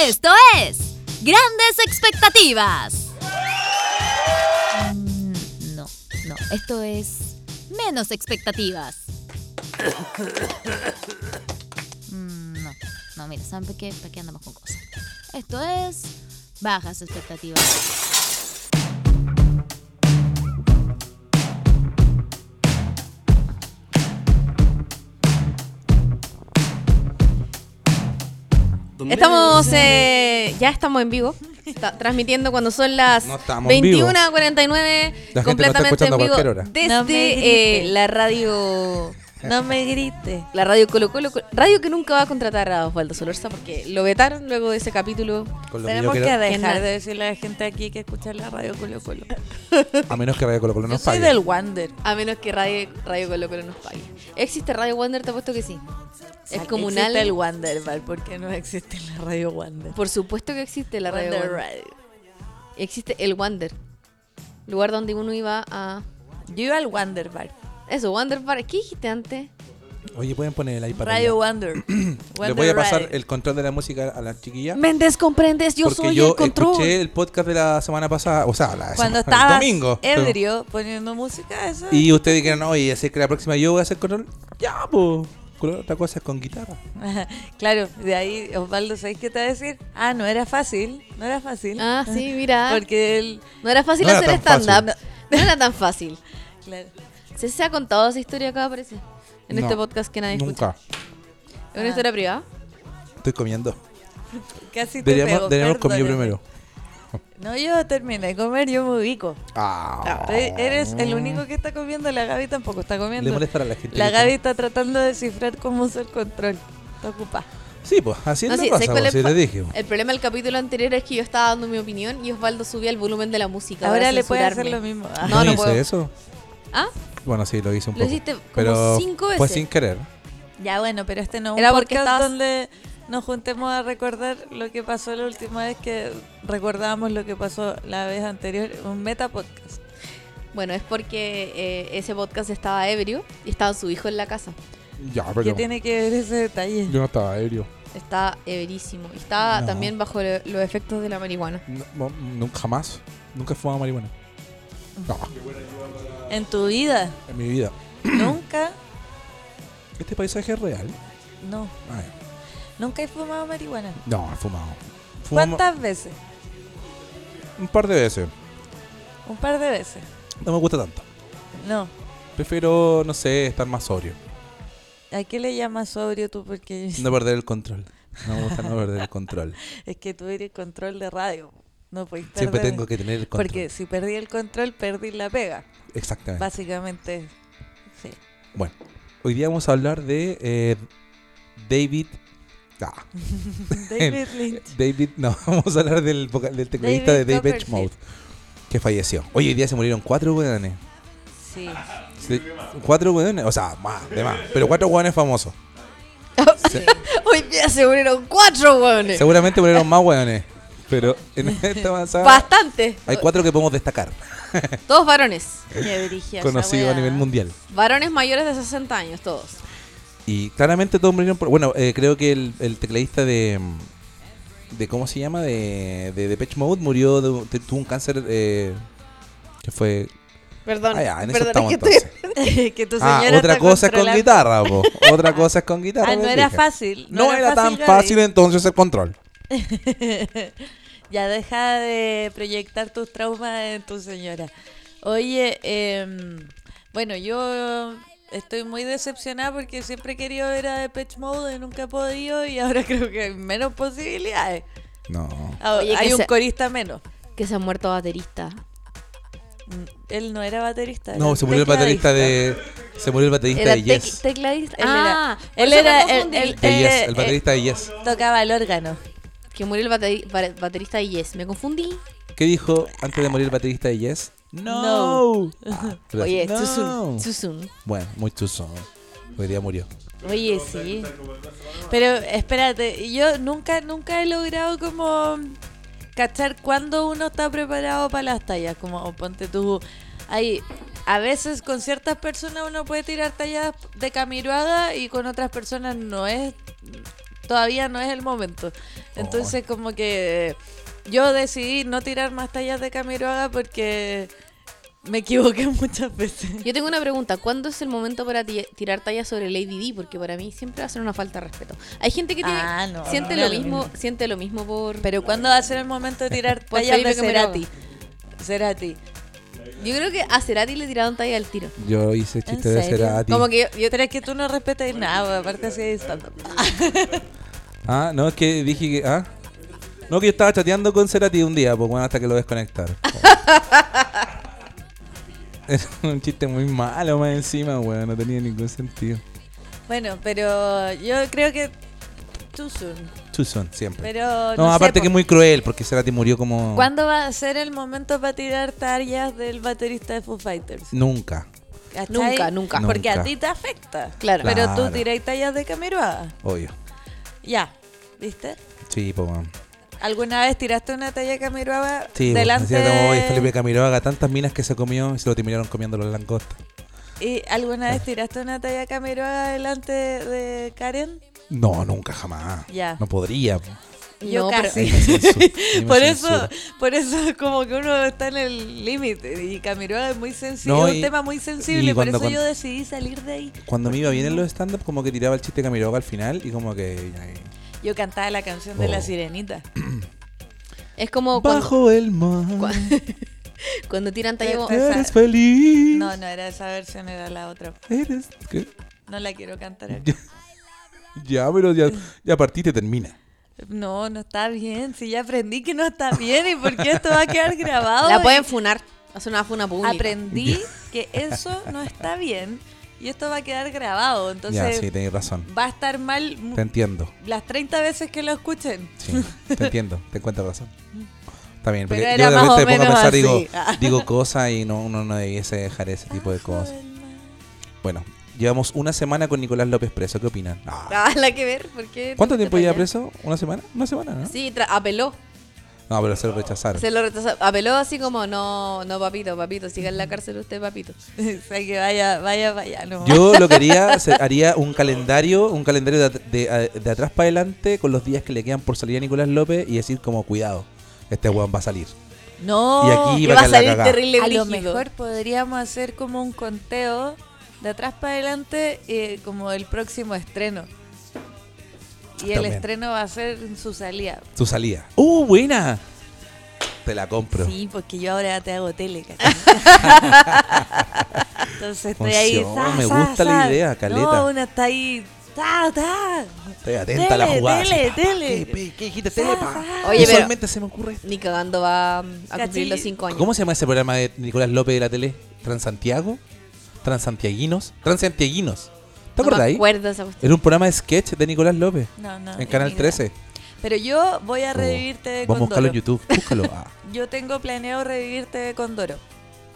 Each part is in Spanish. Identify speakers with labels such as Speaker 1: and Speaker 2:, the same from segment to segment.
Speaker 1: Esto es Grandes Expectativas. Mm, No, no, esto es Menos Expectativas. Mm, No, no, mira, ¿saben por qué, por qué andamos con cosas? Esto es Bajas Expectativas.
Speaker 2: Estamos, eh, ya estamos en vivo, Está- transmitiendo cuando son las
Speaker 3: No estamos en vivo.
Speaker 2: 21 a 49,
Speaker 3: La gente nos está
Speaker 2: completamente
Speaker 3: escuchando
Speaker 2: en
Speaker 3: a
Speaker 2: vivo,
Speaker 3: cualquier hora.
Speaker 2: desde
Speaker 4: No me grites.
Speaker 2: eh, la radio,
Speaker 4: No me grites.
Speaker 2: la radio Colo Colo, Colo- radio que nunca va a contratar a Osvaldo Solorza porque lo vetaron luego de ese capítulo.
Speaker 3: Con lo que yo
Speaker 4: Tenemos que,
Speaker 3: quiero-
Speaker 4: dejar
Speaker 2: Que
Speaker 4: de decirle a la gente aquí que escucha la radio Colo Colo.
Speaker 3: a menos que Radio Colo Colo
Speaker 4: Yo
Speaker 3: nos
Speaker 4: soy
Speaker 3: pague.
Speaker 4: del Wander.
Speaker 2: A menos que radio, radio Colo Colo nos pague. ¿Existe Radio Wonder? Te apuesto que sí. Es comunal.
Speaker 4: Existe el Wander, ¿vale? ¿Por qué no existe Este la radio Wander?
Speaker 2: Por supuesto que existe la radio
Speaker 4: Wander
Speaker 2: Wonder. Existe el Wander, lugar donde uno iba a...
Speaker 4: Radio. Yo iba al Wander Bar.
Speaker 2: Eso, Wander Bar. ¿Qué dijiste antes?
Speaker 3: Oye, pueden poner el iPad. ahí?
Speaker 4: Radio Wander.
Speaker 3: Les voy a pasar el control de la música a las chiquillas.
Speaker 2: Méndez, comprendes, yo
Speaker 3: porque
Speaker 2: soy
Speaker 3: yo
Speaker 2: el control.
Speaker 3: escuché el podcast de la semana pasada, o sea, la semana-
Speaker 4: Cuando estabas
Speaker 3: el domingo.
Speaker 4: ebrio poniendo música, eso.
Speaker 3: Y ustedes dijeron, oye, así que la próxima yo voy a hacer control. Ya, pues. Otra cosa es con guitarra.
Speaker 4: claro, de ahí, Osvaldo, ¿sabes qué te va a decir? Ah, no era fácil. No era fácil.
Speaker 2: Ah, sí, mira.
Speaker 4: Porque él.
Speaker 2: no era fácil
Speaker 3: No era
Speaker 2: hacer
Speaker 3: tan
Speaker 2: stand-up. No era tan fácil.
Speaker 4: Claro.
Speaker 2: ¿Se, se ha contado esa historia acá, parece? En
Speaker 3: No,
Speaker 2: este podcast que nadie escucha.
Speaker 3: Nunca.
Speaker 2: ¿Es una
Speaker 4: Ah.
Speaker 2: historia privada?
Speaker 3: Estoy comiendo.
Speaker 4: Casi te
Speaker 3: Deberíamos,
Speaker 4: pego,
Speaker 3: deberíamos comer
Speaker 4: perdóname.
Speaker 3: primero.
Speaker 4: No, yo terminé de comer, yo me ubico.
Speaker 3: Ah.
Speaker 4: Te- Eres el único que está comiendo, la Gaby tampoco está comiendo.
Speaker 3: Le molestará a la gente.
Speaker 4: La
Speaker 3: que-
Speaker 4: Gaby está tratando de descifrar cómo usar control. Está ocupada.
Speaker 3: Sí, pues, así es
Speaker 2: No,
Speaker 3: la
Speaker 2: sí,
Speaker 3: cosa,
Speaker 2: sé cuál
Speaker 3: pues,
Speaker 2: es
Speaker 3: sí,
Speaker 2: fa-
Speaker 3: le dije.
Speaker 2: El problema del capítulo anterior es que yo estaba dando mi opinión y Osvaldo subía el volumen de la música.
Speaker 4: Ahora
Speaker 2: para
Speaker 4: le puede hacer lo
Speaker 2: censurarme.
Speaker 4: mismo. Ah,
Speaker 2: No, no
Speaker 3: hice
Speaker 2: puedo.
Speaker 3: eso?
Speaker 2: ¿Ah?
Speaker 3: Bueno, sí, lo hice un
Speaker 2: Lo
Speaker 3: poco.
Speaker 2: hiciste como
Speaker 3: pero
Speaker 2: cinco
Speaker 3: Fue
Speaker 2: veces.
Speaker 3: sin querer.
Speaker 4: Ya bueno, pero este no es un
Speaker 2: Era porque
Speaker 4: podcast
Speaker 2: estabas-
Speaker 4: donde nos juntemos a recordar lo que pasó la última vez que recordábamos lo que pasó la vez anterior. Un meta podcast.
Speaker 2: Bueno, es porque eh, ese podcast estaba ebrio y estaba su hijo en la casa.
Speaker 3: Ya,
Speaker 4: ¿Qué
Speaker 3: pero
Speaker 4: tiene que ver ese detalle?
Speaker 3: yo no estaba ebrio.
Speaker 2: Estaba eberísimo. Y estaba
Speaker 3: No.
Speaker 2: también bajo lo- los efectos de la marihuana.
Speaker 3: No, no, nunca jamás. Nunca he fumado marihuana. No,
Speaker 4: En tu vida,
Speaker 3: en mi vida.
Speaker 4: nunca,
Speaker 3: ¿Este paisaje es real?
Speaker 4: no,
Speaker 3: Ay,
Speaker 4: nunca he fumado marihuana.
Speaker 3: no, he fumado. Fumo
Speaker 4: ¿Cuántas veces?
Speaker 3: un par de veces.
Speaker 4: Un par de veces.
Speaker 3: No me gusta tanto.
Speaker 4: No.
Speaker 3: Prefiero, no sé, estar más sobrio.
Speaker 4: ¿A qué le llamas sobrio tú? Porque
Speaker 3: No perder el control. No me gusta no perder el control.
Speaker 4: es que tú eres control de radio. No podéis perder.
Speaker 3: Siempre tengo que tener el control. Ah.
Speaker 4: Porque si perdí el control, perdí la pega.
Speaker 3: Exactamente.
Speaker 4: Básicamente, sí.
Speaker 3: Bueno, hoy día vamos a hablar de eh, David. Ah,
Speaker 4: David Lynch.
Speaker 3: David, no, vamos a hablar del, voca- del tecladista
Speaker 4: David
Speaker 3: de David
Speaker 4: Copperfield.
Speaker 3: Mouth, que falleció. Hoy día se murieron cuatro weones.
Speaker 4: Sí.
Speaker 3: Se- Cuatro weones, o sea, más, de más, pero cuatro weones famosos.
Speaker 2: Hoy día se murieron cuatro hueones.
Speaker 3: Seguramente murieron más weones, pero en esta avanzada
Speaker 2: Bastante.
Speaker 3: hay cuatro que podemos destacar,
Speaker 2: Todos varones.
Speaker 4: Qué brígida esa
Speaker 3: conocidos a
Speaker 4: weá.
Speaker 3: nivel mundial.
Speaker 2: Varones mayores de 60 años, todos.
Speaker 3: Y claramente todos murieron por. Bueno, eh, creo que el, el tecladista de. de ¿Cómo se llama? De, de Depeche Mode murió. de un- tuvo un cáncer. eh, que fue.
Speaker 2: Perdón.
Speaker 3: Ah, ya, en eso
Speaker 2: perdón,
Speaker 3: estamos
Speaker 2: es que
Speaker 3: entonces.
Speaker 4: que tu
Speaker 3: Ah,
Speaker 4: señora
Speaker 3: otra
Speaker 4: está
Speaker 3: cosa es con
Speaker 4: controlando.
Speaker 3: guitarra, po. Otra cosa es con guitarra.
Speaker 4: Ah, no
Speaker 3: les
Speaker 4: era
Speaker 3: dije.
Speaker 4: fácil.
Speaker 3: No, era, tan
Speaker 4: Gaby.
Speaker 3: fácil entonces el control.
Speaker 4: ya deja de proyectar tus traumas en tu señora. Oye, em, bueno, yo estoy muy decepcionada porque siempre he querido ver a Depeche Mode y nunca he podido y ahora creo que hay menos posibilidades.
Speaker 3: No.
Speaker 4: Ah,
Speaker 2: Oye, que
Speaker 4: hay un
Speaker 2: se-
Speaker 4: corista menos.
Speaker 2: te- Que se ha muerto baterista.
Speaker 4: Mm, Él no era baterista. era
Speaker 3: No, se murió el
Speaker 4: tecladista.
Speaker 3: baterista de. Se murió el baterista de
Speaker 2: tec-
Speaker 3: Yes.
Speaker 2: tecladista.
Speaker 4: Él era-
Speaker 2: Ah, él
Speaker 4: él
Speaker 2: era.
Speaker 4: era-
Speaker 2: El,
Speaker 4: él- él-
Speaker 3: De Yes,
Speaker 4: eh,
Speaker 3: el baterista de Yes.
Speaker 4: Tocaba el órgano.
Speaker 2: que murió el bateri- ba- baterista de Yes. Me confundí.
Speaker 3: ¿Qué dijo antes de morir el baterista de Yes?
Speaker 4: No.
Speaker 3: Ah, pero-
Speaker 2: Oye, es too
Speaker 3: no.
Speaker 2: soon. too soon.
Speaker 3: Bueno, muy chuzo. Hoy día murió.
Speaker 4: Oye, sí. Pero espérate, yo nunca, nunca he logrado como cachar cuando uno está preparado para las tallas. Como o ponte tú. Hay, a veces con ciertas personas uno puede tirar tallas de camiroada y con otras personas no es todavía no es el momento. Entonces como que eh, yo decidí no tirar más tallas de Camiroaga porque me equivoqué muchas veces.
Speaker 2: Yo tengo una pregunta. ¿Cuándo es el momento para ti- tirar tallas sobre Lady D? Porque para mí siempre va a ser una falta de respeto. Hay gente que tiene,
Speaker 4: Ah, no,
Speaker 2: siente
Speaker 4: no,
Speaker 2: lo
Speaker 4: no,
Speaker 2: mismo, siente lo mismo por.
Speaker 4: Pero ¿cuándo va a ser el momento de tirar
Speaker 2: Por
Speaker 4: tallas de
Speaker 2: Felipe Camiroaga.
Speaker 4: Cerati? Cerati.
Speaker 2: yo creo que a Cerati le tiraron talla al tiro.
Speaker 3: Yo hice chiste
Speaker 4: ¿En
Speaker 3: de
Speaker 4: serio?
Speaker 3: Cerati.
Speaker 2: Como que yo, yo-
Speaker 4: Pero es que tú no respetas nada, aparte así de stand-up.
Speaker 3: Ah, no, es que dije que. Ah. No, que yo estaba chateando con Cerati un día, pues bueno, hasta que lo desconectaron. es un chiste muy malo más encima, weón. No tenía ningún sentido.
Speaker 4: Bueno, pero yo creo que too soon.
Speaker 3: Chuzón, siempre.
Speaker 4: Pero
Speaker 3: no,
Speaker 4: sé,
Speaker 3: aparte
Speaker 4: po.
Speaker 3: que es muy cruel, porque Cerati murió como.
Speaker 4: ¿Cuándo va a ser el momento para tirar tallas del baterista de Foo Fighters?
Speaker 3: Nunca.
Speaker 4: ¿Cachai?
Speaker 2: Nunca, nunca.
Speaker 4: Porque
Speaker 3: Nunca.
Speaker 4: a ti te afecta.
Speaker 2: Claro.
Speaker 4: Pero
Speaker 3: Claro.
Speaker 4: tú tiráis tallas de Camiroaga.
Speaker 3: Obvio.
Speaker 4: Ya, ¿viste?
Speaker 3: Sí, pues weón.
Speaker 4: ¿Alguna vez tiraste una talla de Camiroaga
Speaker 3: Sí, pues,
Speaker 4: delante
Speaker 3: decía, "Oye, Felipe Camiroaga, tantas minas que se comió y se lo terminaron comiendo los langostas.
Speaker 4: ¿Y alguna vez tiraste una talla de Camiroaga delante de Karen?
Speaker 3: No, nunca, jamás.
Speaker 4: Ya.
Speaker 3: No podría. po.
Speaker 4: Yo
Speaker 2: No, pero-
Speaker 4: casi.
Speaker 3: Ahí me censu- ahí me
Speaker 4: Por eso,
Speaker 3: censura.
Speaker 4: por eso como que uno está en el límite y Camiroaga es muy sensible,
Speaker 3: No,
Speaker 4: es
Speaker 3: y-
Speaker 4: un tema muy
Speaker 3: y
Speaker 4: sensible, por
Speaker 3: cuando-
Speaker 4: eso yo
Speaker 3: cuando-
Speaker 4: decidí salir de ahí.
Speaker 3: Cuando me iba bien en los stand-up, como que tiraba el chiste de Camiroaga al final y como que. ay,
Speaker 4: Yo cantaba la canción de
Speaker 3: Oh.
Speaker 4: la sirenita.
Speaker 2: es como cuando,
Speaker 3: Bajo el mar.
Speaker 2: cua- cuando tiran talla. como-
Speaker 4: Pero-
Speaker 3: Eres feliz.
Speaker 4: No, no era esa versión, era la otra.
Speaker 3: Eres. ¿qué?
Speaker 4: No la quiero cantar aquí.
Speaker 3: Ya, ya, pero ya, ya partiste, termina.
Speaker 4: No, no está bien. Si ya aprendí que no está bien y por qué esto va a quedar grabado.
Speaker 2: La
Speaker 4: y
Speaker 2: pueden funar. Hacer una funa pública.
Speaker 4: Aprendí que eso no está bien y esto va a quedar grabado. Entonces
Speaker 3: ya, sí, tenés razón.
Speaker 4: va a estar mal mu-
Speaker 3: Te entiendo.
Speaker 4: las 30 veces que lo escuchen.
Speaker 3: Sí, te entiendo. Te encuentro razón. Está bien, porque
Speaker 4: Pero
Speaker 3: yo
Speaker 4: era
Speaker 3: de
Speaker 4: más
Speaker 3: repente
Speaker 4: o
Speaker 3: me pongo a
Speaker 4: menos
Speaker 3: pensar,
Speaker 4: así.
Speaker 3: digo,
Speaker 4: Ah.
Speaker 3: digo cosas y no, uno no debiese dejar ese tipo de cosas. Bueno, llevamos una semana con Nicolás López preso. ¿Qué opinan? Ah.
Speaker 2: Ah, la que ver. ¿por qué
Speaker 3: ¿Cuánto
Speaker 2: te- te
Speaker 3: tiempo lleva
Speaker 2: falla?
Speaker 3: preso? ¿Una semana? ¿Una semana, no?
Speaker 2: Sí, tra- apeló.
Speaker 3: No, pero se lo rechazaron.
Speaker 2: Se lo rechazó. Apeló así como: no, no, papito, papito. Siga en la cárcel usted, papito.
Speaker 4: o sea que vaya, vaya, vaya. No.
Speaker 3: Yo lo que haría, se- haría un calendario, un calendario de, at- de a- de atrás para adelante con los días que le quedan por salir a Nicolás López y decir como, cuidado, este weón va a salir.
Speaker 4: No.
Speaker 3: Y aquí
Speaker 2: Y
Speaker 3: iba
Speaker 2: va a
Speaker 3: a quedar la
Speaker 2: salir
Speaker 3: cagada.
Speaker 2: terrible
Speaker 4: a lo
Speaker 2: brígido.
Speaker 4: mejor podríamos hacer como un conteo de atrás para adelante eh, como el próximo estreno. Y el
Speaker 3: También.
Speaker 4: estreno va a ser en su salida.
Speaker 3: Su salida. ¡Uh, buena! Te la compro.
Speaker 4: Sí, porque yo ahora te hago tele, ¿cachai? Entonces estoy ahí.
Speaker 3: Funciona,
Speaker 4: sa,
Speaker 3: me
Speaker 4: sa,
Speaker 3: gusta la
Speaker 4: sa.
Speaker 3: idea, caleta.
Speaker 4: No, una está ahí. Ta, ta.
Speaker 3: Estoy atenta a la
Speaker 4: Tele,
Speaker 3: jugada.
Speaker 4: tele,
Speaker 3: así,
Speaker 4: tele.
Speaker 3: ¿Qué, pe- qué dijiste? Tele, pa.
Speaker 4: Sa,
Speaker 2: Oye, pero-
Speaker 3: Usualmente se me ocurre esto.
Speaker 2: Ni cagando va a cumplir
Speaker 4: Cachillo.
Speaker 2: los cinco años.
Speaker 3: ¿Cómo se llama ese programa de Nicolás López de la tele? ¿Transantiago? ¿Transantiaguinos? ¿Transantiaguinos? ¿Te
Speaker 2: No me
Speaker 3: acuerdas ahí?
Speaker 2: acuerdo Ah, esa cuestión.
Speaker 3: Era un programa de sketch de Nicolás López.
Speaker 4: No, no,
Speaker 3: En
Speaker 4: ni
Speaker 3: Canal
Speaker 4: idea.
Speaker 3: 13.
Speaker 4: Pero yo voy a
Speaker 3: Oh,
Speaker 4: revivirte de
Speaker 3: Vamos a buscarlo en
Speaker 4: Condoro.
Speaker 3: YouTube. Búscalo. Ah.
Speaker 4: Yo tengo planeado revivirte de Condoro.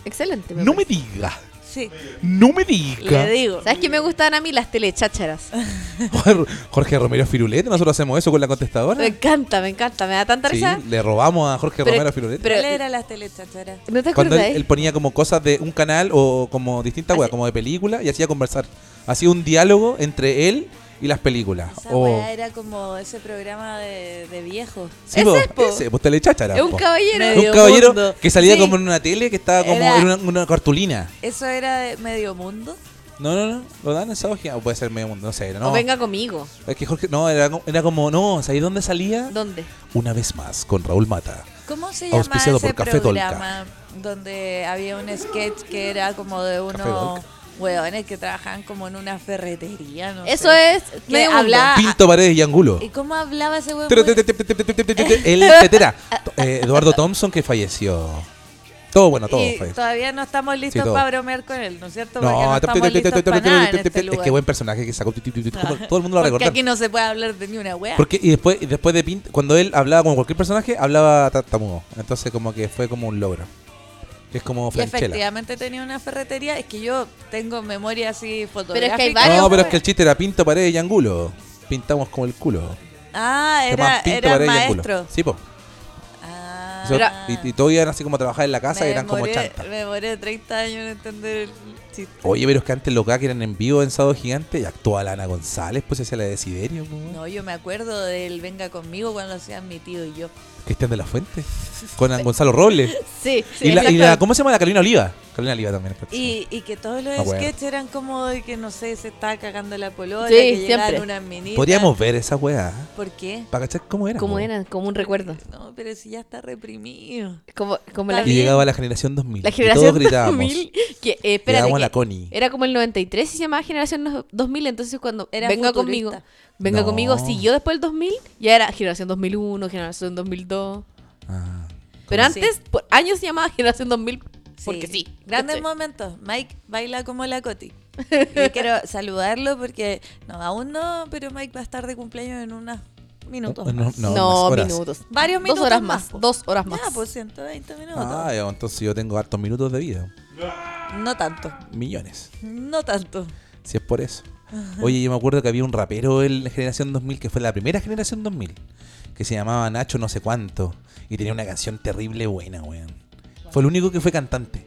Speaker 2: Excelente. me
Speaker 3: No me
Speaker 2: parece.
Speaker 3: digas.
Speaker 4: Sí,
Speaker 3: No me
Speaker 4: le
Speaker 3: digas.
Speaker 4: digo.
Speaker 2: ¿Sabes qué me gustan a mí? Las telechácharas.
Speaker 3: Jorge Romero Firulete, nosotros hacemos eso con la contestadora.
Speaker 2: Me encanta, me encanta. Me da tanta
Speaker 3: Sí,
Speaker 2: risa.
Speaker 3: le robamos a Jorge
Speaker 2: Pero-
Speaker 3: Romero Firulete.
Speaker 2: pero- ¿eh?
Speaker 4: ¿Cuál era las telechacharas?
Speaker 2: ¿No te
Speaker 3: Cuando
Speaker 2: acuerdas?
Speaker 3: él, él ponía como cosas de un canal o como distintas weas, como de película, y hacía conversar. Hacía un diálogo entre él y las películas.
Speaker 4: Esa
Speaker 3: O-
Speaker 4: weá era como ese programa de, de viejos.
Speaker 3: Sí,
Speaker 2: Ese
Speaker 3: po,
Speaker 2: es, po.
Speaker 3: ese, pues telecháchara.
Speaker 2: Es un
Speaker 3: po.
Speaker 2: caballero.
Speaker 3: Es un
Speaker 4: Medio
Speaker 3: caballero
Speaker 4: mundo.
Speaker 3: que salía
Speaker 4: Sí.
Speaker 3: como en una tele que estaba como
Speaker 4: Era-
Speaker 3: en una, una cartulina.
Speaker 4: Eso era de medio mundo.
Speaker 3: No, no, no. Lo dan en Sábado Gigante. O puede ser medio mundo, no sé. No.
Speaker 2: O venga conmigo.
Speaker 3: Es que Jorge, no, era, co- era como, no, ¿sabes dónde salía?
Speaker 2: ¿Dónde?
Speaker 3: Una vez más, con Raúl Mata.
Speaker 4: ¿Cómo se llama
Speaker 3: Auspiciado
Speaker 4: ese
Speaker 3: por Café Dolca.
Speaker 4: programa donde había un sketch que era como de
Speaker 3: Café
Speaker 4: unos
Speaker 3: Dolca.
Speaker 4: hueones que trabajaban como en una ferretería? No
Speaker 2: Eso
Speaker 4: sé.
Speaker 2: es.
Speaker 4: Que
Speaker 2: medio mundo.
Speaker 4: habla- Ah,
Speaker 3: Pinto Paredes y Angulo.
Speaker 4: ¿Y cómo hablaba ese hueón?
Speaker 3: Oh. Tru, tru, tru, tru, tru, tru, tru, tru, tru, El tetera. To- eh, Eduardo Thompson que falleció. Todo bueno, todo
Speaker 4: Y
Speaker 3: falleció.
Speaker 4: todavía no estamos listos
Speaker 3: todo.
Speaker 4: para bromear con él, ¿no es cierto? Porque no
Speaker 3: pues. No,
Speaker 4: estamos listos para nada en este
Speaker 3: es
Speaker 4: lugar.
Speaker 3: que buen personaje que sacó. Todo todo el mundo lo
Speaker 4: Porque
Speaker 3: recuerda.
Speaker 4: aquí no se puede hablar de ni una hueá.
Speaker 3: Porque y después, y después de Pinto, cuando él hablaba como cualquier personaje, hablaba tartamudo. Entonces como que fue como un logro. Que es como
Speaker 4: Y
Speaker 3: Franchella.
Speaker 4: efectivamente tenía una ferretería. Es que yo tengo memoria así
Speaker 2: hay
Speaker 4: fotográfica.
Speaker 2: varios,
Speaker 3: No, pero es que el chiste era Pinto Paredes y Angulo. Pintamos como el culo.
Speaker 4: Ah,
Speaker 3: Se
Speaker 4: era,
Speaker 3: llaman Pinto
Speaker 4: era
Speaker 3: Paredes y Angulo.
Speaker 4: maestro.
Speaker 3: Sí, po.
Speaker 4: Ah,
Speaker 3: O sea, y, y todos iban así como a trabajar en la casa y eran como
Speaker 4: demoré-
Speaker 3: chanta.
Speaker 4: Me demoré 30 años en entender el chiste.
Speaker 3: Oye, pero es que antes los que eran en vivo en Sábado Gigante y actuaba Lana González, pues hacía la de Siderio, po, weón.
Speaker 4: No, yo me acuerdo del Venga conmigo cuando hacían mi tío y yo.
Speaker 3: Cristian de la Fuente, con Gonzalo Robles.
Speaker 2: Sí,
Speaker 3: y, la, y la- ¿Cómo se llama la Carolina Oliva? Carolina Oliva también. es
Speaker 4: Y, y que todos los
Speaker 3: Ah, bueno.
Speaker 4: sketches eran como de que, no sé, se estaba cagando la polola,
Speaker 2: Sí,
Speaker 4: que llegaban
Speaker 2: siempre.
Speaker 4: unas minitas.
Speaker 3: Podríamos ver esa weá. ¿eh?
Speaker 4: ¿Por qué?
Speaker 3: Para cachar cómo era.
Speaker 2: como
Speaker 3: po.
Speaker 2: eran, como un recuerdo.
Speaker 4: No, pero si ya está reprimido.
Speaker 2: Como, como
Speaker 4: Está
Speaker 2: la,
Speaker 3: Y
Speaker 4: bien.
Speaker 3: llegaba la generación 2000.
Speaker 2: la
Speaker 3: Y
Speaker 2: generación
Speaker 3: todos gritábamos.
Speaker 2: 2000. Que, eh, espérate,
Speaker 3: Llegábamos a
Speaker 2: que
Speaker 3: la Connie.
Speaker 2: Era como el 93 y se llamaba Generación no- 2000. Entonces, cuando
Speaker 4: Era
Speaker 2: venga
Speaker 4: futurista.
Speaker 2: conmigo, venga
Speaker 3: No.
Speaker 2: conmigo, siguió después del 2000, ya era Generación 2001, Generación 2002.
Speaker 3: Ah.
Speaker 2: Pero
Speaker 4: ¿Cómo?
Speaker 2: antes, por años se llamaba Generación 2000 porque sí.
Speaker 4: Grandes
Speaker 2: ¿cachai?
Speaker 4: momentos. Mike baila como la Coti. Yo quiero saludarlo porque, no, aún no, pero Mike va a estar de cumpleaños en unos minutos.
Speaker 3: No,
Speaker 4: más.
Speaker 3: no,
Speaker 2: No,
Speaker 3: unas horas.
Speaker 2: minutos.
Speaker 4: Varios minutos
Speaker 2: dos horas
Speaker 4: más,
Speaker 2: más.
Speaker 4: po.
Speaker 2: Dos horas más.
Speaker 4: Ya, pues 120 minutos.
Speaker 3: Ah, ya, entonces yo tengo hartos minutos de vida.
Speaker 4: No tanto,
Speaker 3: Millones.
Speaker 4: no tanto.
Speaker 3: Si es por eso. Oye, yo me acuerdo que había un rapero en la generación 2000, que fue la primera generación 2000, que se llamaba Nacho no sé cuánto, y tenía una canción terrible buena, weón. Fue el único que fue cantante.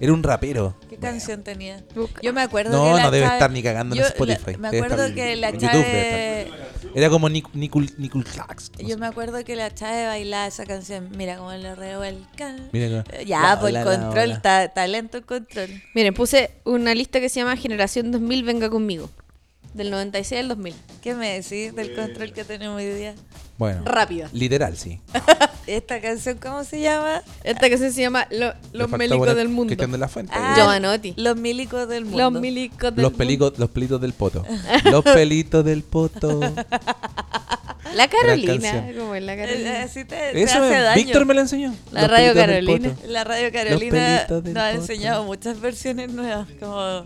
Speaker 3: Era un rapero.
Speaker 4: ¿Qué
Speaker 3: Weón.
Speaker 4: canción tenía?
Speaker 2: Busca.
Speaker 4: Yo me acuerdo
Speaker 3: No,
Speaker 4: que la
Speaker 3: no debe
Speaker 4: Chave-
Speaker 3: estar ni cagando en
Speaker 4: Yo-
Speaker 3: Spotify,
Speaker 4: la- me
Speaker 3: debe estar
Speaker 4: acuerdo
Speaker 3: en-
Speaker 4: que la
Speaker 3: en YouTube debe
Speaker 4: Chave...
Speaker 3: Era como Nic- Nicol- Nicol Clax. no
Speaker 4: Yo
Speaker 3: sé.
Speaker 4: me acuerdo que la Chave bailaba esa canción. Mira cómo lo revuelcan.
Speaker 3: Mira,
Speaker 4: Eh, Ya, por
Speaker 3: la- la-
Speaker 4: control,
Speaker 3: la-
Speaker 4: ta- talento en control.
Speaker 2: Miren, puse una lista que se llama Generación 2000, venga conmigo. Del 96 al 2000.
Speaker 4: ¿Qué me decís del control que tenemos hoy día?
Speaker 3: Bueno,
Speaker 2: Rápida.
Speaker 3: literal, sí.
Speaker 4: ¿Esta canción cómo se llama?
Speaker 2: Esta que se llama Lo- Los
Speaker 3: Le faltó
Speaker 2: Melicos
Speaker 3: poner
Speaker 2: del Mundo.
Speaker 3: Cristian de la Fuente.
Speaker 4: Ah,
Speaker 2: Giovanotti.
Speaker 4: Los milicos del mundo.
Speaker 2: Los Milicos del
Speaker 3: Los
Speaker 2: Mundo.
Speaker 3: peligos, los pelitos del poto. Los pelitos del poto.
Speaker 2: La Carolina.
Speaker 3: canción.
Speaker 2: Ah, como es la
Speaker 4: Eh,
Speaker 2: Carolina?
Speaker 4: Así te, te
Speaker 3: Eso
Speaker 4: hace
Speaker 3: es-
Speaker 4: daño.
Speaker 3: Víctor me lo enseñó.
Speaker 2: La
Speaker 3: Los
Speaker 2: Radio
Speaker 3: pelitos del
Speaker 2: Carolina.
Speaker 3: poto.
Speaker 4: La radio Carolina
Speaker 3: pelitos del
Speaker 4: nos ha
Speaker 3: poto.
Speaker 4: enseñado muchas versiones nuevas, como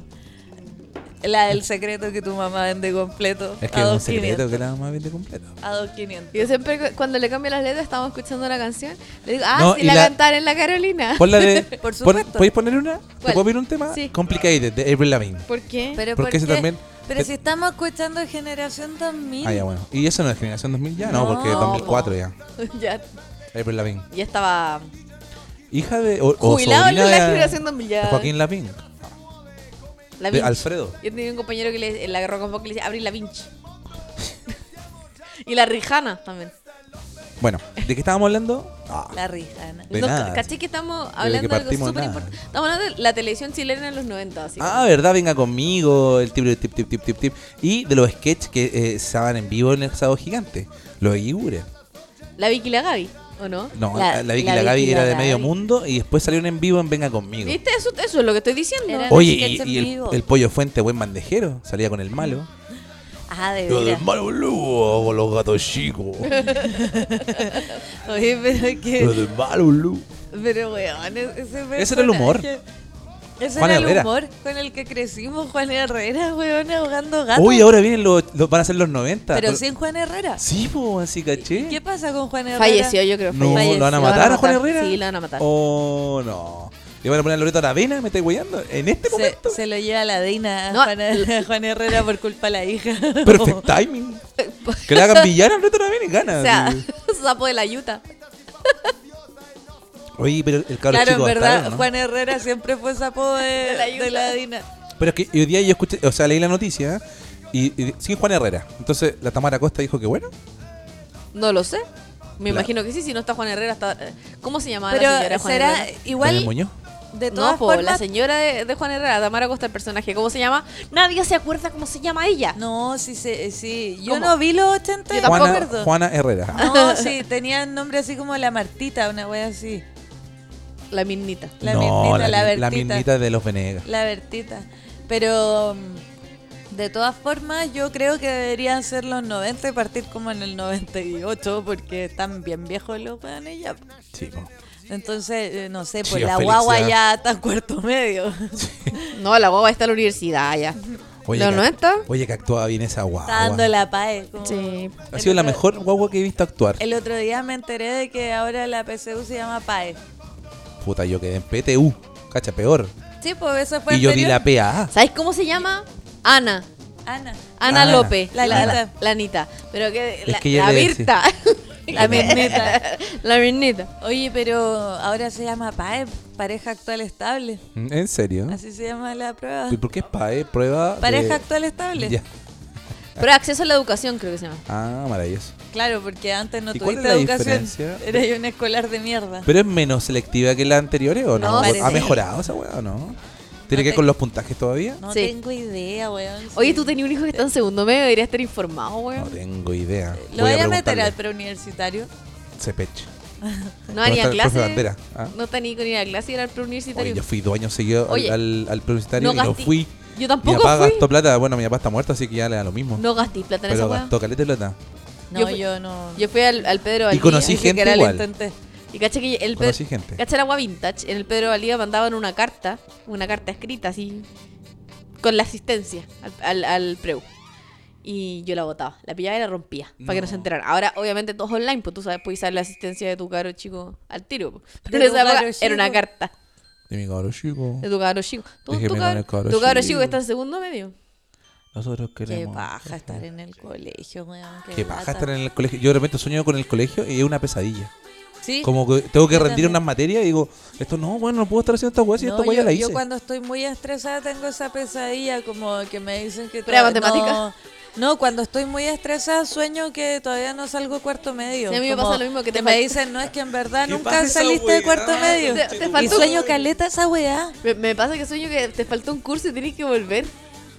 Speaker 4: la del secreto que tu mamá vende completo
Speaker 3: Es que
Speaker 4: a
Speaker 3: es un
Speaker 4: 2500.
Speaker 3: secreto que la mamá vende completo.
Speaker 4: A 2500.
Speaker 2: Yo siempre cu- cuando le cambio las letras estamos escuchando la canción. Le digo, ah,
Speaker 3: No,
Speaker 2: si
Speaker 3: y
Speaker 2: la,
Speaker 3: la-
Speaker 2: cantaron en la Carolina.
Speaker 3: Pon la de.
Speaker 4: Por
Speaker 3: pon-
Speaker 4: supuesto.
Speaker 3: ¿Podéis poner una? ¿Te
Speaker 2: ¿Cuál?
Speaker 3: puedo pedir un tema?
Speaker 2: Sí.
Speaker 3: Complicated de Avril Lavigne.
Speaker 2: ¿Por qué?
Speaker 4: Pero
Speaker 3: Porque
Speaker 4: ¿por
Speaker 3: ese
Speaker 4: qué?
Speaker 3: también-
Speaker 4: Pero
Speaker 3: eh,
Speaker 4: si estamos escuchando Generación 2000.
Speaker 3: Ah, ya, bueno. ¿Y eso no es generación 2000 ya? No,
Speaker 4: No,
Speaker 3: porque es 2004 ya.
Speaker 2: ya,
Speaker 3: Avril Lavigne.
Speaker 2: ya estaba
Speaker 3: Hija de. O, o
Speaker 2: jubilado en
Speaker 3: sobrina
Speaker 2: la
Speaker 3: de-
Speaker 2: generación 2000.
Speaker 3: de
Speaker 2: Ya.
Speaker 3: Joaquín Lavigne.
Speaker 2: La
Speaker 3: De
Speaker 2: Vinci.
Speaker 3: Alfredo.
Speaker 2: Yo tenía un compañero que le, la agarró con poco y le decía, abrí la Vinci. y la Rijana también.
Speaker 3: Bueno, ¿de qué estábamos hablando? Ah,
Speaker 4: La Rijana.
Speaker 3: De
Speaker 2: No,
Speaker 3: nada.
Speaker 2: caché que estamos
Speaker 3: que
Speaker 2: hablando de algo
Speaker 3: partimos
Speaker 2: súper
Speaker 3: nada.
Speaker 2: importante. Estamos hablando de la televisión chilena en los 90, así
Speaker 3: Ah, verdad, venga conmigo, el tip, tip, tip, tip, tip, tip. Y de los sketches que eh, estaban en vivo en el sábado gigante, los de Igure.
Speaker 2: como- La Vicky y la Gaby, ¿o no?
Speaker 3: No,
Speaker 4: La-
Speaker 3: la, la Vicky y
Speaker 4: la
Speaker 3: la Gaby
Speaker 4: Vicky y
Speaker 3: era
Speaker 4: la
Speaker 3: de medio
Speaker 4: Gaby.
Speaker 3: mundo y después salieron en vivo en Venga conmigo.
Speaker 2: ¿Viste? Eso, eso es lo que estoy diciendo.
Speaker 4: Era-
Speaker 3: Oye,
Speaker 4: sketch
Speaker 3: y,
Speaker 4: en
Speaker 3: y el,
Speaker 4: vivo.
Speaker 3: el pollo fuente, buen bandejero, salía con el malo.
Speaker 4: Ah, de
Speaker 3: Yo del
Speaker 4: veras.
Speaker 3: malo lugo, con los gatos chicos.
Speaker 4: Oye, pero
Speaker 3: Yo
Speaker 4: que.
Speaker 3: del malo lugo.
Speaker 4: Pero weón, ese personaje-
Speaker 3: Ese era el humor.
Speaker 4: Ese
Speaker 3: Juan
Speaker 4: era el
Speaker 3: Herrera.
Speaker 4: humor con el que crecimos, Juan Herrera, weón, ahogando gatos.
Speaker 3: Uy, ahora vienen los, los- van a ser los 90.
Speaker 4: Pero
Speaker 3: Por-
Speaker 4: sin Juan Herrera.
Speaker 3: Sí, po, así caché.
Speaker 4: ¿Qué pasa con Juan Herrera?
Speaker 2: Falleció, yo creo.
Speaker 3: No,
Speaker 2: falleció.
Speaker 3: ¿lo van a
Speaker 2: Falleció.
Speaker 3: matar a Juan Herrera?
Speaker 2: Sí, lo van a matar.
Speaker 3: Oh, no. ¿Le van a poner a Loreto Aravena? ¿Me estáis guayando? ¿En este
Speaker 4: Se,
Speaker 3: momento?
Speaker 4: se lo lleva la Dina a
Speaker 2: No.
Speaker 4: Juan, a Juan Herrera por culpa de la hija.
Speaker 3: Perfect timing. Que le hagan villana a Loreto Aravena y gana.
Speaker 2: O sea,
Speaker 3: Sí.
Speaker 2: sapo de la yuta.
Speaker 3: Oye, pero el cabrón
Speaker 4: Claro, en
Speaker 3: chico
Speaker 4: verdad,
Speaker 3: bastardo, ¿no?
Speaker 4: Juan Herrera siempre fue sapo de,
Speaker 2: la
Speaker 4: de la Dina.
Speaker 3: Pero es que hoy día yo escuché, o sea, leí la noticia y, y sin Juan Herrera. Entonces la Tamara Costa dijo que bueno.
Speaker 2: No lo sé. Me
Speaker 3: Claro.
Speaker 2: imagino que sí, si no está Juan Herrera, está... eh, ¿Cómo se llamaba la señora
Speaker 4: Pero
Speaker 2: Juan
Speaker 4: será
Speaker 2: Herrera?
Speaker 3: Daniel
Speaker 4: igual,
Speaker 3: Muñoz.
Speaker 4: de todas
Speaker 2: No, po, la
Speaker 4: formas...
Speaker 2: señora de, de Juan Herrera, Tamara Costa, el personaje, ¿cómo se llama? Nadie se acuerda cómo se llama ella.
Speaker 4: No, sí, sí, sí. Yo
Speaker 2: ¿Cómo?
Speaker 4: no vi los 80
Speaker 2: Yo
Speaker 4: y me
Speaker 2: tampoco.
Speaker 3: Juana,
Speaker 4: acuerdo.
Speaker 3: Juana Herrera.
Speaker 4: No, sí, tenían nombre así como La Martita, una wea así.
Speaker 2: La Mirnita.
Speaker 4: La
Speaker 3: no,
Speaker 4: Mirnita, la,
Speaker 3: la,
Speaker 4: Bertita.
Speaker 3: minita de los Venegas.
Speaker 4: La Bertita. Pero mm, de todas formas, yo creo que deberían ser los 90 y partir como en el 98, porque están bien viejos los weones ya.
Speaker 3: Sí, po.
Speaker 4: Entonces, eh, no sé, pues
Speaker 3: Chica
Speaker 4: la
Speaker 3: Félix,
Speaker 4: guagua
Speaker 3: ya.
Speaker 4: ya está en cuarto medio.
Speaker 2: No, la guagua está en la universidad ya. ¿Los
Speaker 3: que-
Speaker 2: 90?
Speaker 3: Oye, que actuaba bien esa guagua.
Speaker 4: Está dando la PAE. como-
Speaker 2: Sí.
Speaker 3: Ha sido la mejor guagua que he visto actuar.
Speaker 4: El otro día me enteré de que ahora la PCU se llama PAE.
Speaker 3: Puta, yo quedé en PTU. Cacha, peor.
Speaker 4: Sí, pues eso fue
Speaker 3: Y yo di
Speaker 4: anterior.
Speaker 3: la PAA.
Speaker 2: ¿Sabes cómo se llama? Ana.
Speaker 4: Ana.
Speaker 2: Ana
Speaker 3: Ana.
Speaker 2: López.
Speaker 4: La
Speaker 2: La,
Speaker 4: Anita.
Speaker 2: la Anita. Pero que.
Speaker 3: Ah, Es
Speaker 2: La,
Speaker 3: que yo
Speaker 2: la
Speaker 3: le-
Speaker 2: Birta.
Speaker 4: La mismita.
Speaker 2: La minita.
Speaker 4: Oye, pero ahora se llama PAEP, Pareja Actual Estable.
Speaker 3: ¿En serio?
Speaker 4: Así se llama la prueba.
Speaker 3: ¿Y por qué es PAE? Prueba. de-
Speaker 4: Pareja Actual Estable.
Speaker 3: Eh, Ya.
Speaker 2: Pero acceso a la educación creo que se llama.
Speaker 3: Ah, maravilloso.
Speaker 4: Claro, porque antes no
Speaker 3: ¿Y cuál
Speaker 4: tuviste
Speaker 3: es la
Speaker 4: educación.
Speaker 3: diferencia?
Speaker 4: Eres un escolar de mierda.
Speaker 3: ¿Pero es menos selectiva que la anterior ¿eh? o
Speaker 2: No,
Speaker 3: no? ¿Ha
Speaker 4: parece.
Speaker 3: mejorado esa weá o no? ¿Tiene que ver
Speaker 4: te-
Speaker 3: con los puntajes todavía?
Speaker 4: No
Speaker 2: Sí.
Speaker 4: tengo idea, weón.
Speaker 2: Oye,
Speaker 4: Sí.
Speaker 2: tú tenías un hijo que está en segundo medio, deberías estar informado,
Speaker 3: No
Speaker 2: weón.
Speaker 3: tengo idea.
Speaker 4: Lo voy a meter
Speaker 3: preguntarle.
Speaker 4: al preuniversitario.
Speaker 3: Cepech.
Speaker 2: No haría
Speaker 3: está el profe
Speaker 2: clase.
Speaker 3: Bandera? Ah.
Speaker 2: No está ni con ir a clase y era el
Speaker 3: Oye,
Speaker 2: preuniversitario.
Speaker 3: yo fui dos años seguidos al,
Speaker 2: Oye,
Speaker 3: al, al preuniversitario
Speaker 2: no
Speaker 3: y no
Speaker 2: gasté-
Speaker 3: fui.
Speaker 2: Yo
Speaker 3: Mi
Speaker 2: tampoco
Speaker 3: papá
Speaker 2: fui.
Speaker 3: gastó plata. Bueno, mi papá está muerto, así que ya le da lo mismo.
Speaker 2: No gasté plata en
Speaker 3: pero
Speaker 2: esa weá.
Speaker 3: gastó caleta de plata.
Speaker 4: No,
Speaker 2: Yo
Speaker 4: yo,
Speaker 2: fui-
Speaker 4: no.
Speaker 2: Yo fui al, al Pedro
Speaker 3: Y
Speaker 2: Valdía.
Speaker 3: conocí
Speaker 4: Ni siquiera
Speaker 3: gente
Speaker 4: lo
Speaker 3: igual.
Speaker 4: intenté.
Speaker 2: Y caché que el Pedro...
Speaker 3: Conocí gente.
Speaker 2: Cacha era agua vintage. En el Pedro Valía mandaban una carta, una carta escrita así, con la asistencia al, al, al preu. Y yo la botaba, la pillaba y la rompía, para que no se
Speaker 3: No.
Speaker 2: enteraran. Ahora, obviamente, todo online, pues tú sabes, puedes usar la asistencia de tu caro chico al tiro. po. Pero
Speaker 4: De
Speaker 2: en
Speaker 4: tu
Speaker 2: esa época
Speaker 4: cabro
Speaker 2: era una
Speaker 4: chico.
Speaker 2: carta
Speaker 3: Y mi cabrón chico.
Speaker 2: de tu caro chico. Tú, tu,
Speaker 3: Déjeme con
Speaker 2: cabro,
Speaker 3: el cabro
Speaker 2: tu cabro
Speaker 3: chico.
Speaker 2: chico que está en segundo medio.
Speaker 3: Nosotros
Speaker 4: Qué
Speaker 3: queremos.
Speaker 4: paja estar en el colegio, weón.
Speaker 3: Qué paja estar en el colegio. Yo de repente sueño con el colegio y es una pesadilla.
Speaker 4: Sí.
Speaker 3: Como que tengo que
Speaker 4: Yo
Speaker 3: rendir
Speaker 4: también.
Speaker 3: unas materias y digo, esto no, bueno, no puedo estar haciendo esta weá si
Speaker 4: No,
Speaker 3: esta weá
Speaker 4: yo,
Speaker 3: ya la
Speaker 4: yo
Speaker 3: hice.
Speaker 4: cuando estoy muy estresada tengo esa pesadilla como que me dicen que...
Speaker 2: Prueba
Speaker 4: toda-
Speaker 2: matemática.
Speaker 4: No, no, cuando estoy muy estresada sueño que todavía no salgo cuarto medio.
Speaker 2: Sí, a mí me
Speaker 4: Como
Speaker 2: pasa lo mismo, que te
Speaker 4: me
Speaker 2: fal-
Speaker 4: dicen, no, es que en verdad
Speaker 3: ¿Qué
Speaker 4: nunca
Speaker 3: pasa esa
Speaker 4: saliste
Speaker 3: weá? ah,
Speaker 4: de cuarto medio.
Speaker 2: Te- te faltó-
Speaker 4: Y sueño caleta esa weá.
Speaker 2: Me, me pasa que sueño que te faltó un curso y tienes que volver.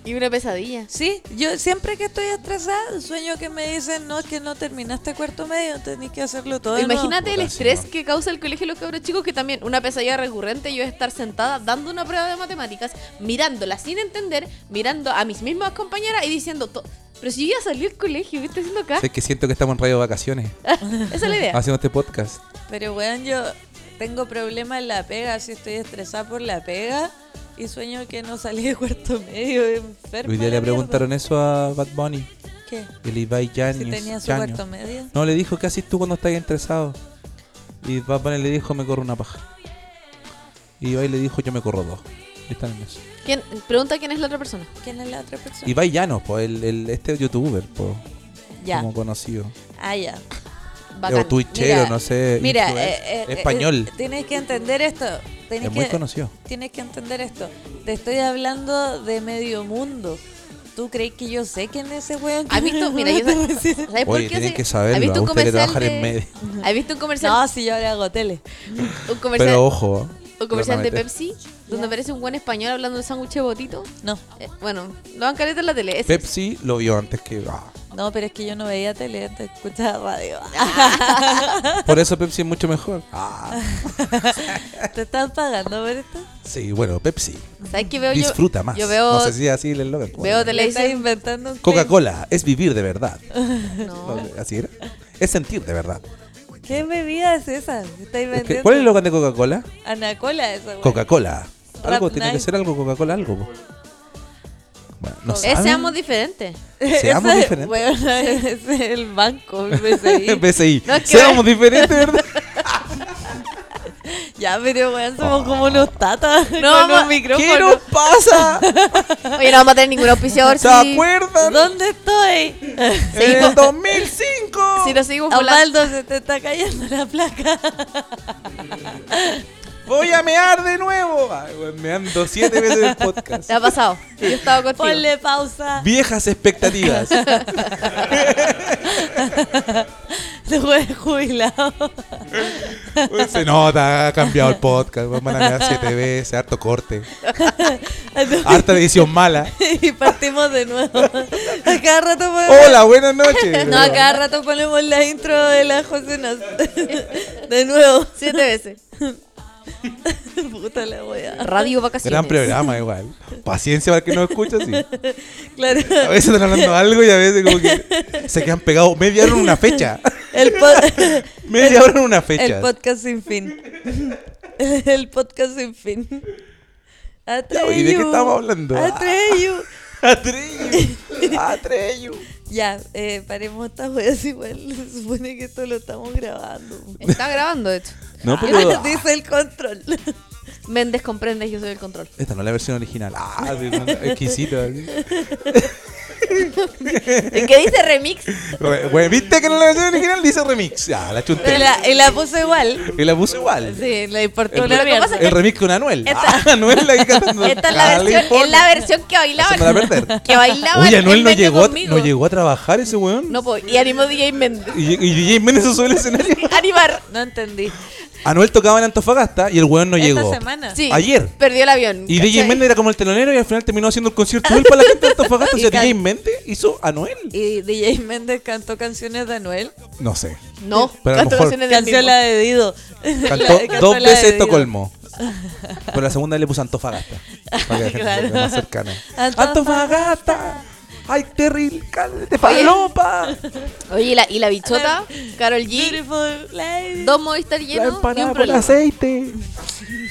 Speaker 2: Y una pesadilla.
Speaker 4: Sí, yo siempre que estoy estresada sueño que me dicen, no, es que no terminaste cuarto medio, tenés que hacerlo todo. de nuevo".
Speaker 2: Imagínate el
Speaker 3: Puta, sí,
Speaker 2: estrés
Speaker 3: no.
Speaker 2: que causa el colegio de los cabros chicos, que también una pesadilla recurrente yo es estar sentada dando una prueba de matemáticas, mirándola sin entender, mirando a mis mismas compañeras y diciendo, to- pero si yo ya salí del colegio, ¿qué estoy haciendo acá?
Speaker 3: Sé que siento que estamos en radio vacaciones
Speaker 2: Esa es la idea.
Speaker 3: haciendo este podcast.
Speaker 4: Pero weón, yo tengo problemas en la pega, si estoy estresada por la pega y sueño que no salí de cuarto medio enfermo.
Speaker 3: Hoy día le preguntaron eso a Bad Bunny.
Speaker 4: ¿Qué?
Speaker 3: El Ibai Yañez.
Speaker 4: Si tenía su
Speaker 3: Yaño.
Speaker 4: cuarto medio.
Speaker 3: No, le dijo, ¿qué haces tú cuando estás estresado? Y Bad Bunny le dijo, me corro una paja. Y Ibai le dijo, yo me corro dos. Y Están en eso.
Speaker 2: ¿Quién- pregunta quién es la otra persona.
Speaker 4: ¿Quién es la otra persona?
Speaker 3: Ibai Llanos, po, el, el- este youtuber, po,
Speaker 4: Ya.
Speaker 3: como conocido.
Speaker 4: Ah, ya.
Speaker 2: Bacán.
Speaker 3: O twitchero,
Speaker 4: Mira,
Speaker 3: no sé.
Speaker 4: Mira,
Speaker 3: influencer,
Speaker 4: eh, eh, eh,
Speaker 3: español.
Speaker 4: tienes que entender esto. Tienes
Speaker 3: es muy
Speaker 4: que-
Speaker 3: conocido.
Speaker 4: Tienes que entender esto. Te estoy hablando de medio mundo. ¿Tú crees que yo sé quién es ese weón? que
Speaker 2: ¿Has visto? Mira, yo sé- ¿sabes por
Speaker 3: Oye,
Speaker 2: qué?
Speaker 3: tienen
Speaker 2: sé-
Speaker 3: que saberlo,
Speaker 2: ¿Has visto
Speaker 3: a
Speaker 2: un
Speaker 3: usted le
Speaker 2: comercial?
Speaker 3: trabajan en
Speaker 2: de-
Speaker 3: medio.
Speaker 2: ¿Has visto un comercial?
Speaker 4: No, si yo ahora hago tele.
Speaker 2: Un comercial,
Speaker 3: Pero ojo. ¿eh?
Speaker 2: un comercial de
Speaker 3: Claramente.
Speaker 2: Pepsi, donde aparece un buen español hablando de sándwich de botito.
Speaker 4: No,
Speaker 2: Eh, bueno, lo van careta en la tele. ese es.
Speaker 3: Pepsi lo vio antes que. ah.
Speaker 4: no, pero es que yo no veía tele, te escuchaba radio.
Speaker 3: Por eso Pepsi es mucho mejor. Ah,
Speaker 4: ¿Te están pagando por esto?
Speaker 3: sí, bueno, Pepsi.
Speaker 2: ¿Sabes qué veo yo?
Speaker 3: Disfruta más.
Speaker 2: Yo veo
Speaker 3: No sé si así el eslogan.
Speaker 2: Veo
Speaker 4: Le
Speaker 2: televisión.
Speaker 4: estás inventando un
Speaker 3: Coca-Cola es vivir de verdad.
Speaker 2: No.
Speaker 3: Así era. Es sentir de verdad.
Speaker 4: claim. ¿Qué bebida es esa? ¿Estás
Speaker 3: Es que-
Speaker 4: inventando?
Speaker 3: ¿Cuál es el eslogan de Coca-Cola?
Speaker 4: Anacola esa, weón.
Speaker 3: Coca-Cola. Algo
Speaker 4: Rap
Speaker 3: tiene que
Speaker 4: Night.
Speaker 3: ser algo Coca-Cola, algo. po. Bueno, no
Speaker 2: Eh,
Speaker 3: saben.
Speaker 2: seamos diferentes.
Speaker 3: Seamos
Speaker 4: Ese-
Speaker 3: diferentes.
Speaker 4: weón, ese es el banco, el BCI.
Speaker 3: PSI.
Speaker 2: No, es que-
Speaker 3: Seamos diferentes, ¿verdad?
Speaker 4: ya, pero weón, somos como
Speaker 3: Ah.
Speaker 4: unos
Speaker 2: No,
Speaker 4: tatas con
Speaker 2: vamos-
Speaker 4: un micrófono.
Speaker 3: ¿Qué nos pasa?
Speaker 2: Pues Oye, no vamos a tener ningún auspiciador
Speaker 3: ¿Se
Speaker 2: si,
Speaker 3: acuerdan?
Speaker 4: ¿Dónde estoy?
Speaker 3: En el 2005.
Speaker 2: si lo seguimos volando.
Speaker 4: Osvaldo, se te está cayendo la placa.
Speaker 3: Voy a mear de nuevo. Ay, weón, meando siete veces el podcast.
Speaker 2: Te ha pasado. Yo estaba contigo.
Speaker 4: Ponle pausa.
Speaker 3: Viejas expectativas.
Speaker 4: Los jubilados
Speaker 3: Weón, Se nota, ha cambiado el podcast. weón, Van a mear siete veces, harto corte. Harta edición mala.
Speaker 4: y partimos de nuevo. A cada rato ponemos,
Speaker 3: Hola, buenas noches.
Speaker 4: no, a cada rato ponemos la intro de la José Nas. De nuevo.
Speaker 2: Siete veces.
Speaker 4: Puta la wea.
Speaker 2: Radio Vacaciones.
Speaker 3: Gran programa igual. Paciencia para el que no escucha, sí.
Speaker 4: Claro.
Speaker 3: A veces están hablando algo y a veces como que se quedan pegados media hora en una fecha.
Speaker 4: El, po-
Speaker 3: Media hora en una fecha.
Speaker 4: el podcast sin fin. El podcast sin fin.
Speaker 3: ¿y de qué estamos hablando?
Speaker 4: Atreyu.
Speaker 3: Atreyu. Atreyu.
Speaker 4: Ya, eh, paremos estas weas igual. Se supone que esto lo estamos grabando.
Speaker 2: Está grabando, de hecho.
Speaker 3: No, pero...
Speaker 4: Dice el control.
Speaker 2: Méndez comprende, yo soy el control.
Speaker 3: Esta no es la versión original. Ah, sí, exquisito.
Speaker 4: ¿Y qué dice remix?
Speaker 3: Re- güey, ¿Viste que en la versión original dice remix? Ah, la
Speaker 4: Y
Speaker 3: chunté.
Speaker 4: la, y la puso igual.
Speaker 3: Y la puso igual.
Speaker 4: Sí, le importó
Speaker 3: El,
Speaker 4: una
Speaker 3: re-
Speaker 4: mierda.
Speaker 3: el remix con Anuel. Ah, Anuel ahí cantando.
Speaker 4: Esta es la versión, es la versión que
Speaker 3: Eso me la
Speaker 4: bailaban.
Speaker 3: perder.
Speaker 4: Que bailaban.
Speaker 3: Oye, Anuel
Speaker 4: en
Speaker 3: no
Speaker 4: Vente
Speaker 3: llegó, a-
Speaker 4: Conmigo.
Speaker 3: no llegó a trabajar ese weón.
Speaker 2: No, pues, y ánimo DJ Méndez.
Speaker 3: Y, y DJ Méndez se sube al escenario.
Speaker 4: Animar. No entendí.
Speaker 3: Anuel tocaba en Antofagasta y el weón no
Speaker 4: Esta
Speaker 3: llegó.
Speaker 4: semana.
Speaker 2: Sí,
Speaker 3: Ayer.
Speaker 2: Perdió el avión.
Speaker 3: Y DJ
Speaker 2: ¿cachai?
Speaker 3: Méndez era como el telonero y al final terminó haciendo el concierto él para la gente de Antofagasta. O sea, DJ Méndez hizo Anuel.
Speaker 4: Y DJ Méndez cantó canciones de Anuel.
Speaker 3: No sé.
Speaker 2: No,
Speaker 3: Pero a lo
Speaker 2: cantó
Speaker 3: mejor-
Speaker 2: canciones del
Speaker 4: Canción
Speaker 2: mismo.
Speaker 4: la de Dido.
Speaker 3: Cantó
Speaker 4: La-
Speaker 3: dos
Speaker 4: la de
Speaker 3: veces
Speaker 4: Dido.
Speaker 3: Estocolmo. Pero la segunda le puso Antofagasta. Para que la gente
Speaker 4: Claro.
Speaker 3: sea más cercana.
Speaker 4: Antofagasta.
Speaker 3: Antofagasta. Ay, terrible, de palopa.
Speaker 2: Oye, ¿y la, y la bichota, Carol G,
Speaker 4: Beautiful lady.
Speaker 2: dos Movistar
Speaker 3: La
Speaker 2: llenos y
Speaker 3: empanada
Speaker 2: un
Speaker 3: con
Speaker 2: problema.
Speaker 3: aceite.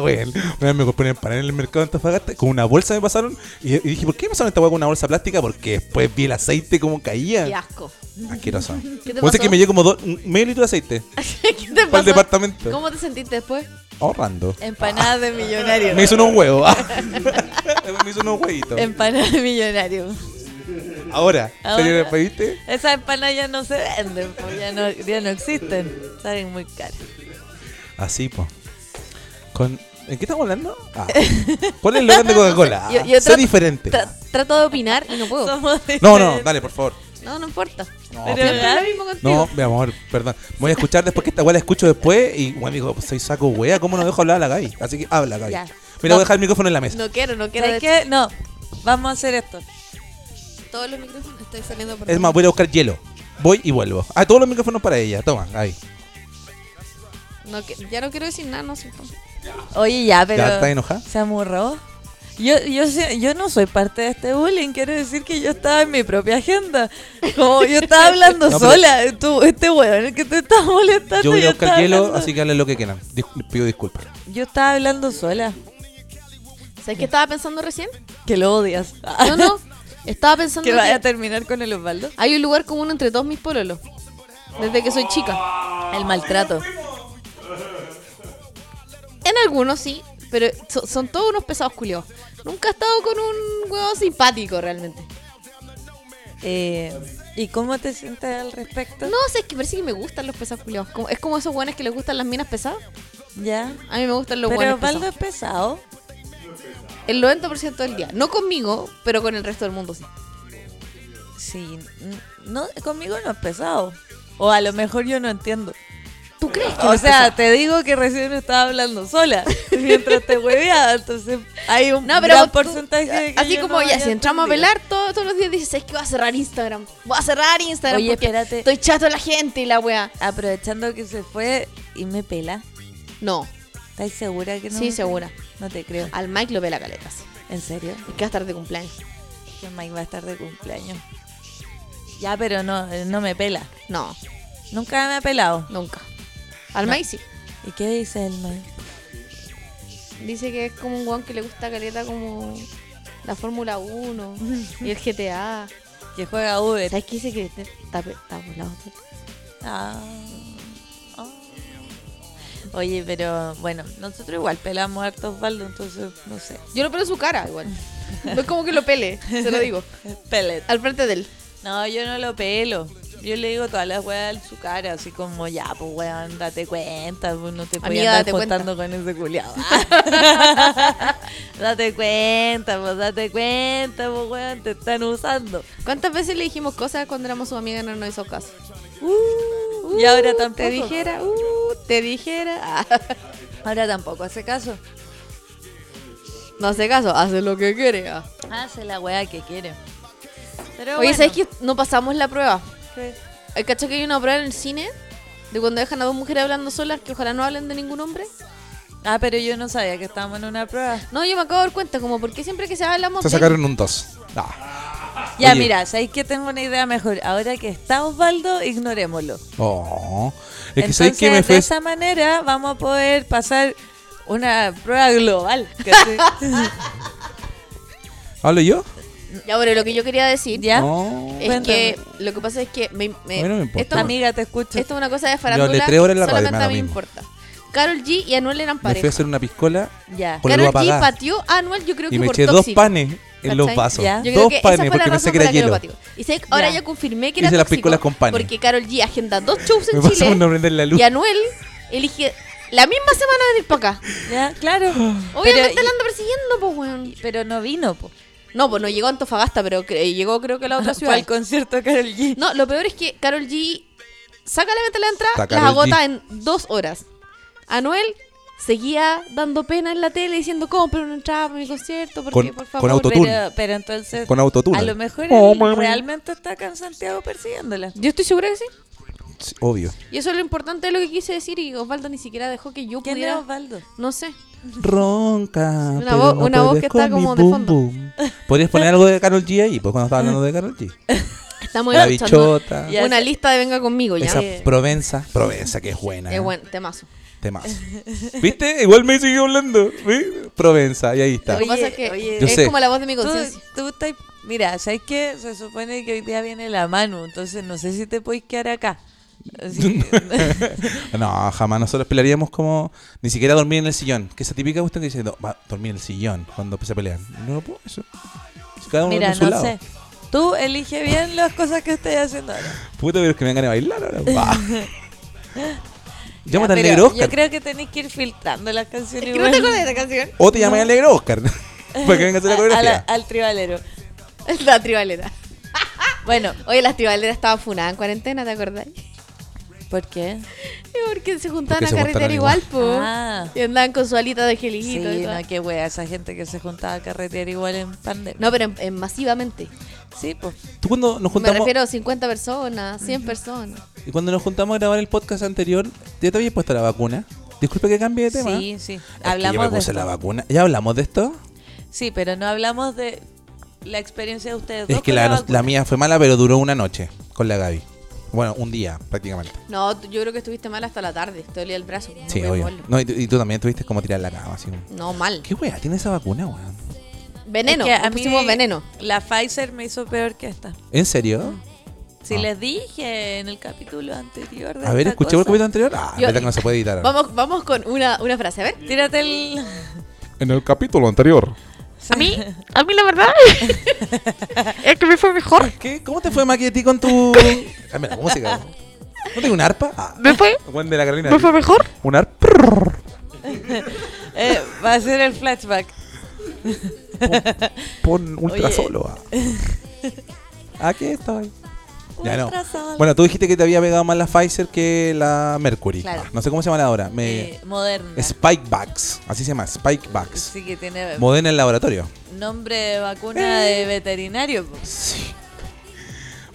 Speaker 3: bueno, una vez me compré una empanada en el mercado de Antofagasta. Con una bolsa me pasaron. Y, y dije, ¿por qué me pasaron esta hueá con una bolsa plástica? Porque después vi el aceite como caía.
Speaker 2: Qué asco.
Speaker 3: Asqueroso.
Speaker 2: ¿Qué te
Speaker 3: Vos sabés
Speaker 2: pasó?
Speaker 3: que me llegó como dos- un medio litro de aceite.
Speaker 2: ¿Qué te
Speaker 3: Para el
Speaker 2: pasó?
Speaker 3: departamento.
Speaker 2: ¿Cómo te sentiste después?
Speaker 3: Ahorrando.
Speaker 4: Empanadas de millonario.
Speaker 3: Me hizo unos huevos. me hizo unos huevitos.
Speaker 2: Em,
Speaker 4: Empanadas de millonario.
Speaker 3: Ahora,
Speaker 4: Ahora.
Speaker 3: ¿te lo pediste?
Speaker 4: Esas empanadas ya no se venden, pues, ya, no, ya no existen. Salen muy caras.
Speaker 3: Así, po. Con... ¿En qué estamos hablando? Ah. ¿Cuál es el logo de Coca-Cola?
Speaker 2: Yo-
Speaker 3: Ah,
Speaker 2: yo
Speaker 3: sé
Speaker 2: tra-
Speaker 3: diferente.
Speaker 2: Tra- trato de opinar y no puedo.
Speaker 4: Somos de-
Speaker 3: No, no, dale, por favor.
Speaker 2: No, no importa.
Speaker 3: No,
Speaker 4: Pero
Speaker 3: pero-
Speaker 2: Siempre es lo mismo contigo.
Speaker 3: No, mi amor, perdón. Voy a escuchar después que esta weá la escucho después y bueno, digo, soy saco wea, ¿cómo no dejo hablar a la Gaby? Así que habla, Gaby.
Speaker 2: Ya.
Speaker 3: Mira, voy a dejar el micrófono en la mesa.
Speaker 2: No quiero, no quiero.
Speaker 4: ¿Sabes
Speaker 2: De
Speaker 4: qué? No. Vamos a hacer esto.
Speaker 2: todos los micrófonos estoy saliendo por
Speaker 3: Es más, voy a ir a buscar hielo. Voy y vuelvo. Ah, todos los micrófonos para ella. Toma, Gaby.
Speaker 2: No que- ya no quiero decir nada, no sé.
Speaker 4: Oye, ya, pero.
Speaker 3: ¿Ya estás enojada?
Speaker 4: ¿Se amurró? Yo, yo, sé- yo no soy parte de este bullying, quiero decir que yo estaba en mi propia agenda. Como yo estaba hablando
Speaker 3: No, pero-
Speaker 4: sola, tú, este weón el que te estaba molestando.
Speaker 3: Yo voy a
Speaker 4: estaba
Speaker 3: buscar hielo,
Speaker 4: hablando-
Speaker 3: así que hablen lo que quieran. Dis- pido disculpas.
Speaker 4: Yo estaba hablando sola,
Speaker 2: ¿Sabes qué estaba pensando recién?
Speaker 4: que lo odias.
Speaker 2: No, no. Estaba pensando
Speaker 4: que
Speaker 2: que
Speaker 4: vaya a terminar con el Osvaldo.
Speaker 2: hay un lugar común entre todos mis pololos. Desde que soy chica.
Speaker 4: El maltrato.
Speaker 2: En algunos sí, pero so- son todos unos pesados culiados. Nunca he estado con un huevo simpático realmente.
Speaker 4: Eh, ¿Y cómo te sientes al respecto?
Speaker 2: No, sé, es que parece que me gustan los pesados culiados. Como- es como esos hueones que les gustan las minas pesadas.
Speaker 4: Ya.
Speaker 2: A mí me gustan los
Speaker 4: Pero
Speaker 2: hueones
Speaker 4: Osvaldo
Speaker 2: pesados.
Speaker 4: es pesado.
Speaker 2: El 90% del día. No conmigo, pero con el resto del mundo sí.
Speaker 4: Sí. n- No, conmigo no es pesado. O a lo mejor yo no entiendo.
Speaker 2: ¿Tú crees que no
Speaker 4: O
Speaker 2: es
Speaker 4: sea,
Speaker 2: pesado?
Speaker 4: te digo que recién estaba hablando sola mientras te hueveaba, entonces hay un
Speaker 2: No, pero
Speaker 4: gran
Speaker 2: vos tú-
Speaker 4: porcentaje de que
Speaker 2: Así
Speaker 4: yo
Speaker 2: como
Speaker 4: no
Speaker 2: ya,
Speaker 4: haya
Speaker 2: si entramos a
Speaker 4: entendido.
Speaker 2: velar todo- todos los días, dices, es que voy a cerrar Instagram. Voy a cerrar Instagram.
Speaker 4: Oye,
Speaker 2: porque
Speaker 4: espérate.
Speaker 2: Estoy chato de la gente y la wea.
Speaker 4: Aprovechando que se fue y me pela.
Speaker 2: No,
Speaker 4: ¿Estás segura que no?
Speaker 2: sí,
Speaker 4: me-
Speaker 2: segura. Ah.
Speaker 4: No te creo.
Speaker 2: Al Mike lo ve la caleta. sí.
Speaker 4: ¿En serio?
Speaker 2: Es que va a estar de cumpleaños.
Speaker 4: Que Mike va a estar de cumpleaños. Ya, pero no, eh, no me pela.
Speaker 2: No,
Speaker 4: Nunca me ha pelado.
Speaker 2: nunca. Al Mike sí.
Speaker 4: ¿Y qué dice el Mike?
Speaker 2: Dice que es como un weón que le gusta caleta como la Fórmula 1 y el GTA.
Speaker 4: Que juega Uber.
Speaker 2: ¿Sabes qué dice que te- está, pe- está volado? tío?
Speaker 4: Ah. Ah. Oye, pero bueno, nosotros igual pelamos harto Osvaldo, entonces no sé.
Speaker 2: Yo lo pelo en su cara igual. No es como que lo pele, se lo digo.
Speaker 4: Pelet.
Speaker 2: Al frente de él.
Speaker 4: No, yo no lo pelo. Yo le digo todas las weas en su cara, así como, ya, pues weón, date cuenta, pues no te voy
Speaker 2: Amiga,
Speaker 4: a andar
Speaker 2: date cuenta.
Speaker 4: contando con ese culiado. Ah. date cuenta, pues date cuenta, pues weón, te están usando.
Speaker 2: ¿Cuántas veces le dijimos cosas cuando éramos su amiga y no nos hizo caso?
Speaker 4: y ahora
Speaker 2: Uh,
Speaker 4: tampoco.
Speaker 2: Te dijera, uh, te dijera. Ah,
Speaker 4: Ahora tampoco hace caso.
Speaker 2: No hace caso, hace lo que quiere. ah.
Speaker 4: Hace la wea que quiere. Pero
Speaker 2: Oye,
Speaker 4: bueno.
Speaker 2: ¿sabes que no pasamos la prueba?
Speaker 4: ¿Qué?
Speaker 2: ¿Hay cacho que hay una prueba en el cine? De cuando dejan a dos mujeres hablando solas, que ojalá no hablen de ningún hombre.
Speaker 4: Ah, pero yo no sabía que estábamos en una prueba.
Speaker 2: No, yo me acabo de dar cuenta, como porque siempre que se hablamos
Speaker 3: Se
Speaker 2: de-
Speaker 3: sacaron un 2. Ah.
Speaker 4: Ya,
Speaker 3: Oye.
Speaker 4: mira, ¿sabéis que tengo una idea mejor? Ahora que está Osvaldo, ignorémoslo.
Speaker 3: Oh. Es que
Speaker 4: Entonces,
Speaker 3: sabéis que me
Speaker 4: de
Speaker 3: fue.
Speaker 4: esa manera vamos a poder pasar una prueba global. ¿cachai?
Speaker 3: ¿Hablo yo?
Speaker 2: Ya, bueno, lo que yo quería decir
Speaker 4: ¿Ya?
Speaker 3: No.
Speaker 2: es
Speaker 4: Cuéntame.
Speaker 2: que lo que pasa es que me, me-
Speaker 3: A mí no me importa.
Speaker 2: esto,
Speaker 4: Amiga, te escucho.
Speaker 2: esto es una cosa de
Speaker 3: hablé
Speaker 2: farándula
Speaker 3: tres horas en la
Speaker 2: que
Speaker 3: radio, me
Speaker 2: solamente
Speaker 3: da
Speaker 2: a
Speaker 3: lo
Speaker 2: mí me
Speaker 3: mismo.
Speaker 2: importa. Carol G y Anuel eran
Speaker 3: Me fui a
Speaker 2: pareja.
Speaker 3: hacer una piscola
Speaker 4: Ya.
Speaker 3: por la luz
Speaker 2: Carol G
Speaker 3: apagada.
Speaker 2: pateó a Anuel, yo creo
Speaker 3: Y
Speaker 2: que
Speaker 3: me
Speaker 2: por
Speaker 3: eché dos
Speaker 2: tóxico.
Speaker 3: panes. en los
Speaker 2: ¿Cachai?
Speaker 3: vasos.
Speaker 4: Ya.
Speaker 2: Yo creo
Speaker 3: Dos
Speaker 2: que esa
Speaker 3: panes,
Speaker 2: fue la
Speaker 3: porque
Speaker 2: razón
Speaker 3: pensé que
Speaker 2: por
Speaker 3: era
Speaker 2: la que lo
Speaker 3: hielo.
Speaker 2: pateó. Y sé que ahora
Speaker 4: Ya.
Speaker 2: yo confirmé que
Speaker 3: Hice
Speaker 2: era
Speaker 3: las
Speaker 2: tóxico
Speaker 3: piscolas con panes.
Speaker 2: porque Carol G agenda dos shows
Speaker 3: Me
Speaker 2: en
Speaker 3: pasó
Speaker 2: Chile
Speaker 3: una prender la luz.
Speaker 2: y Anuel elige la misma semana venir para acá.
Speaker 4: Ya, claro.
Speaker 2: Obviamente
Speaker 4: pero,
Speaker 2: la anda persiguiendo, pues, weón.
Speaker 4: pero no vino, po.
Speaker 2: No, pues no llegó a Antofagasta, pero cre- llegó creo que a la otra
Speaker 4: Fue
Speaker 2: ciudad.
Speaker 4: al concierto de Karol G.
Speaker 2: No, lo peor es que Carol G saca la venta de la entrada,
Speaker 3: Está
Speaker 2: las
Speaker 3: Karol
Speaker 2: agota
Speaker 3: G.
Speaker 2: en dos horas. Anuel seguía dando pena en la tele diciendo, compren una entrada para mi concierto, porque
Speaker 3: Con-
Speaker 2: por
Speaker 3: con
Speaker 2: favor.
Speaker 3: autotune.
Speaker 4: Pero, pero entonces,
Speaker 3: Con
Speaker 4: a
Speaker 3: autotune. Oh,
Speaker 4: lo mejor él realmente está acá en Santiago persiguiéndola.
Speaker 2: Yo estoy segura que sí.
Speaker 3: Sí, Obvio.
Speaker 2: Y eso es lo importante de lo que quise decir y Osvaldo ni siquiera dejó que yo
Speaker 4: ¿Quién
Speaker 2: pudiera...
Speaker 4: era Osvaldo?
Speaker 2: No sé.
Speaker 3: Ronca.
Speaker 2: Una
Speaker 3: pero
Speaker 2: voz-
Speaker 3: no
Speaker 2: una voz
Speaker 3: puedes
Speaker 2: que está
Speaker 3: con mi
Speaker 2: como de
Speaker 3: bum
Speaker 2: fondo.
Speaker 3: bum. Podrías poner algo de Carol G ahí, pues cuando estaba hablando de Carol G.
Speaker 2: Estamos
Speaker 3: La
Speaker 2: escuchando
Speaker 3: bichota.
Speaker 4: Ya
Speaker 2: Una
Speaker 4: sé.
Speaker 2: lista de venga conmigo ya.
Speaker 3: Esa
Speaker 2: Es
Speaker 3: Provenza. Provenza, que es buena. ¿eh?
Speaker 2: bueno, temazo.
Speaker 3: Temazo. ¿Viste? Igual me siguió hablando. ¿Ve? Provenza, y ahí está.
Speaker 2: Lo que
Speaker 4: Oye,
Speaker 2: pasa es que
Speaker 4: oye.
Speaker 3: Yo
Speaker 2: es
Speaker 3: sé.
Speaker 2: como la voz de mi
Speaker 4: Tú,
Speaker 2: conciencia.
Speaker 4: tú estás- Mira, ¿sabes qué? Se supone que hoy día viene la mano, entonces no sé si te podéis quedar acá. Así que-
Speaker 3: No, jamás nosotros pelearíamos como ni siquiera dormir en el sillón. Que esa típica cuestión que dice, no, va, dormir en el sillón cuando empieza a pelear. No, pues eso. Si Cada uno
Speaker 4: Mira,
Speaker 3: por su
Speaker 4: no
Speaker 3: lado.
Speaker 4: sé. Tú elige bien las cosas que estás haciendo ahora.
Speaker 3: Puta, pero es que me dan ganas de bailar ahora. Va. Llama
Speaker 4: Ya,
Speaker 3: al
Speaker 4: pero
Speaker 3: negro Oscar.
Speaker 4: Yo creo que tenés que ir filtrando las canciones.
Speaker 2: ¿Que no te
Speaker 4: igual.
Speaker 2: acuerdas de esta canción?
Speaker 3: O te llamas al negro Oscar. para que venga a hacer la
Speaker 4: A- a la-
Speaker 3: coreografía.
Speaker 4: al tribalero.
Speaker 2: La tribalera.
Speaker 4: Bueno,
Speaker 2: Oye, las tribaleras estaban funadas en cuarentena, ¿te acordáis?
Speaker 4: ¿por qué?
Speaker 2: Porque se juntaban
Speaker 3: Porque se
Speaker 2: a carretera
Speaker 3: juntaron
Speaker 2: igual, po.
Speaker 4: Ah.
Speaker 2: Y andaban con su alita de geliguito.
Speaker 4: Sí,
Speaker 2: y Uh. todo.
Speaker 4: no, qué wea, esa gente que se juntaba a carretear igual en pandemia.
Speaker 2: No, pero en- en masivamente.
Speaker 4: Sí, pues.
Speaker 3: Tú cuando nos
Speaker 2: Me
Speaker 3: juntamos.
Speaker 2: refiero a 50 personas, 100 personas.
Speaker 3: Y cuando nos juntamos a grabar el podcast anterior, ya te habías puesto la vacuna. Disculpe que cambie de tema.
Speaker 4: Sí, sí.
Speaker 3: Es que yo me
Speaker 4: Hablamos de
Speaker 3: puse la
Speaker 4: esto.
Speaker 3: vacuna. ¿Ya hablamos de esto?
Speaker 4: Sí, pero no hablamos de la experiencia de ustedes dos.
Speaker 3: Es que
Speaker 4: con
Speaker 3: la,
Speaker 4: la vacuna.
Speaker 3: la mía fue mala, pero duró una noche con la Gaby. Bueno, un día prácticamente.
Speaker 2: No, tú- yo creo que estuviste mal hasta la tarde. Te dolía el brazo. no
Speaker 3: Sí,
Speaker 2: podía
Speaker 3: obvio.
Speaker 2: moverlo.
Speaker 3: No, y, tú- y tú también tuviste como tirar la cama. Así.
Speaker 2: No, mal.
Speaker 3: ¿Qué wea tiene esa vacuna, weón?
Speaker 2: Veneno.
Speaker 4: Es que a
Speaker 2: nos
Speaker 4: mí
Speaker 2: pusimos veneno.
Speaker 4: La Pfizer me hizo peor que esta.
Speaker 3: ¿En serio?
Speaker 4: Mm, Si
Speaker 3: Ah.
Speaker 4: les dije en el capítulo anterior. De
Speaker 3: A ver,
Speaker 4: esta
Speaker 3: escuchemos el
Speaker 4: cosa.
Speaker 3: capítulo anterior. Ah,
Speaker 2: Yo-
Speaker 3: verdad que no se puede editar.
Speaker 2: Vamos, vamos con una, una frase, a ver.
Speaker 4: Tírate el.
Speaker 3: En el capítulo anterior.
Speaker 5: A mí, a mí la verdad es que me fue mejor.
Speaker 3: ¿Qué? ¿Cómo te fue, Maki, a ti con tu. Ah, mira, la música. ¿No tengo un arpa? Ah,
Speaker 5: Me fue,
Speaker 3: Juan de la Carolina.
Speaker 5: me fue mejor.
Speaker 3: Un arpa.
Speaker 4: eh, va a ser el flashback.
Speaker 3: Pon ultra
Speaker 4: Oye.
Speaker 3: solo. ah. Aquí estoy. Ya no.
Speaker 4: Ultra solo.
Speaker 3: Bueno, tú dijiste que te había pegado más la Pfizer que la Mercury.
Speaker 4: Claro.
Speaker 3: Ah, No sé cómo se llama la ahora. Me...
Speaker 4: Eh, moderna.
Speaker 3: Spikevax. Así se llama, Spikevax.
Speaker 4: Sí, que tiene
Speaker 3: Moderna en laboratorio.
Speaker 4: nombre de vacuna de
Speaker 3: Eh.
Speaker 4: veterinario. po.
Speaker 3: Sí.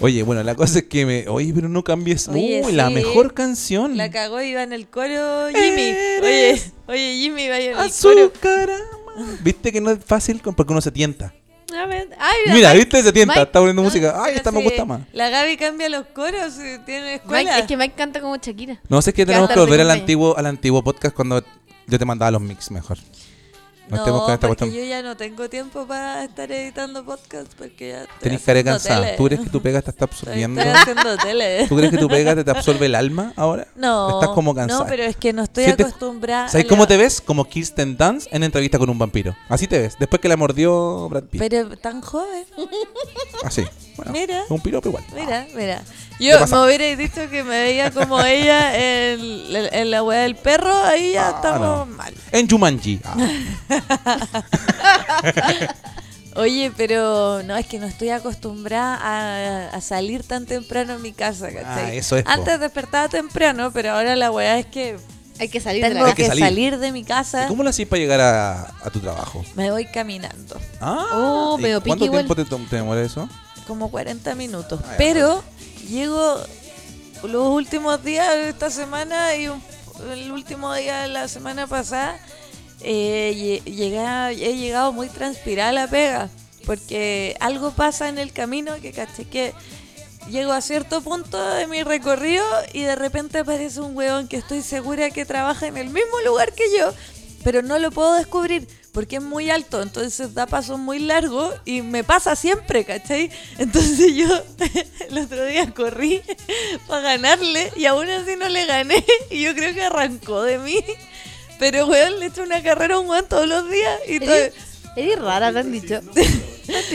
Speaker 3: Oye, bueno, la cosa es que me. Oye, pero no cambies.
Speaker 4: Oye,
Speaker 3: Uy, la
Speaker 4: sí.
Speaker 3: mejor canción.
Speaker 4: La cagó y iba en el coro Jimmy. Oye,
Speaker 3: Eres-
Speaker 4: oye Jimmy, vaya en el coro.
Speaker 3: Azúcar. ama. Viste que no es fácil con- porque uno se tienta.
Speaker 4: A ver,
Speaker 2: Ay,
Speaker 3: Mira,
Speaker 2: Mike-
Speaker 3: viste, se tienta.
Speaker 2: Mike-
Speaker 3: Está poniendo
Speaker 2: no,
Speaker 3: música. Ay,
Speaker 4: pero
Speaker 3: esta me
Speaker 4: si
Speaker 3: gusta más.
Speaker 4: La Gaby cambia los coros, eh, tiene
Speaker 2: Mike-
Speaker 4: escuela.
Speaker 2: es que Mike canta como Shakira.
Speaker 3: No sé es que tenemos
Speaker 2: Cantar
Speaker 3: que volver
Speaker 2: de
Speaker 3: al
Speaker 2: cumpleaños.
Speaker 3: antiguo, al antiguo podcast cuando yo te mandaba los mix mejor. No,
Speaker 4: no,
Speaker 3: estemos con esta
Speaker 4: porque
Speaker 3: cuestión.
Speaker 4: yo ya no tengo tiempo para estar editando podcast porque ya estoy
Speaker 3: Tenés cara de
Speaker 4: haciendo
Speaker 3: cansada.
Speaker 4: tele.
Speaker 3: ¿Tú crees que tu pega te está
Speaker 4: Estoy,
Speaker 3: absorbiendo?
Speaker 4: estoy haciendo tele.
Speaker 3: ¿Tú crees que tu pega te, te absorbe el alma ahora?
Speaker 4: No,
Speaker 3: Estás como cansada.
Speaker 4: no, pero es que no estoy
Speaker 3: Sientes-
Speaker 4: acostumbrada. a
Speaker 3: ¿Sabes cómo
Speaker 4: la-
Speaker 3: te ves? Como Kirsten Dunst en entrevista con un vampiro. Así te ves. Después que la mordió Brad Pitt.
Speaker 4: Pero tan joven.
Speaker 3: Así. Bueno,
Speaker 4: Mira.
Speaker 3: Un piropo igual.
Speaker 4: Mira, mira.
Speaker 3: ¿Qué
Speaker 4: Yo
Speaker 3: pasa?
Speaker 4: me hubierais dicho que me veía como ella en, en- en la weá del perro, ahí ya
Speaker 3: Ah,
Speaker 4: estamos
Speaker 3: no.
Speaker 4: mal.
Speaker 3: En Jumanji. Ah,
Speaker 4: Oye, pero no, es que no estoy acostumbrada a, a salir tan temprano en mi casa, ¿cachai?
Speaker 3: Ah, eso es, po.
Speaker 4: Antes despertaba temprano, pero ahora la weá es que
Speaker 2: Hay que salir de la
Speaker 4: tengo
Speaker 2: casa.
Speaker 4: que,
Speaker 3: que
Speaker 4: salir.
Speaker 3: salir.
Speaker 4: de mi
Speaker 3: ¿Y
Speaker 4: casa.
Speaker 3: cómo lo hacís para llegar a, a tu trabajo?
Speaker 4: Me voy caminando,
Speaker 3: Ah,
Speaker 2: Oh,
Speaker 3: ¿y
Speaker 2: medio
Speaker 3: ¿Cuánto
Speaker 2: piqui igual.
Speaker 3: tiempo te, tom- te demora eso?
Speaker 4: como 40 minutos.
Speaker 3: Ah, ya,
Speaker 4: pero llego los últimos días de esta semana y un- el último día de la semana pasada, eh, lle- llega- he llegado muy transpirada a la pega, porque algo pasa en el camino que caché que... Llego a cierto punto de mi recorrido y de repente aparece un huevón que estoy segura que trabaja en el mismo lugar que yo, pero no lo puedo descubrir porque es muy alto, entonces da pasos muy largos y me pasa siempre, ¿cachai? Entonces yo el otro día corrí para ganarle y aún así no le gané y yo creo que arrancó de mí. Pero, weón, le echo una carrera a un weón todos los días y todo.
Speaker 2: Eres, eres rara, te han dicho.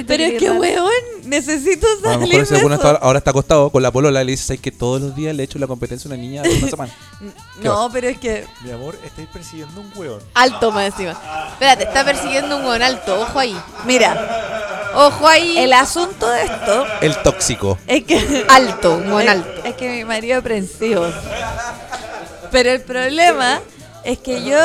Speaker 4: Pero es que, weón, necesito
Speaker 3: A lo
Speaker 4: salir
Speaker 3: mejor ese
Speaker 4: de
Speaker 3: bueno
Speaker 4: eso.
Speaker 3: está, ahora está acostado con la polola y le dices, "Ay, que todos los días le echo la competencia a una niña de una semana? ¿Qué
Speaker 4: No, pero es que...
Speaker 6: Mi amor, estáis persiguiendo un hueón.
Speaker 2: Alto más encima. Espérate, está persiguiendo un hueón alto. Ojo ahí.
Speaker 4: Mira,
Speaker 2: Ojo ahí.
Speaker 4: el asunto de esto
Speaker 3: El tóxico.
Speaker 4: es que...
Speaker 2: alto, un hueón
Speaker 4: Es-
Speaker 2: alto.
Speaker 4: Es, que mi marido es aprensivo. Pero el problema es que yo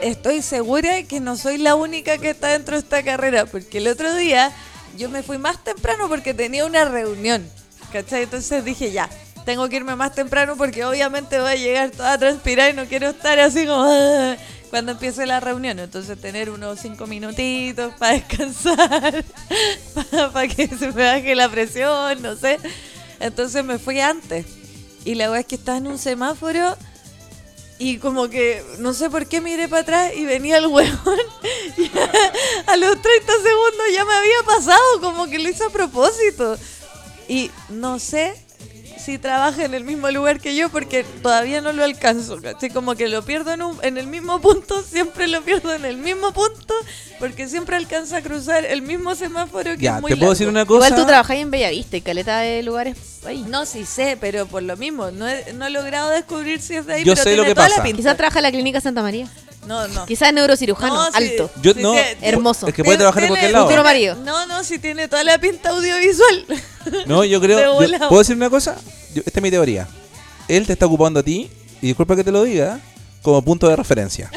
Speaker 4: estoy segura que no soy la única que está dentro de esta carrera, porque el otro día yo me fui más temprano porque tenía una reunión. ¿Cachai? Entonces dije, ya, tengo que irme más temprano porque obviamente voy a llegar toda transpirada y no quiero estar así como... "Ah", Cuando empiece la reunión, entonces tener unos cinco minutitos para descansar, para que se me baje la presión, no sé. Entonces me fui antes. Y la verdad es que estaba en un semáforo y como que no sé por qué miré para atrás y venía el huevón. Y a, los 30 segundos ya me había pasado, como que lo hice a propósito. Y no sé si trabaja en el mismo lugar que yo porque todavía no lo alcanzo. Así como que lo pierdo en, un- en el mismo punto, siempre lo pierdo en el mismo punto porque siempre alcanza a cruzar el mismo semáforo que
Speaker 3: Ya,
Speaker 4: es
Speaker 3: ¿te
Speaker 4: muy
Speaker 3: puedo
Speaker 4: largo.
Speaker 3: decir una cosa?
Speaker 2: Igual tú trabajas en Bellavista y caleta de lugares ahí.
Speaker 4: No, sí sé, pero por lo mismo, no he, no he logrado descubrir si es de ahí,
Speaker 3: Yo
Speaker 4: pero
Speaker 3: sé
Speaker 4: tiene
Speaker 3: lo que
Speaker 4: toda
Speaker 3: pasa.
Speaker 4: la pinta.
Speaker 2: Quizás trabaja en la clínica Santa María.
Speaker 4: No, no.
Speaker 2: Quizás neurocirujano,
Speaker 4: No, sí,
Speaker 2: alto.
Speaker 3: Yo
Speaker 4: sí
Speaker 3: no.
Speaker 4: sé.
Speaker 2: Hermoso.
Speaker 3: Es que puede
Speaker 4: Tiene-
Speaker 3: trabajar en
Speaker 4: tiene-
Speaker 3: cualquier lado.
Speaker 2: Futuro marido.
Speaker 4: No, no, si tiene toda la pinta audiovisual.
Speaker 3: No, yo
Speaker 4: De
Speaker 3: creo. yo-
Speaker 4: volado.
Speaker 3: ¿Puedo decir una cosa? Yo- esta es mi teoría. Él te está ocupando a ti, y disculpa que te lo diga, como punto de referencia.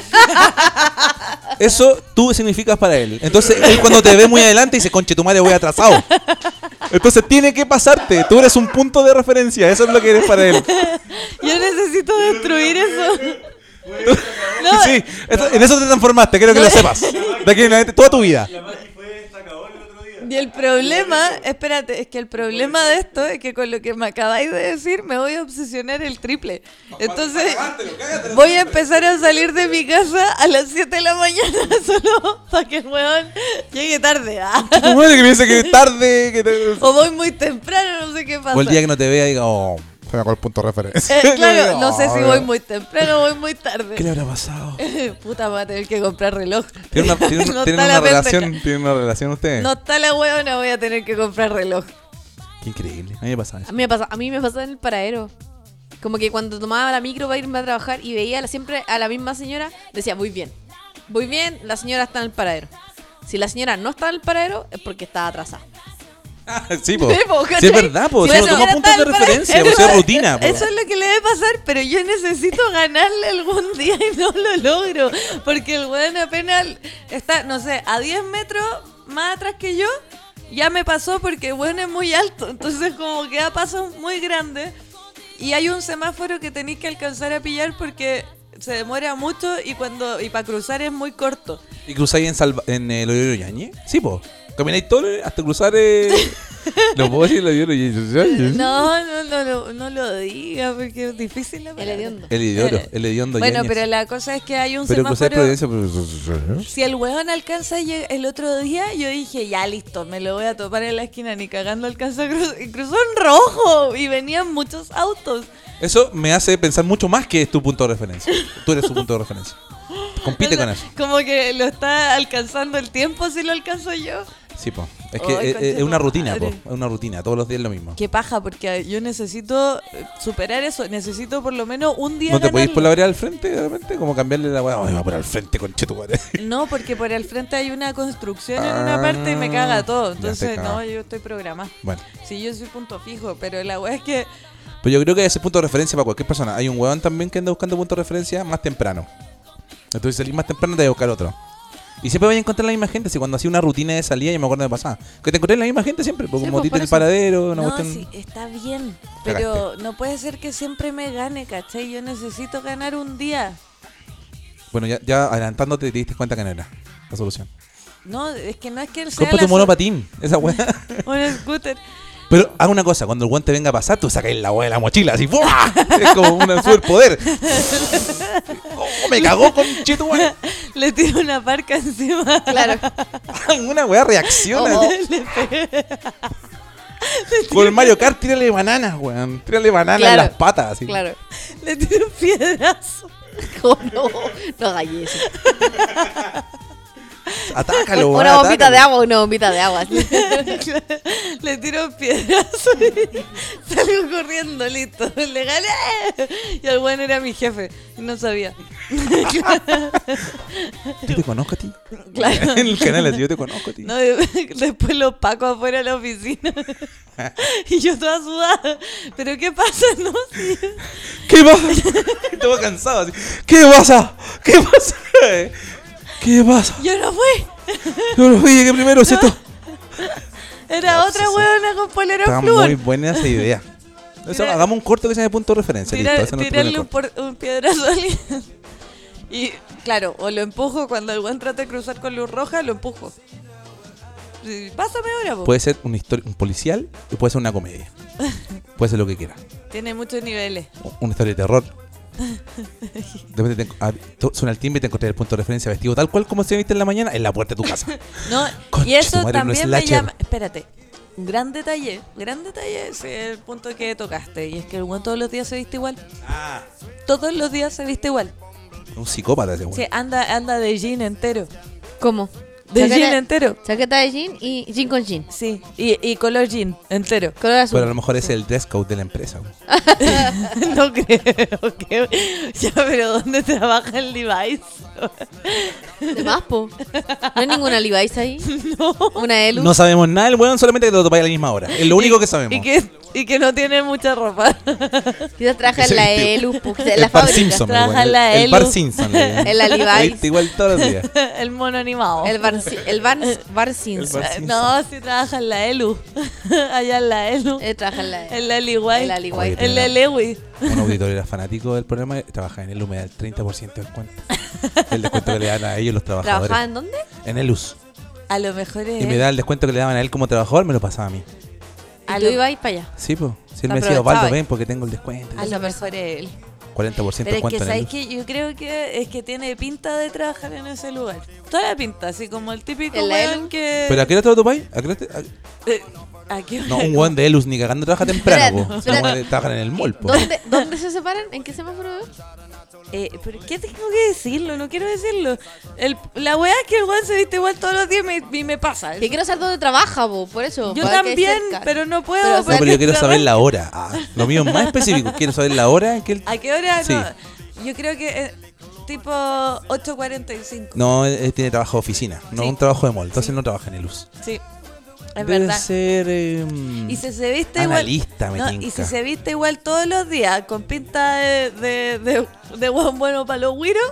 Speaker 3: Eso tú significas para él. Entonces, él cuando te ve muy adelante dice, conche, tu madre voy atrasado. Entonces tiene que pasarte. Tú eres un punto de referencia. Eso es lo que eres para él.
Speaker 4: Yo necesito destruir eso. No.
Speaker 3: Sí, eso- en eso te transformaste, quiero que lo sepas. De aquí en adelante, toda tu vida.
Speaker 4: Y el problema, espérate, es que el problema de esto es que con lo que me acabáis de decir me voy a obsesionar el triple. Entonces voy a empezar a salir de mi casa a las 7 de la mañana solo para que el weón llegue tarde. ah.
Speaker 3: Tu madre que piensa que es tarde. Que te-
Speaker 4: O voy muy temprano, no sé qué pasa.
Speaker 3: O el día que no te vea, diga, oh,
Speaker 6: Se me acabó el punto de referencia.
Speaker 4: Eh, claro, no sé si
Speaker 3: No,
Speaker 4: voy
Speaker 3: no.
Speaker 4: muy temprano o voy muy
Speaker 3: Ah, ¿qué
Speaker 4: tarde.
Speaker 3: le habrá pasado?
Speaker 4: Puta, voy a tener que comprar reloj.
Speaker 3: Tienen una, tienen-
Speaker 4: No
Speaker 3: tienen
Speaker 4: está
Speaker 3: una
Speaker 4: la pendeja.
Speaker 3: relación, tienen una relación ustedes.
Speaker 4: No está la huevona, voy a tener que comprar reloj.
Speaker 3: Qué increíble. A mí me pasaba
Speaker 2: A
Speaker 3: eso.
Speaker 2: mí me pasa, a mí me pasa en el paradero. Como que cuando tomaba la micro para irme a trabajar y veía la- siempre a la misma señora, decía, muy bien, muy bien, la señora está en el paradero. Si la señora no está en el paradero, es porque está atrasada.
Speaker 4: Ah,
Speaker 3: Sí, po.
Speaker 2: Sí, po,
Speaker 3: Sí,
Speaker 2: ¿cachai?
Speaker 3: es verdad, po.
Speaker 4: Sí,
Speaker 3: Si no
Speaker 4: bueno,
Speaker 3: toma puntos de
Speaker 4: tal, para-
Speaker 3: referencia, po.
Speaker 4: eso-
Speaker 3: Eso es rutina, po.
Speaker 4: Eso es lo que le debe pasar, pero yo necesito ganarle algún día y no lo logro. Porque el weón apenas está, no sé, a 10 metros más atrás que yo, ya me pasó porque el weón es muy alto. Entonces, como que da pasos muy grandes. Y hay un semáforo que tenéis que alcanzar a pillar porque se demora mucho y cuando y para cruzar es muy corto.
Speaker 3: ¿Y cruzáis en, Salva en eh, el Oyoro Yañe? Sí, po. Camináis todo el- hasta cruzar. Eh... no puedo decir el Oyoro Yañe.
Speaker 4: No, no, no, no, no lo diga porque es difícil la
Speaker 2: El
Speaker 4: palabra.
Speaker 2: hediondo.
Speaker 3: El Idioro, el Ediondo
Speaker 4: Bueno,
Speaker 3: Yañez.
Speaker 4: pero la cosa es que hay un
Speaker 3: Pero cruzar
Speaker 4: semáforo.
Speaker 3: Providencia. pero-
Speaker 4: Si el huevón alcanza a lleg- el otro día, yo dije, ya listo, me lo voy a topar en la esquina, ni cagando alcanza a cruzar. Y cruzó en rojo y venían muchos autos.
Speaker 3: Eso me hace pensar mucho más que es tu punto de referencia. Tú eres tu punto de referencia. Compite con eso.
Speaker 4: Como que lo está alcanzando el tiempo si lo alcanzo yo.
Speaker 3: Sí, po. Es que
Speaker 4: Ay,
Speaker 3: es, es- es una rutina, po.
Speaker 4: conchetumadre.
Speaker 3: Es una rutina. Todos los días es lo mismo.
Speaker 4: Qué paja, porque yo necesito eh, superar eso, necesito por lo menos un día
Speaker 3: ¿No te podéis
Speaker 4: ganarlo.
Speaker 3: por la vereda al frente de repente? Como cambiarle la weá. Ay, va por al frente, conchetumare.
Speaker 4: No, porque por el frente hay una construcción en una parte y me caga todo.
Speaker 3: Ah,
Speaker 4: Entonces,
Speaker 3: cagaba.
Speaker 4: no, yo estoy programada.
Speaker 3: Bueno.
Speaker 4: Sí, yo soy punto fijo, pero la weá es que
Speaker 3: Pero yo creo que ese punto de referencia para cualquier persona. Hay un huevón también que anda buscando punto de referencia más temprano. Entonces, salir más temprano, te voy a buscar otro. Y siempre voy a encontrar la misma gente. Si cuando hacía una rutina de salida, yo me acuerdo de pasada. Que te encontré la misma gente siempre. po,
Speaker 2: Sí,
Speaker 3: como
Speaker 2: pues,
Speaker 3: Tito
Speaker 2: por
Speaker 3: en el
Speaker 2: eso.
Speaker 3: paradero, una
Speaker 4: no,
Speaker 3: cuestión-
Speaker 4: sí, está bien.
Speaker 3: Cagaste.
Speaker 4: Pero no puede ser que siempre me gane, ¿cachai? Yo necesito ganar un día.
Speaker 3: Bueno, ya, ya adelantándote, te diste cuenta que no era la solución.
Speaker 4: No, es que no es que él sea
Speaker 3: Compra
Speaker 4: la
Speaker 3: tu
Speaker 4: so-
Speaker 3: monopatín, esa weá.
Speaker 4: un scooter.
Speaker 3: Pero haga una cosa, cuando el guante venga a pasar, tú sacas la weá de la mochila, así, ¡buah! Es como un superpoder. ¡Oh, me cagó con cheto,
Speaker 4: Le tiro una parca encima.
Speaker 2: Claro.
Speaker 3: Una weá reacciona.
Speaker 2: Oh,
Speaker 3: Con el Mario Kart, tírale bananas, weón. Tírale bananas
Speaker 2: Claro,
Speaker 3: en las patas. así.
Speaker 2: Claro.
Speaker 4: Le tiro un piedrazo.
Speaker 2: Oh, no, no hagáis eso.
Speaker 3: Atácalo, weón.
Speaker 2: una bombita
Speaker 3: atácalo.
Speaker 2: de agua, una bombita de agua. así.
Speaker 4: Le tiro piedras y salgo corriendo, listo. Le gané. Y el buen era mi jefe. Y no sabía.
Speaker 3: Yo te conozco a ti.
Speaker 4: Claro.
Speaker 3: en el canal, así yo te conozco a ti.
Speaker 4: No, de- después los Paco afuera de la oficina. y yo toda sudada. ¿Pero qué pasa? No, sí.
Speaker 3: ¿Qué pasa? Estaba cansado. Así. ¿Qué pasa? ¿Qué pasa? ¿Qué pasa?
Speaker 4: Yo no fui.
Speaker 3: Yo lo vi, que primero es esto.
Speaker 4: Era
Speaker 3: No, sí,
Speaker 4: otra
Speaker 3: sí.
Speaker 4: huevona con polera
Speaker 3: Está
Speaker 4: flúor.
Speaker 3: muy buena esa idea. O sea,
Speaker 4: Tira-
Speaker 3: hagamos un corto que sea de punto de referencia.
Speaker 4: Tirar-
Speaker 3: listo, ese es nuestro
Speaker 4: tirarle un,
Speaker 3: primer corto.
Speaker 4: por- un piedrazo a alguien. Y claro, o lo empujo cuando el buen trata de cruzar con luz roja, lo empujo. Sí, Pásame ahora, po.
Speaker 3: Puede ser una historia, un policial y puede ser una comedia. Puede ser lo que quiera.
Speaker 4: Tiene muchos niveles.
Speaker 3: U- Una historia de terror. De repente te enco- ah, to- suena el timbre y te encontré el punto de referencia vestido tal cual como se viste en la mañana en la puerta de tu casa.
Speaker 4: No,
Speaker 3: Conche
Speaker 4: y eso
Speaker 3: tu madre, un
Speaker 4: también me
Speaker 3: slasher.
Speaker 4: llama. Espérate. Un gran detalle, gran detalle es el punto que tocaste. Y es que el buen todos los días se viste igual.
Speaker 3: Ah.
Speaker 4: Todos los días se viste igual.
Speaker 3: Un psicópata ese weón.
Speaker 4: Sí, anda, anda de jean entero.
Speaker 2: ¿Cómo?
Speaker 4: De
Speaker 2: Chaqueta-
Speaker 4: jean entero.
Speaker 2: Chaqueta de jean y jean con jean.
Speaker 4: Sí. Y, y color jean entero.
Speaker 2: Color azul.
Speaker 3: Pero a lo mejor es el dress code de la empresa. weón.
Speaker 4: no creo que. Ya, pero ¿dónde trabaja el device?
Speaker 2: De más, po. No hay ninguna Levi's ahí. No. Una Elu.
Speaker 3: No sabemos nada del weón, solamente que te lo topáis a la misma hora. Es lo único que sabemos.
Speaker 4: Y que, y que no tiene mucha ropa.
Speaker 2: Quizás trabaja
Speaker 3: Ese
Speaker 2: en la
Speaker 3: vestido.
Speaker 2: Elu, po. En
Speaker 3: el
Speaker 2: la
Speaker 3: Bar
Speaker 2: fábrica.
Speaker 3: Simpson,
Speaker 4: trabaja
Speaker 3: weón, el-
Speaker 4: la
Speaker 3: el, Bar
Speaker 4: Elu.
Speaker 3: Simpson. le llaman.
Speaker 2: El Alibi.
Speaker 3: Viste igual todos los días.
Speaker 4: el mono animado. Eh,
Speaker 2: El Bar, el bar, bar Simpson.
Speaker 3: Bar Simpson.
Speaker 4: no, si trabaja en la ELU. Allá en la ELU.
Speaker 2: Eh, trabaja en la
Speaker 4: En la Liwai.
Speaker 2: en la Levi's.
Speaker 3: Oye,
Speaker 4: En la Lewi.
Speaker 3: Un auditor era fanático del programa, trabajaba en el humedad del 30% del cuento. El descuento que le dan a ellos los trabajadores.
Speaker 2: ¿Trabajaba en dónde?
Speaker 3: En el luz.
Speaker 4: A lo mejor es.
Speaker 3: Y me da el descuento que le daban a él como trabajador, me lo pasaba a mí.
Speaker 2: A lo iba a ir para allá.
Speaker 3: Sí, pues. Si él
Speaker 2: Lo
Speaker 3: me decía,
Speaker 2: aprovechaba.
Speaker 3: Osvaldo, ven porque tengo el descuento.
Speaker 4: A lo mejor es él.
Speaker 3: 40%
Speaker 4: Pero es que
Speaker 3: descuento en el
Speaker 4: sabéis
Speaker 3: luz.
Speaker 4: que yo creo que es que tiene pinta de trabajar en ese lugar. Toda la pinta, así como el típico
Speaker 2: ¿El
Speaker 4: weón
Speaker 2: Elu?
Speaker 4: que.
Speaker 3: ¿Pero a qué hora te lo topáis? ¿A qué hora te- a-
Speaker 4: Eh, ¿A qué
Speaker 3: No,
Speaker 4: hora?
Speaker 3: un weón de Elus ni cagando trabaja temprano,
Speaker 2: Espera,
Speaker 3: po.
Speaker 2: espera.
Speaker 3: Como de- Trabajan en el mall, po.
Speaker 2: ¿Dónde, ¿Dónde se separan? ¿En qué semáforo?
Speaker 4: Eh, ¿Pero qué tengo que decirlo? No quiero decirlo. El- la weá es que el weón se viste igual todos los días y me, y me pasa.
Speaker 2: Que quiero saber dónde trabaja, po. Por eso.
Speaker 4: Yo
Speaker 2: para que
Speaker 4: también,
Speaker 2: cerca.
Speaker 4: pero no puedo.
Speaker 2: Pero, o sea,
Speaker 3: No,
Speaker 4: porque
Speaker 3: pero yo quiero
Speaker 4: trabajo-
Speaker 3: saber la hora. Ah, lo mío es más específico. Quiero saber la hora en que él.
Speaker 4: ¿A qué hora?
Speaker 3: Sí.
Speaker 4: No. Yo creo que eh, tipo 8.45.
Speaker 3: No, él él tiene trabajo de oficina, no
Speaker 4: Sí.
Speaker 3: un trabajo de mall. Entonces no trabaja en el luz.
Speaker 4: Sí, es
Speaker 3: Debe
Speaker 4: verdad.
Speaker 3: ser. em,
Speaker 4: Y si se viste
Speaker 3: analista, me
Speaker 4: igual. No,
Speaker 3: tinca.
Speaker 4: y si se viste igual todos los días con pinta de, de, de, de hueón bueno para los güiros,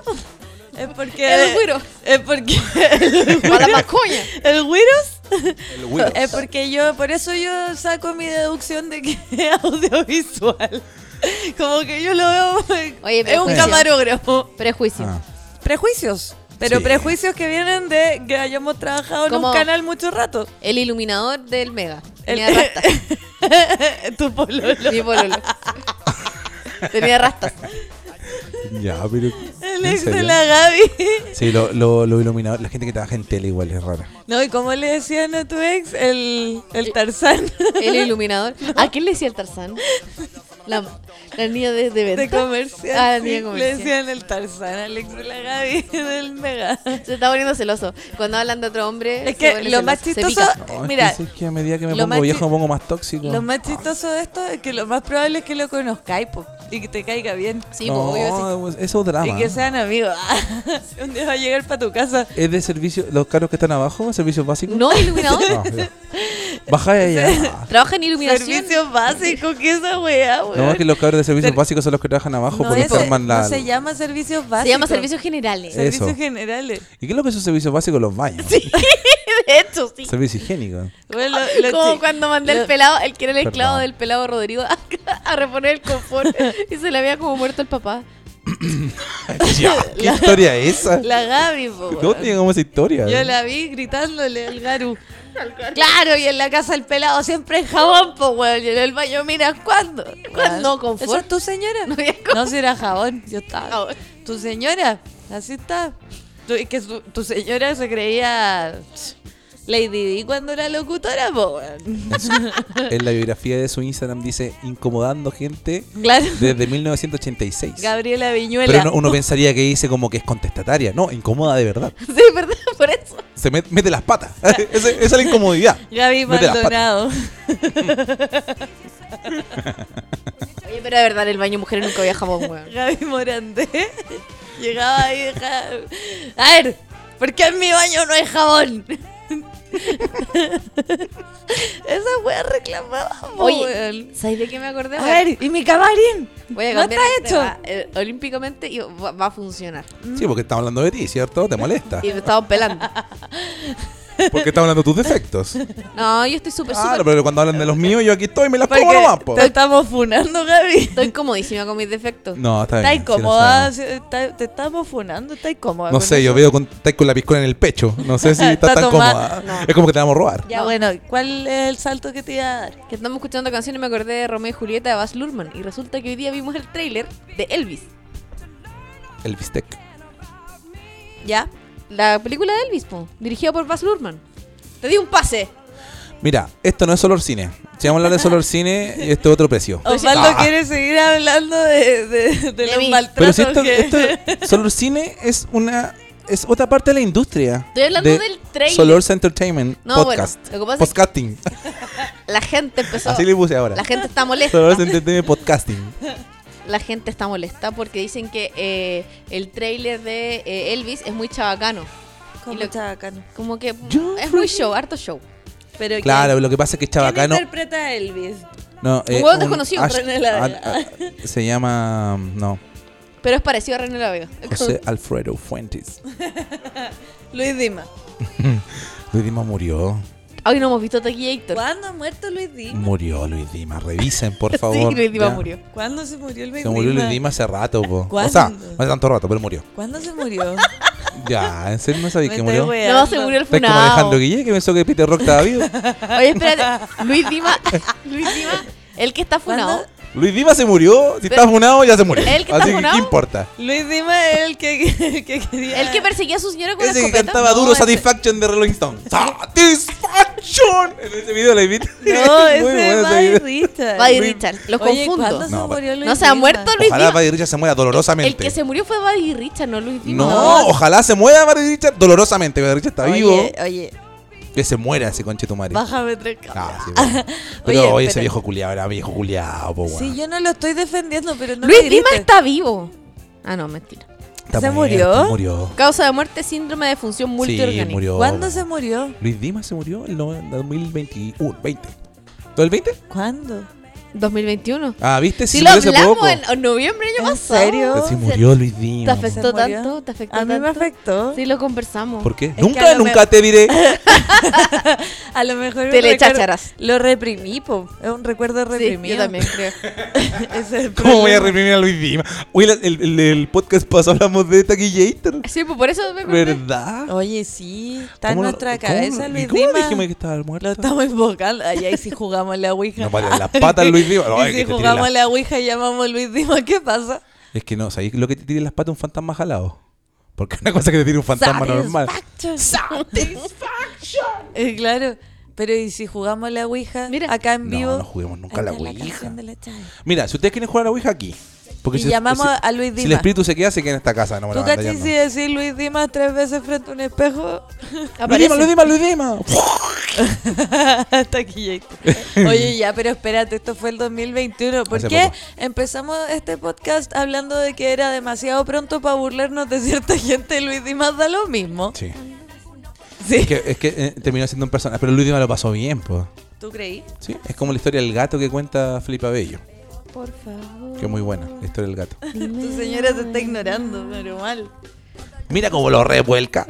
Speaker 4: es porque.
Speaker 2: El güiro.
Speaker 4: Es porque.
Speaker 2: Para la macoña.
Speaker 4: El güiros.
Speaker 3: El Willows.
Speaker 4: Es porque yo. Por eso yo saco mi deducción de que es audiovisual. Como que yo lo veo.
Speaker 2: Oye,
Speaker 4: es un
Speaker 2: prejuicio.
Speaker 4: camarógrafo.
Speaker 2: Prejuicio.
Speaker 3: Ah,
Speaker 4: Prejuicios. Pero
Speaker 3: Sí.
Speaker 4: prejuicios que vienen de que hayamos trabajado en
Speaker 2: Como-
Speaker 4: un canal mucho rato.
Speaker 2: El iluminador del Mega.
Speaker 4: El-
Speaker 2: Tenía rastas.
Speaker 4: Eh, tu pololo.
Speaker 2: Mi pololo. Tenía rastas.
Speaker 3: Ya, pero. ¿en
Speaker 4: El ex de
Speaker 3: serio?
Speaker 4: la Gaby.
Speaker 3: Sí, lo, lo, lo iluminado. La gente que trabaja en tele igual es rara.
Speaker 4: No, ¿y cómo le decían a tu ex? El, el Tarzán
Speaker 2: El iluminador. ¿A quién le decía el Tarzán? La, la niña de, de
Speaker 4: de
Speaker 2: venta.
Speaker 4: comercial.
Speaker 2: Ah,
Speaker 4: sí,
Speaker 2: ni de
Speaker 4: Le
Speaker 2: comercial.
Speaker 4: decían el Tarzán al ex de la Gaby del Mega.
Speaker 2: Se está poniendo celoso. Cuando hablan de otro hombre.
Speaker 4: Es
Speaker 2: se
Speaker 4: que
Speaker 2: pone
Speaker 4: lo más
Speaker 2: celoso, se
Speaker 4: chistoso,
Speaker 2: pica.
Speaker 3: No, es
Speaker 4: mira,
Speaker 3: que, sé que a medida que me
Speaker 4: lo
Speaker 3: pongo
Speaker 4: más chi-
Speaker 3: viejo me pongo más tóxico.
Speaker 4: lo más chistoso de esto es que lo más probable es que lo conozcáis po, y que te caiga bien.
Speaker 2: Sí,
Speaker 3: No,
Speaker 2: po, obvio, sí.
Speaker 3: pues, eso es drama.
Speaker 4: Y que sean amigos. Un día va a llegar para tu casa.
Speaker 3: ¿Es de servicio, los caros que están abajo, servicios básicos?
Speaker 2: No, iluminador.
Speaker 3: Ah, ya. Baja de allá.
Speaker 2: Trabaja en iluminación.
Speaker 4: Servicios básicos, que esa weá,
Speaker 3: No, es
Speaker 4: weón.
Speaker 3: que los cabros de servicios
Speaker 4: Ser-
Speaker 3: básicos son los que trabajan abajo
Speaker 4: No,
Speaker 3: porque
Speaker 4: ese-
Speaker 3: se arman la...
Speaker 4: no se llama servicios básicos.
Speaker 2: Se llama servicios generales.
Speaker 3: Eh.
Speaker 4: Servicios
Speaker 3: Eso.
Speaker 4: generales.
Speaker 3: ¿Y qué es lo que son servicios básicos? Los baños.
Speaker 2: De hecho, sí.
Speaker 3: Servicio higiénico.
Speaker 4: Bueno, lo- lo
Speaker 2: Como
Speaker 4: chi-
Speaker 2: cuando mandé
Speaker 4: lo-
Speaker 2: el pelado, el que era el esclavo
Speaker 3: Perdón.
Speaker 2: del pelado Rodrigo a, a reponer el confort y se le había como muerto el papá.
Speaker 3: Ya, ¿Qué historia es esa?
Speaker 4: La Gaby, po. weón.
Speaker 3: ¿Dónde llegamos a esa historia?
Speaker 4: Yo la vi gritándole al Garu. Claro, y en la casa del pelado siempre en jabón, Ah, po, weón. Y en el baño, mira, ¿cuándo?
Speaker 2: ¿Cuándo?
Speaker 4: ¿Cuándo?
Speaker 2: ¿Confort? Ah,
Speaker 4: ¿Eso es tu señora?
Speaker 2: No había confort.
Speaker 4: No, si era jabón. Yo estaba.
Speaker 2: Jabón.
Speaker 4: ¿Tu señora? Así está. Tu, es que su- tu señora se creía Lady Di cuando era locutora, po, weón.
Speaker 3: En, su- en la biografía de su Instagram dice incomodando gente
Speaker 4: Claro.
Speaker 3: desde 1986.
Speaker 4: Gabriela Viñuela.
Speaker 3: Pero uno, uno pensaría que dice como que es contestataria. No, incomoda de verdad.
Speaker 4: Sí, ¿verdad? Por eso.
Speaker 3: Se met- mete las patas. Ese- esa es la incomodidad.
Speaker 4: Gaby
Speaker 3: Mete las patas.
Speaker 4: Maldonado.
Speaker 2: Oye, pero de verdad, en el baño mujeres nunca había jabón, weón.
Speaker 4: Gaby Morandé. Llegaba ahí. dejaba- A ver, ¿por qué en mi baño no hay jabón? Esa wea reclamaba, po,
Speaker 2: Oye,
Speaker 4: weón.
Speaker 2: ¿sabéis de qué me acordé?
Speaker 4: A ver, ¿y mi camarín?
Speaker 2: Voy a
Speaker 4: ¿No
Speaker 2: cambiar
Speaker 4: está
Speaker 2: el
Speaker 4: hecho?
Speaker 2: tema, eh, olímpicamente y va, va a funcionar.
Speaker 3: Sí, porque estamos hablando de ti, ¿cierto? Te molesta.
Speaker 2: Y me estamos pelando.
Speaker 3: Porque estamos hablando de tus defectos.
Speaker 4: Pues
Speaker 2: No, yo estoy súper,
Speaker 3: Claro,
Speaker 2: súper.
Speaker 3: pero cuando hablan de los míos, yo aquí estoy y me las
Speaker 4: Porque
Speaker 3: pongo nomás, po.
Speaker 4: te estamos funando, Gaby.
Speaker 2: Estoy comodísima con mis defectos.
Speaker 3: No, está bien.
Speaker 4: Está
Speaker 3: sí lo
Speaker 4: incómoda,
Speaker 3: sabemos.
Speaker 4: sí, está- te estamos funando, está incómoda.
Speaker 3: no
Speaker 4: con
Speaker 3: sé, yo
Speaker 4: eso.
Speaker 3: veo con, estás con la piscola en el pecho. No sé si
Speaker 4: Está
Speaker 3: estás tan
Speaker 4: tomada.
Speaker 3: cómoda. Es como que te vamos a robar.
Speaker 4: Ya,
Speaker 2: No.
Speaker 4: bueno, ¿cuál es el salto que te iba a dar?
Speaker 2: Que estamos escuchando canciones y me acordé de Romeo y Julieta de Baz Luhrmann. Y resulta que hoy día vimos el tráiler de Elvis.
Speaker 3: El bistec.
Speaker 4: ¿Ya?
Speaker 2: La película de Elvis, po, dirigida por Baz Luhrmann. Te di un pase.
Speaker 3: Mira, esto no es Solor Cine. Si vamos a hablar de Solor Cine, esto es otro precio.
Speaker 4: Osvaldo
Speaker 3: Ah.
Speaker 4: quiere seguir hablando de, de- de los
Speaker 2: Pues mí.
Speaker 3: Pero
Speaker 4: maltratos
Speaker 3: si esto,
Speaker 4: que...
Speaker 3: esto- Solor Cine es una es otra parte de la industria.
Speaker 2: Estoy hablando
Speaker 3: de
Speaker 2: del trailer.
Speaker 3: Solor Entertainment
Speaker 2: No,
Speaker 3: Podcast.
Speaker 2: bueno, lo que pasa es
Speaker 3: Podcasting.
Speaker 2: que la gente empezó.
Speaker 3: Así le puse ahora.
Speaker 2: La gente está molesta.
Speaker 3: Solor Entertainment Podcasting.
Speaker 2: La gente está molesta porque dicen que eh, el tráiler de eh, Elvis es muy chabacano.
Speaker 4: Como
Speaker 2: Y lo-
Speaker 4: Chabacano.
Speaker 2: Como que mm, es muy show, harto show.
Speaker 4: Pero ¿quién-
Speaker 3: Claro, lo que pasa es que
Speaker 4: ¿quién
Speaker 3: Chabacano.
Speaker 4: interpreta a Elvis?
Speaker 3: No, eh,
Speaker 2: Un huevo desconocido,
Speaker 4: René Lavega.
Speaker 3: ah, ah, se llama. No,
Speaker 2: Pero es parecido a René La Vega.
Speaker 3: José Alfredo Fuentes.
Speaker 4: Luis Dima.
Speaker 3: Luis Dimas murió.
Speaker 2: Hoy no hemos visto a Taki Héctor.
Speaker 4: ¿Cuándo ha muerto Luis Dima?
Speaker 3: Murió Luis Dimas. Revisen, por favor.
Speaker 2: Sí, Luis Dimas
Speaker 3: ya.
Speaker 2: murió.
Speaker 4: ¿Cuándo se murió Luis
Speaker 3: Se murió
Speaker 4: Dima?
Speaker 3: Luis Dimas hace rato, po. O
Speaker 4: ¿Cuándo?
Speaker 3: sea, no hace tanto rato, pero murió.
Speaker 4: ¿Cuándo se murió?
Speaker 3: Ya, ¿en serio no sabía
Speaker 4: Me
Speaker 3: que
Speaker 4: estoy
Speaker 3: murió?
Speaker 4: weando.
Speaker 2: No, se murió el
Speaker 3: Estás como
Speaker 2: funado.
Speaker 3: Alejandro Guille que pensó que Peter Rock estaba vivo.
Speaker 2: Oye, espérate. Luis Dima, Luis Dima, el que está funado.
Speaker 4: ¿Cuándo?
Speaker 3: Luis Dimas se murió. Si
Speaker 2: Pero-
Speaker 3: está funado, ya se murió.
Speaker 2: ¿El que está
Speaker 3: Así que,
Speaker 2: funado?
Speaker 3: ¿qué importa?
Speaker 4: Luis Dima es el que, el que quería...
Speaker 2: El que perseguía a su señora con
Speaker 3: Ese
Speaker 2: la
Speaker 3: que
Speaker 2: escopeta.
Speaker 3: cantaba duro
Speaker 4: No, ese-
Speaker 3: Satisfaction de Rolling Stone. ¡Satisfaction! En ese video la invito.
Speaker 4: No, ese
Speaker 3: Muy bueno
Speaker 4: es
Speaker 3: ese video.
Speaker 4: Buddy Richard.
Speaker 2: Buddy Richard, los
Speaker 4: Oye,
Speaker 2: confundo.
Speaker 4: ¿cuándo
Speaker 3: No,
Speaker 4: se murió Luis
Speaker 2: No se ha
Speaker 4: Dima?
Speaker 2: muerto Luis
Speaker 3: Ojalá
Speaker 2: Dima.
Speaker 3: Buddy Richard se muera dolorosamente.
Speaker 2: El que se murió fue Buddy Richard, no Luis Dima.
Speaker 3: no, ojalá se muera Buddy Richard dolorosamente. Buddy Richard está
Speaker 4: Oye,
Speaker 3: vivo.
Speaker 4: Oye,
Speaker 3: Que se muera ese conche tu madre.
Speaker 4: bájame tres
Speaker 3: Ah,
Speaker 4: cámaras.
Speaker 3: sí, bueno. Pero
Speaker 4: Oye,
Speaker 3: oye, ese
Speaker 4: espera.
Speaker 3: viejo culiado era viejo culiado, po,
Speaker 4: Sí,
Speaker 3: weón.
Speaker 4: yo no lo estoy defendiendo, pero no me
Speaker 2: Luis Dima
Speaker 4: grites.
Speaker 2: está vivo. Ah, no, mentira.
Speaker 3: Está
Speaker 4: ¿se
Speaker 3: muerto,
Speaker 4: murió?
Speaker 3: Murió.
Speaker 2: Causa de muerte, síndrome de función multiorgánica.
Speaker 3: Sí, murió.
Speaker 4: ¿Cuándo se murió?
Speaker 3: Luis Dimas se murió en no- en 2021. 20. ¿Todo el 20?
Speaker 4: ¿Cuándo?
Speaker 2: 2021.
Speaker 3: Ah, ¿viste?
Speaker 2: Si
Speaker 3: se
Speaker 2: lo
Speaker 3: murió hace
Speaker 2: hablamos
Speaker 3: poco.
Speaker 2: en, en noviembre año
Speaker 4: ¿En
Speaker 2: pasado.
Speaker 4: serio?
Speaker 3: Sí, murió Luis
Speaker 2: ¿Te
Speaker 3: Dimas. po.
Speaker 2: afectó
Speaker 4: ¿Se murió?
Speaker 2: tanto? ¿Te afectó
Speaker 4: A mí me
Speaker 2: tanto?
Speaker 4: afectó.
Speaker 2: Sí, lo conversamos.
Speaker 3: ¿Por qué?
Speaker 4: que a
Speaker 3: Nunca,
Speaker 4: lo
Speaker 3: nunca te diré.
Speaker 4: A lo mejor un
Speaker 2: Telechacharas.
Speaker 4: recuerdo- lo reprimí, po. Es un recuerdo
Speaker 2: Sí,
Speaker 4: reprimido.
Speaker 2: yo también creo.
Speaker 4: Ese es el
Speaker 3: ¿Cómo voy a
Speaker 4: problema.
Speaker 3: reprimir a Luis Dimas? Oye, la- el, el- el podcast pasado hablamos de Taquillator.
Speaker 2: Sí, pues por eso me acordé.
Speaker 3: ¿Verdad?
Speaker 4: Oye, sí, está en
Speaker 3: ¿Cómo no-
Speaker 4: nuestra
Speaker 3: cómo no-
Speaker 4: cabeza
Speaker 3: ¿y
Speaker 4: Luis
Speaker 3: cómo
Speaker 4: Dima.
Speaker 3: dijimos que estaba muerto?
Speaker 4: Lo estamos invocando. Ay, ahí sí jugamos la Ouija.
Speaker 3: No, vale, las patas Luis Dima. No,
Speaker 4: Y
Speaker 3: es,
Speaker 4: si
Speaker 3: que te tiren
Speaker 4: jugamos
Speaker 3: las-
Speaker 4: la Ouija y llamamos Luis Dima, ¿qué pasa?
Speaker 3: es que no, ¿sabes lo que te tiene las patas un fantasma jalado? Porque una cosa es que te tire un fantasma normal.
Speaker 4: Satisfaction. Eh, claro. Pero ¿y si jugamos la Ouija
Speaker 2: Mira.
Speaker 4: acá en
Speaker 3: No,
Speaker 4: vivo?
Speaker 3: no juguemos nunca a la
Speaker 4: Ahí está
Speaker 3: Ouija.
Speaker 4: canción de la Chayo.
Speaker 3: Mira, si ustedes quieren jugar a la Ouija aquí. Porque
Speaker 4: Y
Speaker 3: si-
Speaker 4: llamamos
Speaker 3: si-
Speaker 4: a Luis
Speaker 3: Si el
Speaker 4: Dima.
Speaker 3: espíritu se queda, se queda en esta casa. No me
Speaker 4: ¿Tú
Speaker 3: lo van
Speaker 4: cachis si decís Luis Dimas tres veces frente a un espejo?
Speaker 3: Luis Dima, Luis Dima, Luis Dima.
Speaker 4: Hasta aquí llegaste. Oye, ya, pero espérate, esto fue el 2021. ¿Por
Speaker 3: Hace
Speaker 4: qué
Speaker 3: poco.
Speaker 4: empezamos este podcast hablando de que era demasiado pronto para burlarnos de cierta gente? Luis Dimas da lo mismo.
Speaker 3: Sí.
Speaker 4: Sí.
Speaker 3: Es que, es que eh, terminó siendo un personaje. Pero Luis Dima lo pasó bien, pues.
Speaker 4: ¿Tú creí?
Speaker 3: Sí, es como la historia del gato que cuenta Felipe Abello. Por favor. Que es muy buena, la historia del gato.
Speaker 4: Tu señora te está ignorando, pero mal.
Speaker 3: Mira cómo lo revuelca.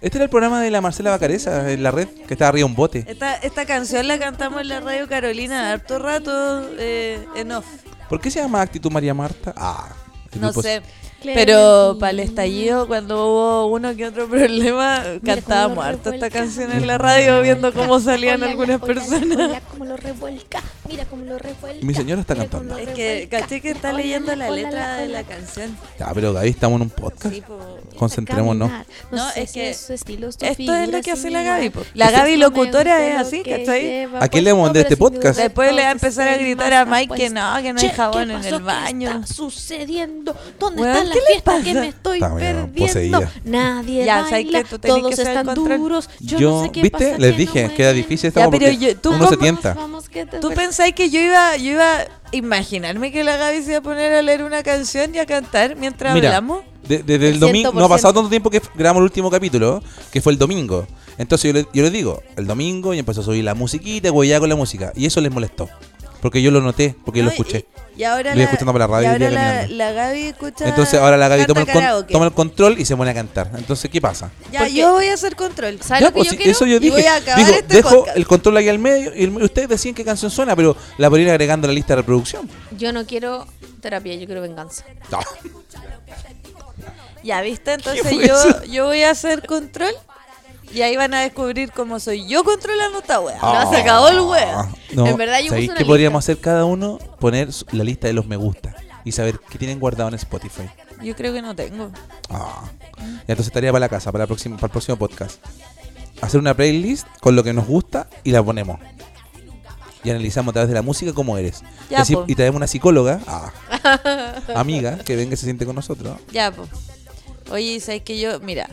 Speaker 3: Este era el programa de la Marcela Bacareza en la red, que estaba arriba de un bote.
Speaker 4: Esta, esta canción la cantamos en la radio Carolina harto rato eh, en off.
Speaker 3: ¿Por qué se llama Actitud María Marta? Ah, este
Speaker 4: No
Speaker 3: tipo es-
Speaker 4: sé. Pero para el estallido, cuando hubo uno que otro problema, cantaba
Speaker 7: lo
Speaker 4: muerta esta
Speaker 7: revuelca.
Speaker 4: canción en la radio, viendo cómo salían algunas personas.
Speaker 7: como lo revuelca. Mira cómo lo revuelta.
Speaker 3: Mi señora está
Speaker 7: mira cómo
Speaker 3: cantando.
Speaker 7: lo
Speaker 4: Es que
Speaker 7: revuelta.
Speaker 4: caché que está
Speaker 7: Hola,
Speaker 4: leyendo la
Speaker 7: hola,
Speaker 4: letra de
Speaker 7: hola.
Speaker 4: la canción.
Speaker 3: Ya, pero Gaby, estamos en un podcast.
Speaker 4: Sí, pues, po.
Speaker 3: Concentrémonos.
Speaker 7: Caminar. No,
Speaker 4: No,
Speaker 7: sé
Speaker 4: es
Speaker 7: si
Speaker 4: que
Speaker 7: es su estilo, su
Speaker 4: Esto es lo
Speaker 7: figura,
Speaker 4: que hace
Speaker 7: sin
Speaker 4: la Gaby.
Speaker 7: igual.
Speaker 4: po. La
Speaker 7: Eso
Speaker 4: Gaby
Speaker 7: me
Speaker 4: locutora es
Speaker 7: gusta
Speaker 4: así,
Speaker 7: lo que
Speaker 4: ¿cachai?
Speaker 7: lleva
Speaker 3: ¿A quién le
Speaker 7: puesto,
Speaker 3: mandé
Speaker 7: pero
Speaker 3: este
Speaker 7: sin duda
Speaker 3: podcast?
Speaker 7: todo
Speaker 4: Después le va a
Speaker 7: se
Speaker 4: empezar a
Speaker 7: está
Speaker 4: gritar a
Speaker 7: más
Speaker 4: Mike que
Speaker 7: puesto.
Speaker 4: no, que no
Speaker 7: Che,
Speaker 4: hay jabón
Speaker 7: ¿qué
Speaker 4: en
Speaker 7: pasó?
Speaker 4: el
Speaker 7: ¿Qué
Speaker 4: baño.
Speaker 7: está sucediendo? ¿Dónde
Speaker 4: Weón,
Speaker 7: está la
Speaker 4: ¿qué le
Speaker 7: fiesta que
Speaker 4: pasa?
Speaker 7: me estoy
Speaker 3: Está medio
Speaker 7: perdiendo?
Speaker 3: poseída.
Speaker 7: Nadie
Speaker 4: Ya, sabes
Speaker 7: baila,
Speaker 4: que tú tenés que
Speaker 7: todos
Speaker 4: saber
Speaker 7: están
Speaker 4: controlar.
Speaker 7: duros. Yo,
Speaker 3: Yo-
Speaker 7: no sé qué
Speaker 3: ¿viste?
Speaker 7: pasa
Speaker 3: Les
Speaker 7: que
Speaker 3: dije
Speaker 7: no
Speaker 3: que era
Speaker 7: mueven.
Speaker 3: difícil esta
Speaker 4: Ya,
Speaker 3: hueá
Speaker 4: pero
Speaker 3: porque
Speaker 4: yo- tú
Speaker 3: uno se
Speaker 4: cómo-
Speaker 3: tienta.
Speaker 7: Vamos, que te
Speaker 4: ¿Tú pensáis que yo iba, yo iba a imaginarme que la Gaby se iba a poner a leer una canción y a cantar mientras
Speaker 3: Mira,
Speaker 4: hablamos?
Speaker 3: de- desde el
Speaker 2: El
Speaker 3: domingo, no ha
Speaker 2: 100%.
Speaker 3: pasado tanto tiempo que f- grabamos el último capítulo, que fue el domingo. Entonces yo le, yo le digo, el domingo y empezó a subir la musiquita, güey, ya con la música. Y eso les molestó. Porque yo lo noté, porque yo
Speaker 4: No,
Speaker 3: lo escuché.
Speaker 4: Y, y ahora
Speaker 3: Lo iba
Speaker 4: la,
Speaker 3: escuchando por la radio
Speaker 4: y
Speaker 3: y iba
Speaker 4: ahora la,
Speaker 3: caminando.
Speaker 4: la Gaby escucha.
Speaker 3: Entonces ahora la Gaby
Speaker 4: canta
Speaker 3: toma el, con-
Speaker 4: karaoke.
Speaker 3: toma el control y se pone a cantar. Entonces, ¿qué pasa?
Speaker 4: Ya,
Speaker 2: Porque-
Speaker 4: yo voy a hacer control.
Speaker 2: ¿Sabes lo
Speaker 3: Ya,
Speaker 2: que
Speaker 3: pues,
Speaker 2: yo
Speaker 3: sí,
Speaker 2: quiero?
Speaker 3: eso yo
Speaker 4: Y
Speaker 3: dije.
Speaker 4: voy a acabar
Speaker 3: Digo,
Speaker 4: este
Speaker 3: dejo
Speaker 4: podcast.
Speaker 3: el control aquí al medio y el- ustedes decían qué canción suena, pero la podrían ir agregando a la lista de reproducción.
Speaker 2: Yo no quiero terapia, yo quiero venganza.
Speaker 3: No.
Speaker 4: Ya, ¿viste? Entonces
Speaker 3: fue
Speaker 4: yo,
Speaker 3: eso?
Speaker 4: yo voy a hacer control y ahí van a descubrir cómo soy yo controlando esta wea.
Speaker 3: Ah.
Speaker 4: No, se acabó el wea.
Speaker 3: No,
Speaker 2: Ah, En verdad yo puse
Speaker 3: ¿sabéis
Speaker 2: una
Speaker 3: qué
Speaker 2: lista.
Speaker 3: podríamos hacer cada uno? Poner su- la lista de los me gusta y saber qué tienen guardado en Spotify.
Speaker 4: Yo creo que no tengo.
Speaker 3: Ah. Y entonces estaría para la casa, para, la próxima, para el próximo podcast. Hacer una playlist con lo que nos gusta y la ponemos. Y analizamos a través de la música cómo eres.
Speaker 4: Ya,
Speaker 3: y, así-
Speaker 4: po.
Speaker 3: y traemos una psicóloga, ah, amiga, que venga y se siente con nosotros.
Speaker 4: Ya, pues. Oye, ¿sabes que yo? Mira,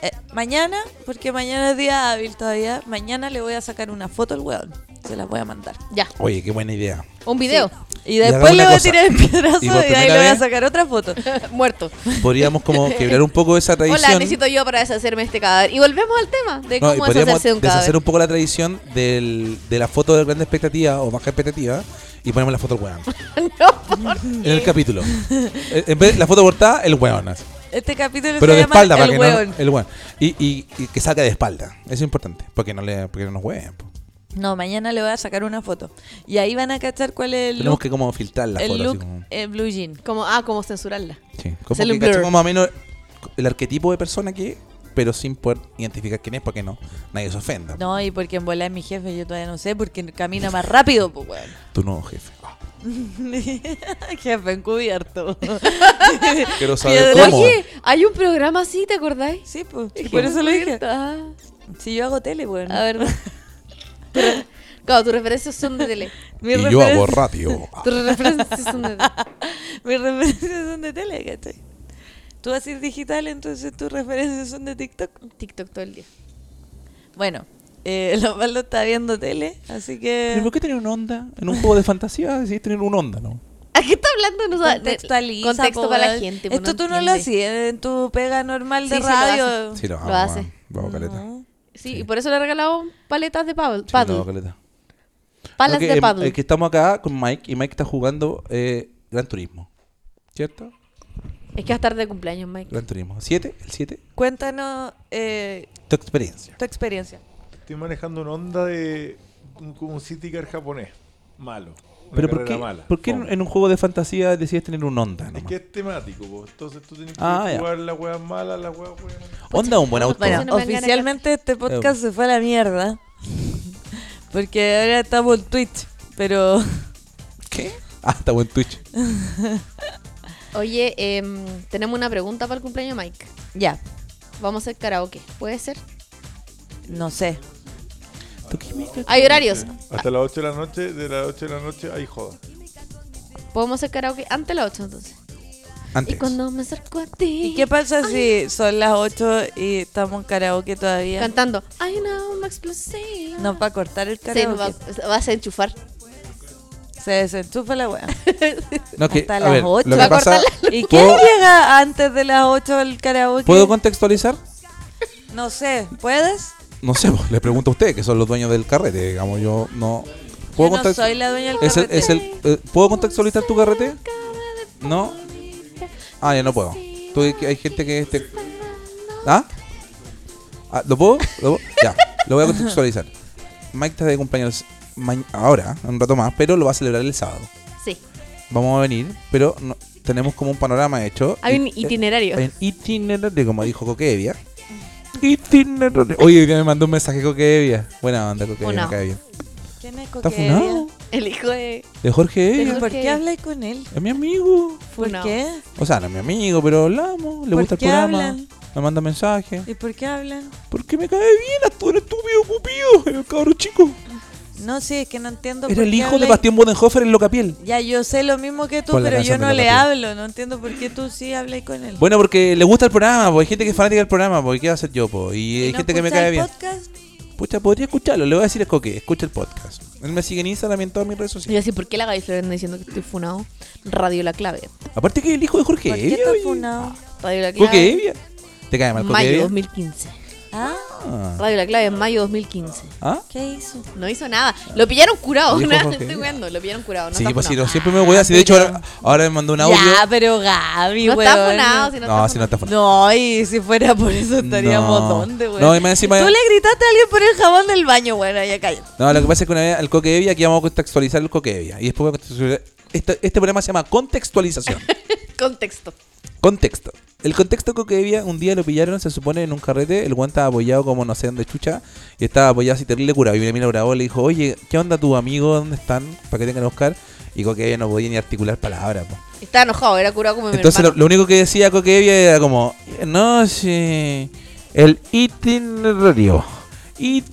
Speaker 4: eh, mañana, porque mañana es día hábil todavía, mañana le voy a sacar una foto al weón. Se la voy a mandar.
Speaker 2: Ya,
Speaker 3: Oye, qué buena idea.
Speaker 2: un video.
Speaker 4: Y
Speaker 3: hagamos
Speaker 4: después
Speaker 3: una
Speaker 4: le voy a
Speaker 3: cosa.
Speaker 4: tirar el piedrazo
Speaker 3: Y
Speaker 4: y,
Speaker 3: por
Speaker 4: ahí
Speaker 3: primera
Speaker 4: le voy a
Speaker 3: vez-
Speaker 4: sacar otra foto.
Speaker 2: Muerto.
Speaker 3: Podríamos como quebrar un poco esa tradición.
Speaker 2: Hola, necesito yo para deshacerme de este cadáver. Y volvemos al tema de
Speaker 3: No, y
Speaker 2: cómo
Speaker 3: podríamos
Speaker 2: deshacerse de un
Speaker 3: deshacer
Speaker 2: cadáver.
Speaker 3: un poco la tradición del- de la foto de grande expectativa o baja expectativa y ponemos la foto del weón. En el capítulo. En en vez de la foto portada, el weón. así.
Speaker 4: Este capítulo
Speaker 3: Pero
Speaker 4: se
Speaker 3: de
Speaker 4: llama
Speaker 3: espalda, para
Speaker 4: El
Speaker 3: que
Speaker 4: weón.
Speaker 3: no. El weón. Y, y- y que salga de espalda. Eso es importante. Porque no, le, porque no nos hueven. po.
Speaker 4: No, mañana le voy a sacar una foto. Y ahí van a cachar cuál es el
Speaker 3: Tenemos
Speaker 4: look,
Speaker 3: que como filtrar la
Speaker 4: el
Speaker 3: foto.
Speaker 4: look
Speaker 3: así como,
Speaker 4: eh, blue jean.
Speaker 2: Como, ah, como censurarla.
Speaker 3: sí. Como
Speaker 2: hacerle
Speaker 3: que
Speaker 2: un blur.
Speaker 3: cachemos más o menos el arquetipo de persona que es, pero sin poder identificar quién es, para que no nadie se ofenda.
Speaker 4: No, y porque en volar es mi jefe, yo todavía no sé, porque camina más rápido, pues weón.
Speaker 3: Tu nuevo jefe. Ah,
Speaker 4: jefe encubierto.
Speaker 3: Quiero saber
Speaker 4: Piedra.
Speaker 3: cómo.
Speaker 2: Oye, hay un programa así, ¿te acordáis?
Speaker 4: sí, pues. y por eso lo dije.
Speaker 2: Ah,
Speaker 4: Si yo hago tele, weón.
Speaker 2: a ver. Tu- claro, tus referencias son de tele.
Speaker 4: Mi
Speaker 6: Y yo hago
Speaker 4: referencia-
Speaker 6: radio.
Speaker 2: Tus referencias son de tele.
Speaker 4: Mis referencias son de tele, ¿cachai? Tú haces digital, entonces tus referencias son de TikTok.
Speaker 2: TikTok todo el día.
Speaker 4: Bueno, eh, el Osvaldo está viendo tele, así
Speaker 3: ¿Pero
Speaker 4: que...
Speaker 3: por qué tener un onda? En un juego de fantasía decidís tener un onda, ¿no?
Speaker 2: ¿A qué está hablando? No sabe-
Speaker 4: Contextualiza,
Speaker 2: contexto
Speaker 4: po,
Speaker 2: para la
Speaker 4: weón.
Speaker 2: gente. po,
Speaker 4: Esto tú no lo
Speaker 2: entiende.
Speaker 4: hacías en tu pega normal de
Speaker 2: Sí, sí lo
Speaker 4: radio.
Speaker 3: Sí, lo,
Speaker 2: Lo
Speaker 3: hago,
Speaker 2: hace. Mm.
Speaker 3: weón. Lo hago caleta.
Speaker 4: No.
Speaker 2: Sí, y por eso le he regalado paletas de paddle.
Speaker 3: Sí,
Speaker 2: paddle,
Speaker 3: lo hago caleta.
Speaker 2: palas
Speaker 3: No, que,
Speaker 2: de
Speaker 3: em,
Speaker 2: paddle.
Speaker 3: eh, que estamos acá con Mike y Mike está jugando eh, Gran Turismo. ¿Cierto?
Speaker 2: Es que va a estar de cumpleaños, Mike.
Speaker 3: Gran Turismo. ¿Siete? ¿El 7?
Speaker 4: Cuéntanos eh,
Speaker 3: Tu experiencia.
Speaker 4: tu experiencia.
Speaker 6: Estoy manejando una onda de un, como un city car japonés. Malo. Una
Speaker 3: Pero ¿por
Speaker 6: carrera
Speaker 3: qué,
Speaker 6: mala.
Speaker 3: por qué en,
Speaker 6: Fome.
Speaker 3: en un juego de fantasía decides tener un onda?
Speaker 6: Es
Speaker 3: nomás?
Speaker 6: que es temático, po. entonces tú tienes que
Speaker 3: Ah, ya.
Speaker 6: jugar las weas malas, las weas buenas.
Speaker 3: onda es un buen auto.
Speaker 4: Bueno,
Speaker 2: Entonces no me dan ganas Em.
Speaker 4: oficialmente este podcast se fue a la mierda. Porque ahora estamos en Twitch, pero...
Speaker 3: ¿Qué? Ah, está buen Twitch.
Speaker 2: Oye, em, tenemos una pregunta para el cumpleaños, de Mike.
Speaker 4: Ya,
Speaker 2: Vamos a hacer karaoke. ¿Puede ser?
Speaker 4: no sé.
Speaker 3: ¿Tú qué me-
Speaker 2: Hay horarios.
Speaker 6: Hasta las 8 de la noche, de las 8 de la noche, ahí joda.
Speaker 2: Podemos hacer karaoke antes de las 8 entonces.
Speaker 3: Antes.
Speaker 2: Y cuando me acerco a ti.
Speaker 4: ¿Y qué pasa si son las 8 y estamos en karaoke todavía?
Speaker 2: Cantando. Ay, no, Max Placebo.
Speaker 4: No, para cortar el
Speaker 2: Sí, no,
Speaker 4: karaoke.
Speaker 2: va- vas a enchufar.
Speaker 4: Se desenchufa la weá.
Speaker 3: No, que,
Speaker 4: hasta
Speaker 3: a
Speaker 4: las
Speaker 3: ver,
Speaker 4: ocho.
Speaker 3: Lo
Speaker 4: Va
Speaker 3: que
Speaker 4: a
Speaker 3: pasa,
Speaker 4: ¿Y quién
Speaker 3: ¿puedo,
Speaker 4: llega antes de las 8 al karaoke?
Speaker 3: ¿puedo contextualizar?
Speaker 4: No sé, ¿puedes?
Speaker 3: No sé, pues, le pregunto a ustedes, que son los dueños del carrete, digamos, yo no... ¿Puedo
Speaker 4: Yo no
Speaker 3: context-
Speaker 4: soy la dueña del
Speaker 3: es el-
Speaker 4: carrete.
Speaker 3: es el- eh, ¿Puedo contextualizar tu carrete? No. Ah, ya no puedo. Tú- hay gente que... Este... ¿Ah? Ah, ¿Lo puedo? ¿Lo puedo? Ya, lo voy a contextualizar. Mike está de cumpleaños ma- ahora, en un rato más, pero lo va a celebrar el sábado.
Speaker 2: Sí.
Speaker 3: Vamos a venir, pero no- tenemos como un panorama hecho.
Speaker 2: Hay un
Speaker 3: Y-
Speaker 2: itinerario.
Speaker 3: en itinerario, como dijo Coquevia. Itinerario. Oye, hoy día me mandó un mensaje Coquevia. Buena onda, Coquevia, me
Speaker 2: Funado.
Speaker 3: cae bien.
Speaker 4: ¿Quién es
Speaker 3: ¿Está
Speaker 4: coquería?
Speaker 3: funado?
Speaker 2: El hijo de.
Speaker 3: De Jorge
Speaker 2: De
Speaker 3: Evia.
Speaker 2: Jorge-
Speaker 4: ¿Por
Speaker 2: que-
Speaker 4: qué habláis con él?
Speaker 3: Es mi amigo.
Speaker 4: ¿Por
Speaker 2: Funao.
Speaker 4: qué?
Speaker 3: O sea, no es mi amigo, pero hablamos. Le
Speaker 4: ¿Por
Speaker 3: gusta el
Speaker 4: qué
Speaker 3: programa.
Speaker 4: hablan?
Speaker 3: Me manda mensajes.
Speaker 4: ¿Y por qué hablan?
Speaker 3: Porque me cae bien hasta el estúpido Cupido, el cabro chico.
Speaker 4: No, sí, es que no entiendo por
Speaker 3: Era el
Speaker 4: qué
Speaker 3: hijo de
Speaker 4: habláis-
Speaker 3: Bastián Bodenhofer en Locapiel.
Speaker 4: Ya, yo sé lo mismo que tú,
Speaker 3: Por la
Speaker 4: pero yo
Speaker 3: canción de
Speaker 4: no
Speaker 3: la
Speaker 4: le
Speaker 3: Tatiana.
Speaker 4: hablo. No entiendo por qué tú sí habláis con él.
Speaker 3: Bueno, porque le gusta el programa, porque hay gente que es fanática del programa, porque ¿qué va a hacer yo? po? Y
Speaker 4: ¿Y
Speaker 3: hay
Speaker 4: no
Speaker 3: gente que me
Speaker 4: escucha
Speaker 3: cae
Speaker 4: el
Speaker 3: bien.
Speaker 4: podcast?
Speaker 3: Pucha, podría escucharlo. Le voy a decir a Coque, escucha el podcast. Él me sigue en Instagram y en todas mis redes
Speaker 2: Y
Speaker 3: sociales.
Speaker 2: así, ¿por qué la Gaby Flores anda diciendo que estoy funado? Radio La Clave.
Speaker 3: Aparte que el hijo de Jorge
Speaker 4: ¿Por qué
Speaker 3: Evia.
Speaker 4: está
Speaker 3: oye.
Speaker 4: funado?
Speaker 2: Radio La Clave.
Speaker 3: Coque Evia. ¿Te cae mal Coque
Speaker 2: Mayo
Speaker 3: Evia?
Speaker 2: 2015.
Speaker 4: ¿Ah?
Speaker 3: Ah.
Speaker 2: Radio La Clave en mayo 2015.
Speaker 3: ¿Ah?
Speaker 4: ¿Qué hizo?
Speaker 2: No hizo nada. Lo pillaron curado.
Speaker 3: Dijo
Speaker 2: No,
Speaker 3: Jorge.
Speaker 2: estoy weando. Lo pillaron curado. No
Speaker 3: sí,
Speaker 2: está
Speaker 3: pues si
Speaker 2: funado.
Speaker 3: no, siempre me voy así. De hecho, ahora, ahora me mandó un audio.
Speaker 4: Ya, pero Gaby,
Speaker 2: No está
Speaker 4: weón.
Speaker 2: funado. Si no,
Speaker 3: no,
Speaker 2: está
Speaker 3: si no está funado.
Speaker 4: No, y si fuera por eso estaríamos
Speaker 3: No.
Speaker 4: donde, güey.
Speaker 3: No, y más encima-
Speaker 4: Tú le gritaste a alguien por el jabón del baño, güey, ya calla.
Speaker 3: No, lo que pasa es que una vez al Coque Evia, aquí vamos a contextualizar el Coque Evia. Y después voy a contextualizar. Este, este programa se llama Contextualización.
Speaker 2: funado. Contexto.
Speaker 3: Contexto. El contexto que había, un día lo pillaron, se supone, en un carrete. El guan estaba apoyado como no sé dónde chucha. Y estaba apoyado así terrible curado. Y viene Milo Bravo le dijo, oye, ¿qué onda tu amigo? ¿Dónde están? ¿Para que tengan que buscar? Y Coquevia no podía ni articular palabras. po.
Speaker 2: Estaba enojado. Era curado como mi
Speaker 3: Entonces lo,
Speaker 2: hermano.
Speaker 3: lo único que decía Coquevia era como, no sé, el itinerario.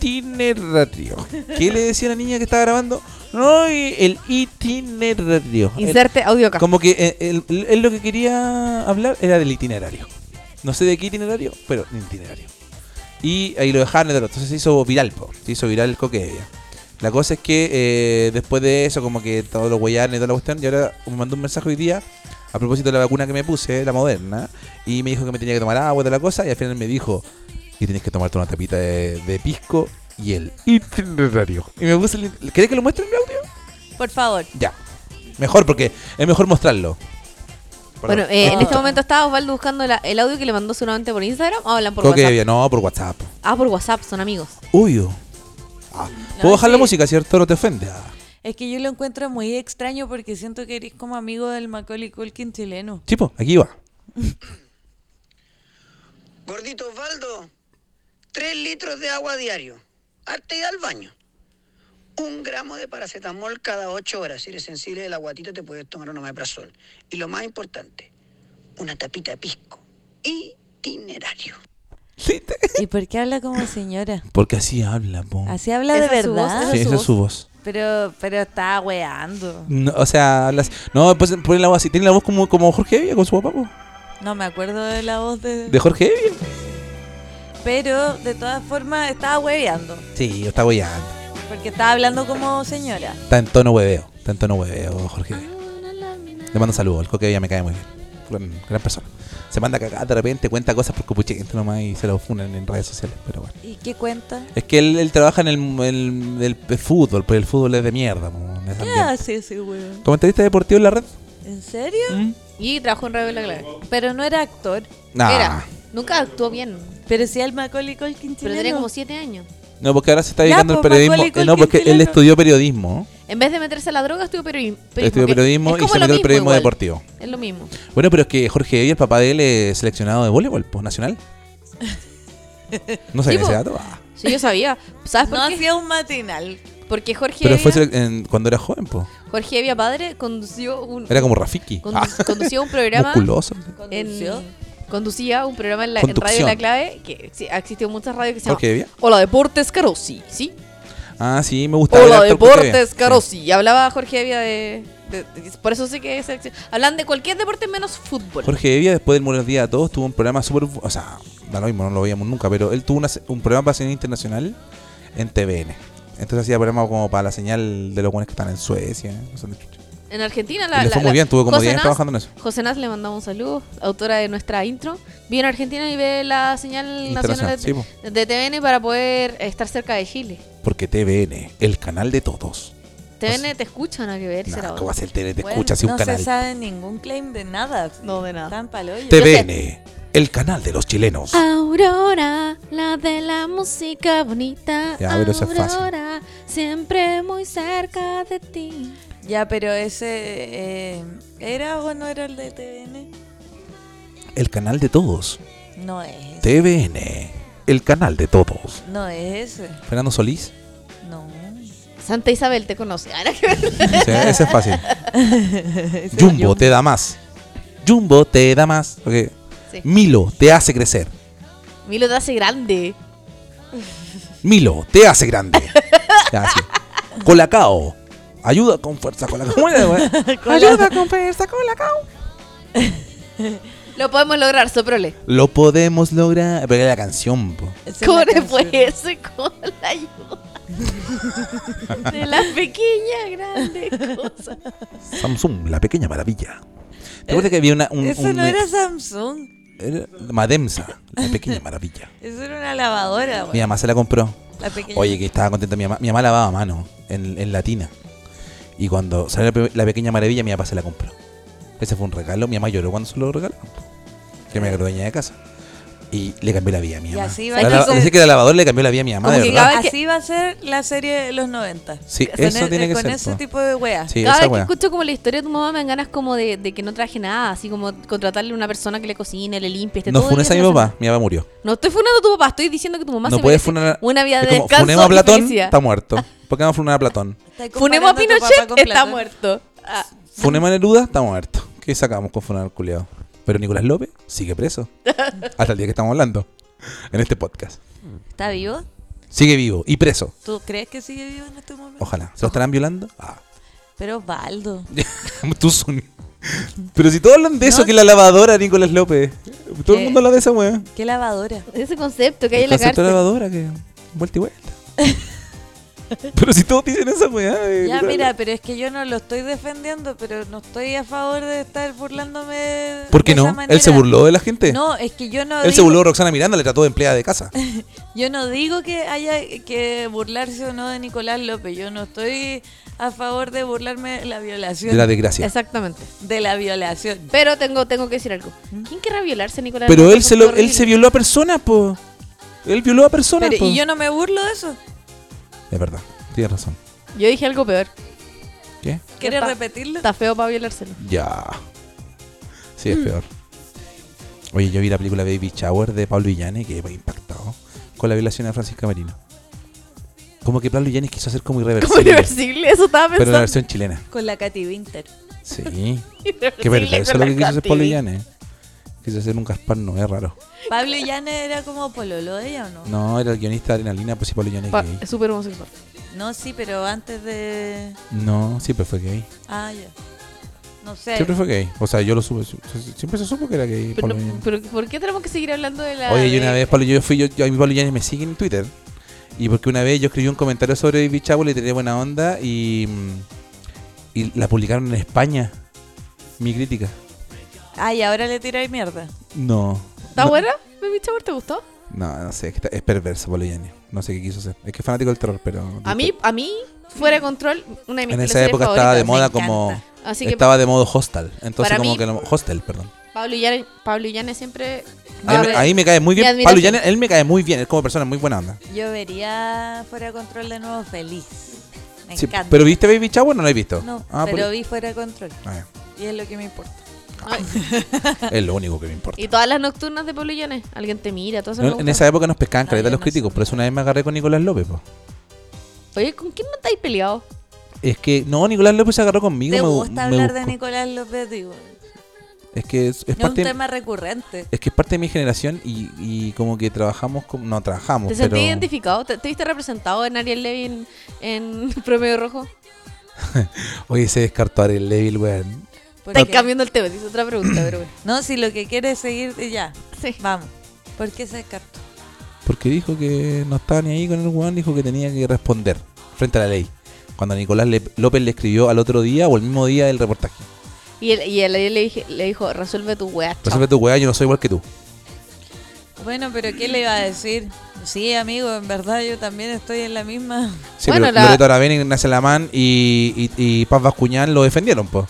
Speaker 3: Itinerario. ¿Qué le decía a la niña que estaba grabando? No, y el itinerario. El-
Speaker 2: Inserte audio acá.
Speaker 3: como que eh, él, él- él lo que quería hablar era del itinerario. No sé de qué itinerario, pero itinerario. Y ahí lo dejaron, etc. entonces se hizo viral, po. se hizo viral el coquevia. La cosa es que eh, después de eso, como que todos los huellanes y toda la cuestión, y ahora me mandó un mensaje hoy día a propósito de la vacuna que me puse, la moderna, y me dijo que me tenía que tomar agua y toda la cosa, y al final me dijo, y tienes que tomarte una tapita de, de pisco y el itinerario. Y me puse el it- ¿Querés que lo muestre en mi audio?
Speaker 4: Por favor.
Speaker 3: Ya. Mejor porque es mejor mostrarlo.
Speaker 2: Bueno, eh, en este momento estaba Osvaldo buscando la- el audio que le mandó solamente por Instagram o hablan por
Speaker 3: Coque
Speaker 2: WhatsApp.
Speaker 3: Evia, no, por WhatsApp.
Speaker 2: Ah, por WhatsApp, son amigos.
Speaker 3: Obvio. Ah, Puedo bajar la
Speaker 4: sí.
Speaker 3: música, ¿cierto? No te ofende. Ah.
Speaker 4: Es que yo lo encuentro muy extraño porque siento que eres como amigo del Macaulay Culkin chileno.
Speaker 3: Tipo, aquí va.
Speaker 8: Gordito Osvaldo, 3 litros de agua diario. Arte ir al baño. Un gramo de paracetamol cada 8 horas. Si eres sensible de la guatita, te puedes tomar un omeprazol. Y lo más importante, una tapita de pisco. Itinerario.
Speaker 4: ¿Y por qué habla como señora?
Speaker 3: Porque así habla, po.
Speaker 4: Así habla
Speaker 2: Esa
Speaker 4: de
Speaker 2: es su voz,
Speaker 4: verdad.
Speaker 2: esa
Speaker 3: Sí, esa es su voz.
Speaker 4: Pero, pero está weando.
Speaker 3: No, o sea, hablas. No, pues ponen la voz así. Tiene la voz como, como Jorge Evia con su papá, po.
Speaker 4: No me acuerdo de la voz de.
Speaker 3: De Jorge Evia.
Speaker 4: Pero de todas formas estaba hueveando.
Speaker 3: Sí, está hueando.
Speaker 4: Porque estaba hablando como señora.
Speaker 3: Está en tono hueveo. Está en tono hueveo, Jorge Evia. Le mando saludos. El Jorge Evia me cae muy bien. Gran, gran persona. Se manda a cagar de repente, cuenta cosas por copuchento nomás y se lo funan en redes sociales. Pero bueno.
Speaker 4: ¿Y qué cuenta?
Speaker 3: Es que él, él trabaja en el, el- el- el fútbol, pero el fútbol es de mierda. po, en ese
Speaker 4: ¿Qué
Speaker 3: ambiente.
Speaker 4: hace ese weón?
Speaker 3: ¿Comentarista deportivo en la red?
Speaker 4: ¿En serio?
Speaker 3: ¿Mm?
Speaker 2: Y trabajó en Radio La Clave.
Speaker 4: Pero no era actor.
Speaker 3: Nah.
Speaker 2: Era. Nunca actuó bien.
Speaker 4: Pero sí al Macaulay
Speaker 2: Pero
Speaker 4: Culkin chileno. Ah,
Speaker 2: tenía como 7 años.
Speaker 3: No, porque ahora se está
Speaker 4: Ya,
Speaker 3: dedicando al
Speaker 4: pues,
Speaker 3: periodismo.
Speaker 4: Macaulay
Speaker 3: Eh, no,
Speaker 4: Culkin
Speaker 3: porque él
Speaker 4: chileno.
Speaker 3: estudió periodismo. ¿eh?
Speaker 2: En vez de meterse a la droga, estudió periodismo.
Speaker 3: Estudió
Speaker 2: que
Speaker 3: periodismo
Speaker 2: es
Speaker 3: y
Speaker 2: como
Speaker 3: se
Speaker 2: lo
Speaker 3: metió al
Speaker 2: mismo
Speaker 3: periodismo
Speaker 2: igual.
Speaker 3: deportivo.
Speaker 2: Es lo mismo.
Speaker 3: Bueno, pero es que Jorge Evia, el papá de él, es seleccionado de voleibol, pues nacional. No sabía
Speaker 2: Sí,
Speaker 3: ese
Speaker 2: po.
Speaker 3: dato. ah.
Speaker 2: Sí, yo sabía. ¿Sabes por
Speaker 4: No
Speaker 2: qué?
Speaker 4: hacía un matinal.
Speaker 2: Porque Jorge
Speaker 3: Pero fue
Speaker 2: Evia,
Speaker 3: selec- en- cuando era joven, pues.
Speaker 2: Jorge Evia padre condució un,
Speaker 3: Era como Rafiki.
Speaker 2: condu-
Speaker 3: Ah,
Speaker 2: condució un programa
Speaker 3: musculoso.
Speaker 2: en,
Speaker 4: Condució.
Speaker 2: conducía un programa en, la, en Radio
Speaker 3: Conducción.
Speaker 2: La Clave que ex- ha existido en muchas radios que se llama
Speaker 3: Jorge Evia.
Speaker 2: Hola Deportes Carosi, ¿sí?
Speaker 3: Ah, sí, me gustaba.
Speaker 2: Hola
Speaker 3: el actor Jorge Evia.
Speaker 2: Deportes
Speaker 3: Sí.
Speaker 2: Carosi. Y hablaba Jorge Evia de, de- de- Por eso sé que es selección. Hablan de cualquier deporte menos fútbol.
Speaker 3: Jorge Evia, después del Buenos Días a Todos, tuvo un programa súper. O sea, da lo mismo, no lo veíamos nunca, pero él tuvo una se- un programa para señal internacional en TVN. Entonces hacía programas como para la señal de los buenos que están en Suecia. ¿eh? no sé dónde chucha.
Speaker 2: En Argentina
Speaker 3: y
Speaker 2: la.
Speaker 3: le
Speaker 2: la-
Speaker 3: fue muy
Speaker 2: la-
Speaker 3: bien, tuvo como
Speaker 2: José
Speaker 3: 10 años
Speaker 2: Nas-
Speaker 3: trabajando en eso.
Speaker 2: José Naz le mandamos saludos, autora de nuestra intro. Vive en Argentina y ve la señal nacional
Speaker 3: Internacional,
Speaker 2: de,
Speaker 3: sí, po.
Speaker 2: de TVN para poder estar cerca de Chile.
Speaker 3: Porque TVN, el canal de todos.
Speaker 2: TVN te escucha, nada que ver.
Speaker 3: Pues Nah,
Speaker 2: será
Speaker 3: ¿Cómo va a
Speaker 2: otro.
Speaker 3: ser el TVN? Te
Speaker 4: Bueno,
Speaker 3: escucha así un
Speaker 4: no
Speaker 3: canal.
Speaker 4: se sabe ningún claim de nada.
Speaker 2: No, de nada.
Speaker 4: Tan paloyo.
Speaker 3: TVN, el canal de los chilenos.
Speaker 2: Ah.
Speaker 1: Aurora, la de la música bonita.
Speaker 3: Ya, pero eso es fácil.
Speaker 1: Aurora, siempre muy cerca de ti.
Speaker 4: Ya, pero ese eh, era o no era el de TVN.
Speaker 3: El canal de todos.
Speaker 4: No es.
Speaker 3: TVN, el canal de todos.
Speaker 4: No es ese.
Speaker 3: Fernando Solís,
Speaker 4: No.
Speaker 2: Santa Isabel te conoce. Ahora que-
Speaker 3: Sí, ese es fácil. Jumbo te da más. Jumbo te da más. Ok.
Speaker 2: Sí.
Speaker 3: Milo te hace crecer.
Speaker 2: Milo te hace grande.
Speaker 3: Milo te hace grande. Ya, sí. Colacao. Ayuda con fuerza, Colacao. ¿Cómo era, güey? Ayuda con fuerza, Colacao.
Speaker 2: Lo podemos lograr, soprole.
Speaker 3: Lo podemos lograr. Pero era la canción, po.
Speaker 4: Esa es
Speaker 2: ¿Cómo
Speaker 4: la
Speaker 2: le
Speaker 4: canción.
Speaker 2: fue eso con la ayuda? De la pequeña, grande cosa.
Speaker 3: Samsung, la pequeña maravilla. ¿Te acuerdas que había una. Un,
Speaker 4: Eh, Eso no
Speaker 3: un-
Speaker 4: era Samsung.
Speaker 3: era Mademsa, la pequeña maravilla.
Speaker 4: Eso era una lavadora,
Speaker 3: Mi
Speaker 4: güey.
Speaker 3: mamá se la compró.
Speaker 4: La pequeña.
Speaker 3: Oye, que estaba contenta mi mamá. Mi mamá lavaba a mano en, en latina. Y cuando salió la, pe- la pequeña maravilla, mi papá se la compró. Ese fue un regalo. Mi mamá lloró cuando se lo regalaron. Que me agarró dueña de casa. Y le cambió la vida a mi
Speaker 4: Y
Speaker 3: mamá.
Speaker 4: así va
Speaker 3: La
Speaker 4: a
Speaker 3: lava-
Speaker 4: ser-
Speaker 3: dice que la lavadora le cambió la vida a mi mamá,
Speaker 4: Como
Speaker 3: de
Speaker 4: que
Speaker 3: verdad.
Speaker 4: cada-
Speaker 2: Que-
Speaker 4: así va a ser la serie de los 90.
Speaker 3: Sí,
Speaker 4: Con
Speaker 3: eso
Speaker 4: el-
Speaker 3: tiene que
Speaker 4: con
Speaker 3: ser,
Speaker 4: ese
Speaker 3: po.
Speaker 4: tipo de wea.
Speaker 3: Sí,
Speaker 2: Cada
Speaker 3: esa
Speaker 2: vez que
Speaker 3: weá.
Speaker 2: escucho como la historia de tu mamá me dan ganas como de, de que no traje nada, así como contratarle a una persona que le cocine, le limpie, esté
Speaker 3: No
Speaker 2: todo el
Speaker 3: funes a
Speaker 2: día
Speaker 3: mi
Speaker 2: haciendo-
Speaker 3: papá. Mi papá murió.
Speaker 2: No estoy funando a tu papá, estoy diciendo que tu mamá
Speaker 3: No
Speaker 2: se
Speaker 3: puedes
Speaker 2: merece
Speaker 3: funar a-
Speaker 2: una vida
Speaker 3: es
Speaker 2: de
Speaker 3: como,
Speaker 2: descanso
Speaker 3: funemos a
Speaker 2: y
Speaker 3: Platón,
Speaker 2: felicidad.
Speaker 3: está muerto. ¿Por qué no funar a Platón?
Speaker 4: Está
Speaker 2: Funemos a
Speaker 4: comparando tu papá
Speaker 2: Pinochet,
Speaker 4: con
Speaker 2: está
Speaker 4: Platón.
Speaker 2: muerto. Ah,
Speaker 3: Funemos a Neruda, está muerto. ¿Qué sacamos con funar al culeado? Pero Nicolás López sigue preso. Hasta el día que estamos hablando. En este podcast.
Speaker 4: ¿Está vivo?
Speaker 3: Sigue vivo y preso.
Speaker 4: ¿Tú crees que sigue vivo en este momento?
Speaker 3: Ojalá. ¿Se lo estarán violando? Ah.
Speaker 4: Pero Osvaldo.
Speaker 3: Tú son- Pero si todos hablan de eso,
Speaker 4: No.
Speaker 3: que la lavadora, Nicolás López. Todo el
Speaker 4: ¿Qué?
Speaker 3: mundo habla de esa weá.
Speaker 4: ¿Qué lavadora?
Speaker 2: ese concepto que hay en la
Speaker 3: concepto
Speaker 2: cárcel.
Speaker 3: de la lavadora que vuelta y vuelta. Pero si todos dicen esa weá. de
Speaker 4: Ya,
Speaker 3: Nicolás
Speaker 4: mira, pero es que yo no lo estoy defendiendo, pero no estoy a favor de estar burlándome. de-
Speaker 3: ¿Por qué
Speaker 4: de esa
Speaker 3: no?
Speaker 4: manera.
Speaker 3: ¿Él se burló de la gente?
Speaker 4: No, es que yo no.
Speaker 3: Él se
Speaker 4: digo-
Speaker 3: burló de Roxana Miranda, le trató de empleada de casa.
Speaker 4: Yo no digo que haya que burlarse o no de Nicolás López. Yo no estoy a favor de burlarme de la violación.
Speaker 3: De la desgracia.
Speaker 2: Exactamente.
Speaker 4: de la violación.
Speaker 2: Pero tengo, tengo que decir algo. ¿Quién querrá violarse, Nicolás?
Speaker 3: ¿Mm? Pero
Speaker 2: López?
Speaker 3: él se,
Speaker 2: Porque
Speaker 3: lo, él
Speaker 2: horrible.
Speaker 3: se violó a personas, po. Él violó a personas,
Speaker 4: Pero,
Speaker 3: po.
Speaker 4: y yo no me burlo de eso.
Speaker 3: Es verdad, tienes razón.
Speaker 2: Yo dije algo peor.
Speaker 3: ¿Qué?
Speaker 4: ¿Quieres
Speaker 2: Epa.
Speaker 4: repetirlo?
Speaker 2: Está feo para violárselo.
Speaker 3: Ya. Sí, es peor. Oye, yo vi la película Baby Shower de Pablo Illane y quedé impactado con la violación de Francisca Marino. Como que Pablo Illane quiso hacer como irreversible.
Speaker 2: Como irreversible, eso estaba
Speaker 3: pero la
Speaker 2: pensando.
Speaker 3: versión chilena.
Speaker 4: Con la Katy Winter.
Speaker 3: Sí. Qué perverso lo que quiso hacer Pablo Illane. Quiso hacer un Gaspar Noé raro.
Speaker 4: ¿Pablo Llane era como pololo de ella o no?
Speaker 3: No, era el guionista de Adrenalina, pues sí, Pablo Illane es
Speaker 2: Pa-
Speaker 3: gay.
Speaker 2: es súper homosexual.
Speaker 4: No, sí, pero antes de.
Speaker 3: No, siempre fue gay.
Speaker 4: Ah, ya. No sé.
Speaker 3: Siempre fue gay. O sea, yo lo supe. su- su- Siempre se supo que era gay.
Speaker 2: Pero,
Speaker 3: Pablo Illane.
Speaker 2: pero ¿por qué tenemos que seguir hablando de la.
Speaker 3: Oye, y una
Speaker 2: de-
Speaker 3: vez, Pablo, yo fui, yo, yo- a mí Pablo Yanes me sigue en Twitter. Y porque una vez yo escribí un comentario sobre Baby Chavo, le tenía buena onda y, mm, y la publicaron en España. Mi crítica.
Speaker 4: Ay, ahora le tiráis mierda.
Speaker 3: No.
Speaker 2: ¿Está
Speaker 3: no,
Speaker 2: buena? Baby Shower, ¿te gustó?
Speaker 3: No, no sé, es, que está- es perverso Pablo Yanes. No sé qué quiso hacer. Es que es fanático del terror, pero.
Speaker 2: A mí, a mí, fuera de control, una de mis
Speaker 3: En esa
Speaker 2: teleseries
Speaker 3: época estaba
Speaker 2: favoritas.
Speaker 3: de moda
Speaker 4: me
Speaker 3: como.
Speaker 4: encanta.
Speaker 2: Así que
Speaker 3: Estaba de modo hostel. Entonces,
Speaker 2: Para
Speaker 3: como
Speaker 2: mí-
Speaker 3: que. no- hostel, perdón.
Speaker 2: Pablo Illane, Pablo Illane siempre.
Speaker 3: A mí, me- a mí me cae muy
Speaker 2: Mi
Speaker 3: bien.
Speaker 2: admiración.
Speaker 3: Pablo Yanes, él me cae muy bien. Es como persona muy buena onda.
Speaker 4: Yo vería Fuera de Control de nuevo feliz. Me
Speaker 3: Sí,
Speaker 4: encanta.
Speaker 3: ¿Pero viste Baby Chavo o no lo he visto?
Speaker 4: No,
Speaker 3: Ah,
Speaker 4: pero
Speaker 3: por-
Speaker 4: vi Fuera de Control.
Speaker 3: Ah,
Speaker 4: Y es lo que me importa.
Speaker 3: es lo único que me importa.
Speaker 2: Y todas las nocturnas de Pablo Illane. Alguien te mira, todo eso. me
Speaker 3: No, en
Speaker 2: gusta.
Speaker 3: esa época nos pescaban
Speaker 4: Ah,
Speaker 3: caleta
Speaker 4: yo
Speaker 3: los
Speaker 4: no
Speaker 3: críticos,
Speaker 4: sé.
Speaker 3: por eso una vez me agarré con Nicolás López. po.
Speaker 2: Oye, ¿con quién no estáis peleados?
Speaker 3: Es que, no, Nicolás López se agarró conmigo.
Speaker 4: ¿Te
Speaker 3: me,
Speaker 4: gusta
Speaker 3: me
Speaker 4: hablar de
Speaker 3: buscó.
Speaker 4: Nicolás López? Digo,
Speaker 3: Es que es, es
Speaker 4: no es un
Speaker 3: parte,
Speaker 4: tema recurrente.
Speaker 3: es que es parte de mi generación y, y como que trabajamos, con- no trabajamos,
Speaker 2: ¿Te
Speaker 3: pero
Speaker 2: sentí identificado? ¿Te, te viste representado en Ariel Levy en, en Promedio Rojo?
Speaker 3: oye, se descartó Ariel Levy, weón.
Speaker 4: Porque-
Speaker 2: Estáis cambiando el tema, te hice otra pregunta, pero bueno.
Speaker 4: No, si lo que quiere es seguir, ya,
Speaker 2: Sí.
Speaker 4: vamos. ¿Por qué se descartó?
Speaker 3: Porque dijo que no estaba ni ahí con el weón, dijo que tenía que responder frente a la ley. Cuando Nicolás Le- López le escribió al otro día o el mismo día del reportaje.
Speaker 2: Y el, y el Ariel le, dije- le dijo, resuelve tu weá, chao".
Speaker 3: Resuelve tu weón, yo no soy igual que tú.
Speaker 4: Bueno, pero ¿qué le iba a decir? Sí, amigo, en verdad yo también estoy en la misma.
Speaker 3: Sí,
Speaker 2: Bueno,
Speaker 3: pero
Speaker 2: la-
Speaker 3: Loreto Aravena, Ignacio Alamán y, y, y Paz Bascuñán lo defendieron, po.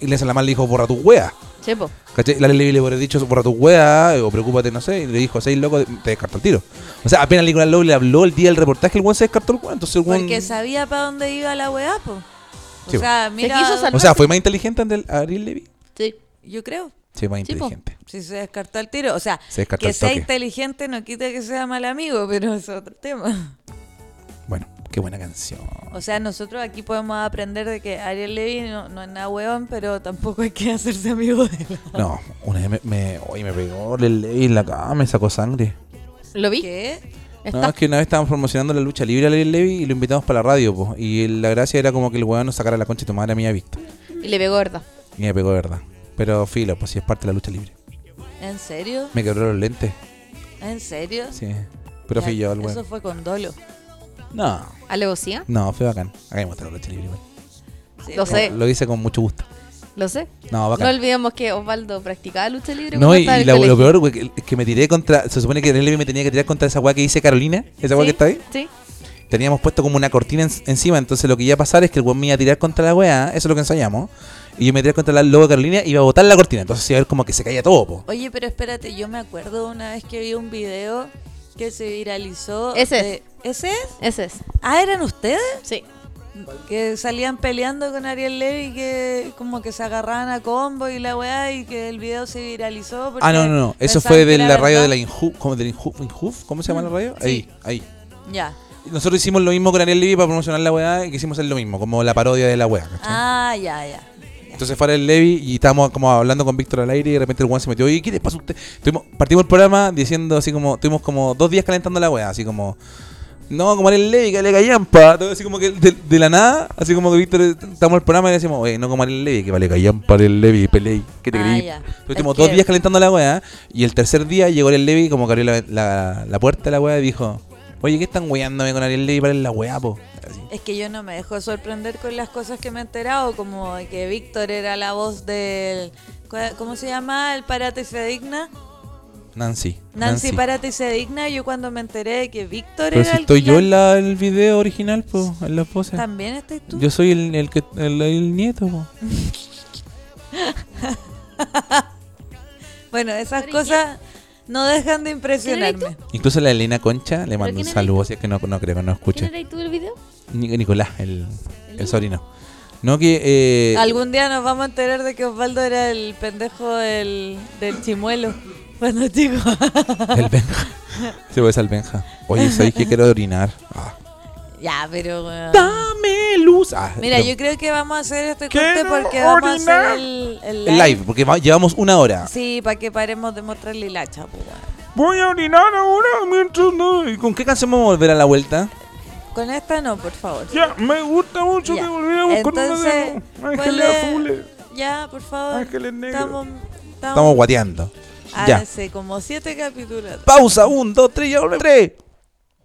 Speaker 3: Ignacio Alamán le dijo, borra tu wea.
Speaker 2: Chepo.
Speaker 3: ¿Cachai? La Lely le hubiera dicho, borra tu wea, eh, o preocúpate, no sé. Y le dijo, seis loco, te descartó el tiro. O sea, apenas Nicolás Lowe le habló el día del reportaje, el weón se descartó el weón. Entonces el weón-
Speaker 4: Porque sabía para dónde iba la weá, po. O
Speaker 3: Sí, po.
Speaker 4: sea, mira,
Speaker 2: quiso salvar.
Speaker 3: O sea, ¿fue más inteligente ante el Ariel Levy?
Speaker 2: Sí.
Speaker 4: yo creo,
Speaker 3: Sí, más
Speaker 2: Sí, po.
Speaker 3: inteligente.
Speaker 4: si se descartó el tiro. O sea,
Speaker 3: Se descartó
Speaker 4: que
Speaker 3: el
Speaker 4: sea
Speaker 3: toque.
Speaker 4: inteligente no quita que sea mal amigo, pero es otro tema.
Speaker 3: Bueno, que Qué buena canción.
Speaker 4: O sea, nosotros aquí podemos aprender de que Ariel Levy no, no es nada huevón, pero tampoco hay que hacerse amigo de él.
Speaker 3: No, una vez me, me, oye, me pegó el ley en la cama, me sacó sangre.
Speaker 2: ¿Lo vi?
Speaker 4: ¿Qué?
Speaker 2: Está-
Speaker 3: No, es que una vez estábamos promocionando la lucha libre a Ley Levy y lo invitamos para la radio, po. Y el- la gracia era como que el weón nos sacara la concha y tomara a mí a Víctor.
Speaker 2: Y le pegó gorda.
Speaker 3: Y me pegó de verdad. Pero filo, pues si es parte de la lucha libre.
Speaker 4: ¿En serio?
Speaker 3: Me quebró los lentes,
Speaker 4: ¿En serio?
Speaker 3: sí. Pero
Speaker 4: Ya,
Speaker 3: fui yo el
Speaker 4: Eso
Speaker 3: weón.
Speaker 4: fue con dolo.
Speaker 3: No,
Speaker 2: ¿Alevosía?
Speaker 3: no, fue bacán. Acá me gusta la lucha libre, igual.
Speaker 4: Sí,
Speaker 2: Lo
Speaker 4: pero-
Speaker 2: sé,
Speaker 3: Lo hice con mucho gusto.
Speaker 2: lo sé.
Speaker 3: No,
Speaker 2: No
Speaker 3: bacán.
Speaker 2: olvidemos que Osvaldo practicaba lucha libre.
Speaker 3: No,
Speaker 2: cuando
Speaker 3: y,
Speaker 2: estaba en
Speaker 3: y
Speaker 2: el
Speaker 3: la- lo
Speaker 2: colegio.
Speaker 3: peor güey, que- es que me tiré contra. Se supone que el LB me tenía que tirar contra esa weá que dice Carolina, esa weá
Speaker 2: Sí,
Speaker 3: que está ahí.
Speaker 2: Sí.
Speaker 3: Teníamos puesto como una cortina en- encima, entonces lo que iba a pasar es que el weón me iba a tirar contra la weá, eso es lo que ensayamos. Y yo me tiré contra la logo de Carolina y iba a botar la cortina, entonces iba a ver como que se caía todo, po.
Speaker 4: Oye, pero espérate, yo me acuerdo una vez que vi un video que se viralizó.
Speaker 2: Ese es.
Speaker 4: de- ¿Ese es?
Speaker 2: Ese es.
Speaker 4: Ah, ¿eran ustedes?
Speaker 2: Sí.
Speaker 4: Que salían peleando con Ariel Levy, que como que se agarraban a combo y la weá, y que el video se viralizó. porque
Speaker 3: Ah, no, no, no, eso
Speaker 4: pensaban
Speaker 3: fue
Speaker 4: que
Speaker 3: de
Speaker 4: era
Speaker 3: la radio
Speaker 4: verdad.
Speaker 3: de la Inju, ¿cómo, del Inju- Injuf? ¿Cómo se llama la radio? Ahí, ahí.
Speaker 4: Ya.
Speaker 3: Y Nosotros hicimos lo mismo con Ariel Levy para promocionar la weá y quisimos hacer lo mismo, como la parodia de la weá, ¿cachai?
Speaker 4: Ah, ya, ya.
Speaker 3: Entonces fue el Levi y estábamos como hablando con Víctor al aire y de repente el Juan se metió, oye, ¿qué les pasó a usted? Tuvimos- partimos el programa diciendo así como, tuvimos como dos días calentando la wea, así como, no, como era el Levi, que le callampa, todo así como que de, de la nada, así como que Víctor, eh, estamos en el programa y decimos, oye, no como era el Levi, que vale callampa, era el Levi, peleé, ¿qué te
Speaker 4: Ah,
Speaker 3: creí?
Speaker 4: ya.
Speaker 3: Tuvimos
Speaker 4: Es
Speaker 3: dos
Speaker 4: que-
Speaker 3: días calentando la wea y el tercer día llegó el Levi como que abrió la, la- la puerta de la wea y dijo, oye, ¿qué están weándome con Ariel Levi para la wea, po? Así.
Speaker 4: Es que yo no me dejo sorprender con las cosas que me he enterado, como que Víctor era la voz del. ¿cuál- ¿Cómo se llama? El Parate se digna.
Speaker 3: Nancy.
Speaker 4: Nancy, Parate se digna. Yo cuando me enteré de que Víctor
Speaker 3: Pero
Speaker 4: era
Speaker 3: si
Speaker 4: el.
Speaker 3: estoy yo
Speaker 4: la-
Speaker 3: en la- el video original, po, en la pose.
Speaker 4: También estás tú.
Speaker 3: Yo soy el, el que el, el nieto. po.
Speaker 4: Bueno, esas cosas no dejan de impresionarme.
Speaker 3: Incluso la Elena Concha le mando un
Speaker 1: quién era
Speaker 3: saludo, si es que no, no creo que no
Speaker 1: ¿Quién
Speaker 3: escuche.
Speaker 1: era ahí tú el video?
Speaker 3: Ni- Nicolás, el, el sobrino. No que eh,
Speaker 4: Algún día nos vamos a enterar de que Osvaldo era el pendejo del, del chimuelo. Cuando chico.
Speaker 3: el Benja. Se puede al Benja. Oye, ¿sabes que quiero orinar? Ah.
Speaker 4: ya, pero. weón.
Speaker 3: Dame luz. Ah,
Speaker 4: Mira,
Speaker 3: pero-
Speaker 4: yo creo que vamos a hacer este corte porque vamos a hacer el, el
Speaker 3: el live, porque va- llevamos una hora.
Speaker 4: Sí, para que paremos de mostrarle la chapa. weón.
Speaker 3: Voy a orinar ahora mientras no. ¿Y con qué canción vamos a volver a la vuelta?
Speaker 4: Con esta no, por favor.
Speaker 6: Ya, me gusta mucho
Speaker 4: Ya.
Speaker 6: que volviéramos con una
Speaker 4: Entonces,
Speaker 6: de Ángeles
Speaker 4: ponle-
Speaker 6: Azules.
Speaker 4: Ya, por favor.
Speaker 6: Ángeles negros.
Speaker 4: Estamos,
Speaker 3: Estamos
Speaker 4: estamos,
Speaker 3: guateando. Ya.
Speaker 4: hace como siete capítulos.
Speaker 3: Pausa, un, dos, tres, ya volvemos. Tres.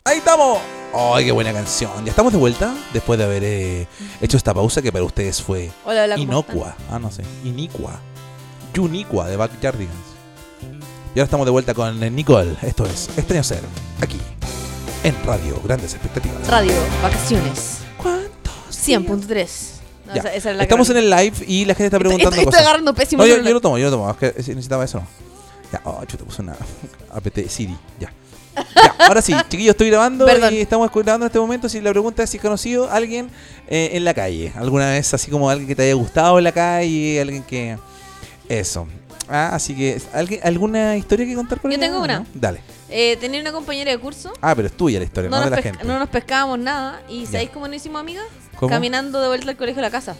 Speaker 3: Ahí estamos. Ay, qué buena canción. Ya estamos de vuelta después de haber eh, hecho esta pausa que para ustedes fue
Speaker 2: Hola, hola. ¿cómo están?
Speaker 3: inocua. Ah, no sé. Inicua. Yuniqua de Backyardigans. Y ahora estamos de vuelta con eh, Nicole. Esto es Extraño Ser. Aquí. En Radio Grandes Expectativas.
Speaker 2: Radio, vacaciones.
Speaker 3: ¿Cuántos?
Speaker 2: 100.3. No,
Speaker 3: Ya.
Speaker 2: esa- esa era la
Speaker 3: Estamos
Speaker 2: que-
Speaker 3: en el live y la gente está preguntando
Speaker 2: Estoy, estoy
Speaker 3: cosas.
Speaker 2: agarrando pésimo.
Speaker 3: No, yo,
Speaker 2: celular.
Speaker 3: yo lo tomo, yo lo tomo. Es que si necesitaba eso, no. Ya, oh, chuta, puse una APT CD. Ya. Ya, ahora sí, chiquillos, estoy grabando
Speaker 2: Perdón.
Speaker 3: y estamos grabando en este momento. Si la pregunta es si has conocido a alguien eh, en la calle. ¿Alguna vez así como alguien que te haya gustado en la calle? Alguien que... Eso. Ah, así que... ¿alguien- ¿Alguna historia que contar por
Speaker 2: Yo
Speaker 3: acá?
Speaker 2: tengo una.
Speaker 3: ¿No? Dale.
Speaker 2: Eh, tenía una compañera de curso.
Speaker 3: Ah, pero es tuya la historia, no,
Speaker 2: No
Speaker 3: de
Speaker 2: nos,
Speaker 3: la
Speaker 2: pesca-
Speaker 3: gente.
Speaker 2: no nos pescábamos nada. ¿Y
Speaker 3: Ya.
Speaker 2: sabéis cómo nos hicimos amigas?
Speaker 3: ¿Cómo?
Speaker 2: Caminando de vuelta al colegio a la casa.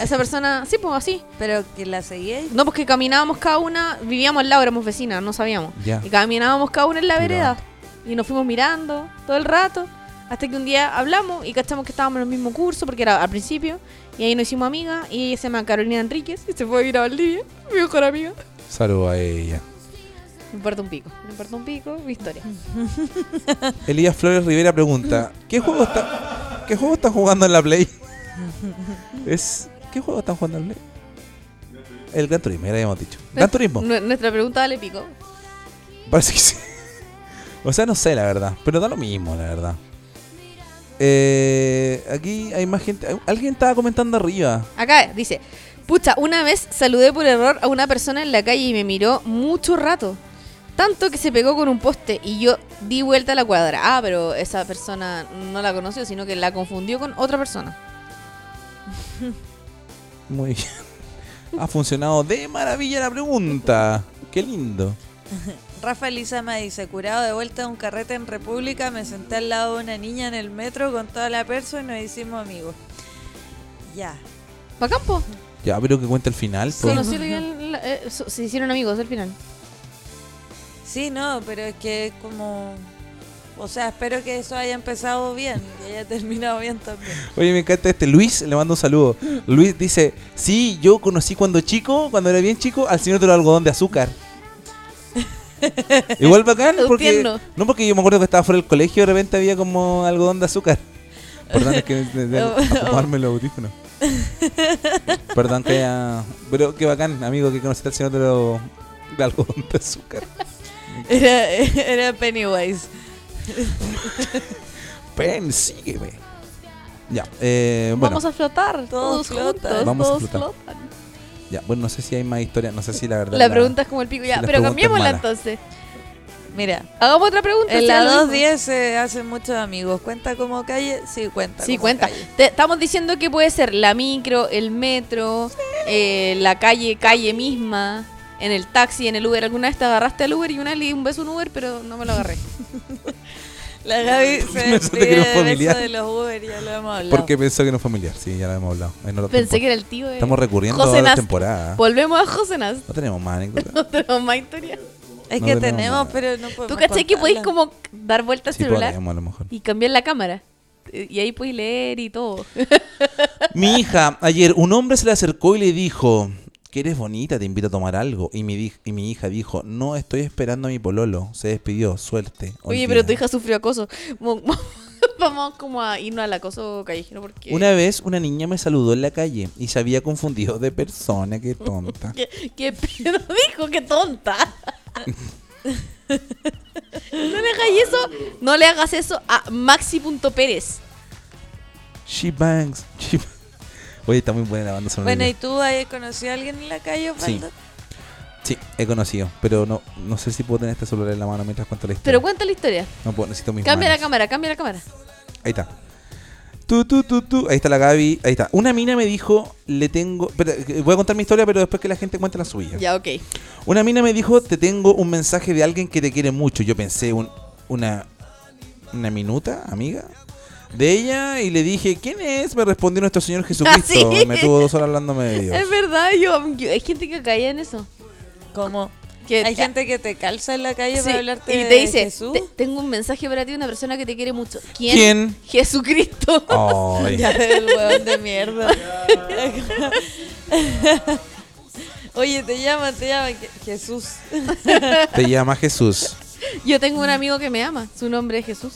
Speaker 2: Esa persona, sí, pues así.
Speaker 4: Pero que la seguí.
Speaker 2: No, porque caminábamos cada una, vivíamos al lado, éramos vecinas, no sabíamos.
Speaker 3: Ya.
Speaker 2: Y caminábamos cada una en la
Speaker 3: Mira.
Speaker 2: vereda. Y nos fuimos mirando todo el rato. Hasta que un día hablamos y cachamos que estábamos en el mismo curso, porque era al principio. Y ahí nos hicimos amigas. Y ella se llama Carolina Enríquez. Y se fue a vivir a Valdivia, mi mejor amiga.
Speaker 3: Saludo a ella.
Speaker 2: Me importa un pico, me importa un pico, mi historia.
Speaker 3: Elías Flores Rivera pregunta, ¿qué juego está qué juego están jugando en la Play? Es ¿qué juego están jugando en la Play? El Gran Turismo, ya lo habíamos dicho.
Speaker 2: Pues,
Speaker 3: Gran Turismo.
Speaker 2: Nue- Nuestra pregunta vale pico.
Speaker 3: Parece que sí. O sea, no sé la verdad, pero da lo mismo, la verdad. Eh, aquí hay más gente. Alguien estaba comentando arriba.
Speaker 2: Acá dice, pucha, una vez saludé por error a una persona en la calle y me miró mucho rato. Tanto que se pegó con un poste y yo di vuelta a la cuadra. Ah, pero esa persona no la conoció, sino que la confundió con otra persona.
Speaker 3: Muy bien. Ha funcionado de maravilla la pregunta. Qué lindo.
Speaker 4: Rafa Elizama dice, curado de vuelta de un carrete en República, me senté al lado de una niña en el metro con toda la perso y nos hicimos amigos. Ya.
Speaker 2: ¿Pa' campo?
Speaker 3: Ya, pero que cuenta el final.
Speaker 2: Se
Speaker 3: pues.
Speaker 2: conocieron y el- la- eh, so- se hicieron amigos al final.
Speaker 3: Eh,
Speaker 4: Sí, no, pero es que es como... O sea, espero que eso haya empezado bien, que haya terminado bien también.
Speaker 3: Oye, me encanta este. Luis, le mando un saludo. Luis dice, sí, yo conocí cuando chico, cuando era bien chico, al señor del algodón de azúcar. Igual bacán,
Speaker 2: Un
Speaker 3: porque,
Speaker 2: tierno.
Speaker 3: no porque yo me acuerdo que estaba fuera del colegio, de repente había como algodón de azúcar. Perdón, es que de- de-
Speaker 2: Oh,
Speaker 3: acomodarme los audífonos. Perdón que haya- Pero qué bacán, amigo, que conociste al señor de lo- del algodón de azúcar.
Speaker 4: Era, era Pennywise.
Speaker 3: Ven, sígueme. Ya, eh, bueno.
Speaker 2: Vamos a flotar. Todos,
Speaker 4: Todos
Speaker 2: juntos.
Speaker 4: flotan.
Speaker 3: Vamos a
Speaker 2: todos
Speaker 3: flotar.
Speaker 2: flotan.
Speaker 3: Ya, bueno, no sé si hay más historias, no sé si la verdad.
Speaker 2: La pregunta es como el pico ya.
Speaker 3: la
Speaker 2: Pero
Speaker 3: pregunta es
Speaker 2: cambiémosla
Speaker 3: mala.
Speaker 2: entonces.
Speaker 4: Mira,
Speaker 2: Hagamos otra pregunta.
Speaker 4: en
Speaker 2: sea
Speaker 4: la
Speaker 2: lo mismo.
Speaker 4: 210 se hacen muchos amigos. ¿Cuenta como calle? Sí, cuenta.
Speaker 2: Sí,
Speaker 4: como
Speaker 2: cuenta.
Speaker 4: calle.
Speaker 2: Te- estamos diciendo que puede ser la micro, el metro, eh, la calle, calle misma, en el taxi, en el Uber. Alguna vez te agarraste al Uber y una vez le di un beso a un Uber, pero no me lo agarré.
Speaker 4: La Gaby
Speaker 3: Me
Speaker 4: se
Speaker 3: resulta que
Speaker 4: despide
Speaker 3: no es
Speaker 4: de
Speaker 3: familiar.
Speaker 4: beso de los Uber, ya lo hemos hablado.
Speaker 3: Porque pensó que no es familiar, sí, ya lo hemos hablado. en otra
Speaker 2: Pensé
Speaker 3: temporada.
Speaker 2: que era el tío de...
Speaker 3: Estamos recurriendo
Speaker 2: José
Speaker 3: a la
Speaker 2: Nast.
Speaker 3: temporada.
Speaker 2: Volvemos a Josenas.
Speaker 3: No tenemos más anécdotas.
Speaker 2: No tenemos más historia.
Speaker 4: es
Speaker 3: no
Speaker 4: que
Speaker 3: tenemos
Speaker 4: tenemos,
Speaker 3: nada.
Speaker 4: pero no podemos
Speaker 2: ¿Tú caché que podéis
Speaker 4: podéis
Speaker 2: como dar vuelta al
Speaker 3: Sí,
Speaker 2: celular
Speaker 3: podemos, a lo mejor.
Speaker 2: y cambiar la cámara? Eh, Y ahí podéis leer y todo.
Speaker 3: Mi hija, ayer un hombre se le acercó y le dijo, que eres bonita, te invito a tomar algo. Y mi, di- y mi hija dijo, no, estoy esperando a mi pololo. Se despidió, suerte.
Speaker 2: Oye,
Speaker 3: olvida".
Speaker 2: pero tu hija sufrió acoso. Mo- mo- Vamos como a irnos al acoso callejero porque...
Speaker 3: Una vez una niña me saludó en la calle y se había confundido de persona, qué tonta.
Speaker 2: ¿Qué, qué pedo dijo? ¡Qué tonta! no le hagas eso, no le hagas eso a Maxi.pérez.
Speaker 3: She bangs. she- Oye, está muy buena la banda sonora.
Speaker 4: Bueno, ¿y tú hayas conocido a alguien en la calle, Osvaldo?
Speaker 3: Sí, he conocido, pero no, no sé si puedo tener este celular en la mano mientras cuento la historia.
Speaker 2: Pero cuenta la historia.
Speaker 3: no puedo, necesito mis
Speaker 2: Cambia la
Speaker 3: manos.
Speaker 2: cámara, cambia la cámara.
Speaker 3: Ahí está. Tú, tú, tú, tú. Ahí está la Gaby. Ahí está. Una mina me dijo, le tengo... espera, que voy a contar mi historia, pero después que la gente cuente la suya.
Speaker 2: Ya, ok.
Speaker 3: Una mina me dijo, te tengo un mensaje de alguien que te quiere mucho. Yo pensé un- una, una minuta, amiga, de ella y le dije, ¿quién es? Me respondió nuestro Señor Jesucristo.
Speaker 2: Ah, sí.
Speaker 3: Me tuvo dos horas hablándome de Dios.
Speaker 2: Es verdad, yo, yo- hay gente que caía en eso.
Speaker 4: ¿Cómo?
Speaker 2: Que-
Speaker 4: Hay gente que te calza en la calle
Speaker 2: Eh, Sí,
Speaker 4: para hablarte
Speaker 2: y te
Speaker 4: de
Speaker 2: dice,
Speaker 4: Jesús.
Speaker 2: "Te- tengo un mensaje para ti de una persona que te quiere mucho. ¿Quién? Ah.
Speaker 3: ¿Quién?
Speaker 2: Jesucristo.
Speaker 3: Ay.
Speaker 4: Ya, el hueón de mierda. Oye, te llaman, te llaman. que- Jesús.
Speaker 3: Te llama Jesús.
Speaker 2: Yo tengo un amigo que me ama, su nombre es Jesús.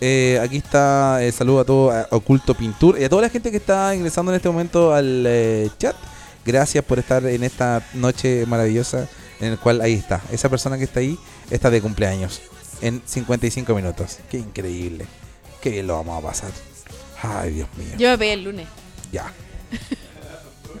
Speaker 3: Eh, aquí está, eh, saludo a todo a Oculto Pintur y a toda la gente que está ingresando en este momento al eh, chat. Gracias por estar en esta noche maravillosa en el cual ahí está. Esa persona que está ahí está de cumpleaños en 55 minutos. Qué increíble. Qué bien lo vamos a pasar. Ay, Dios mío.
Speaker 2: Yo me pedí el lunes.
Speaker 3: ya. Yo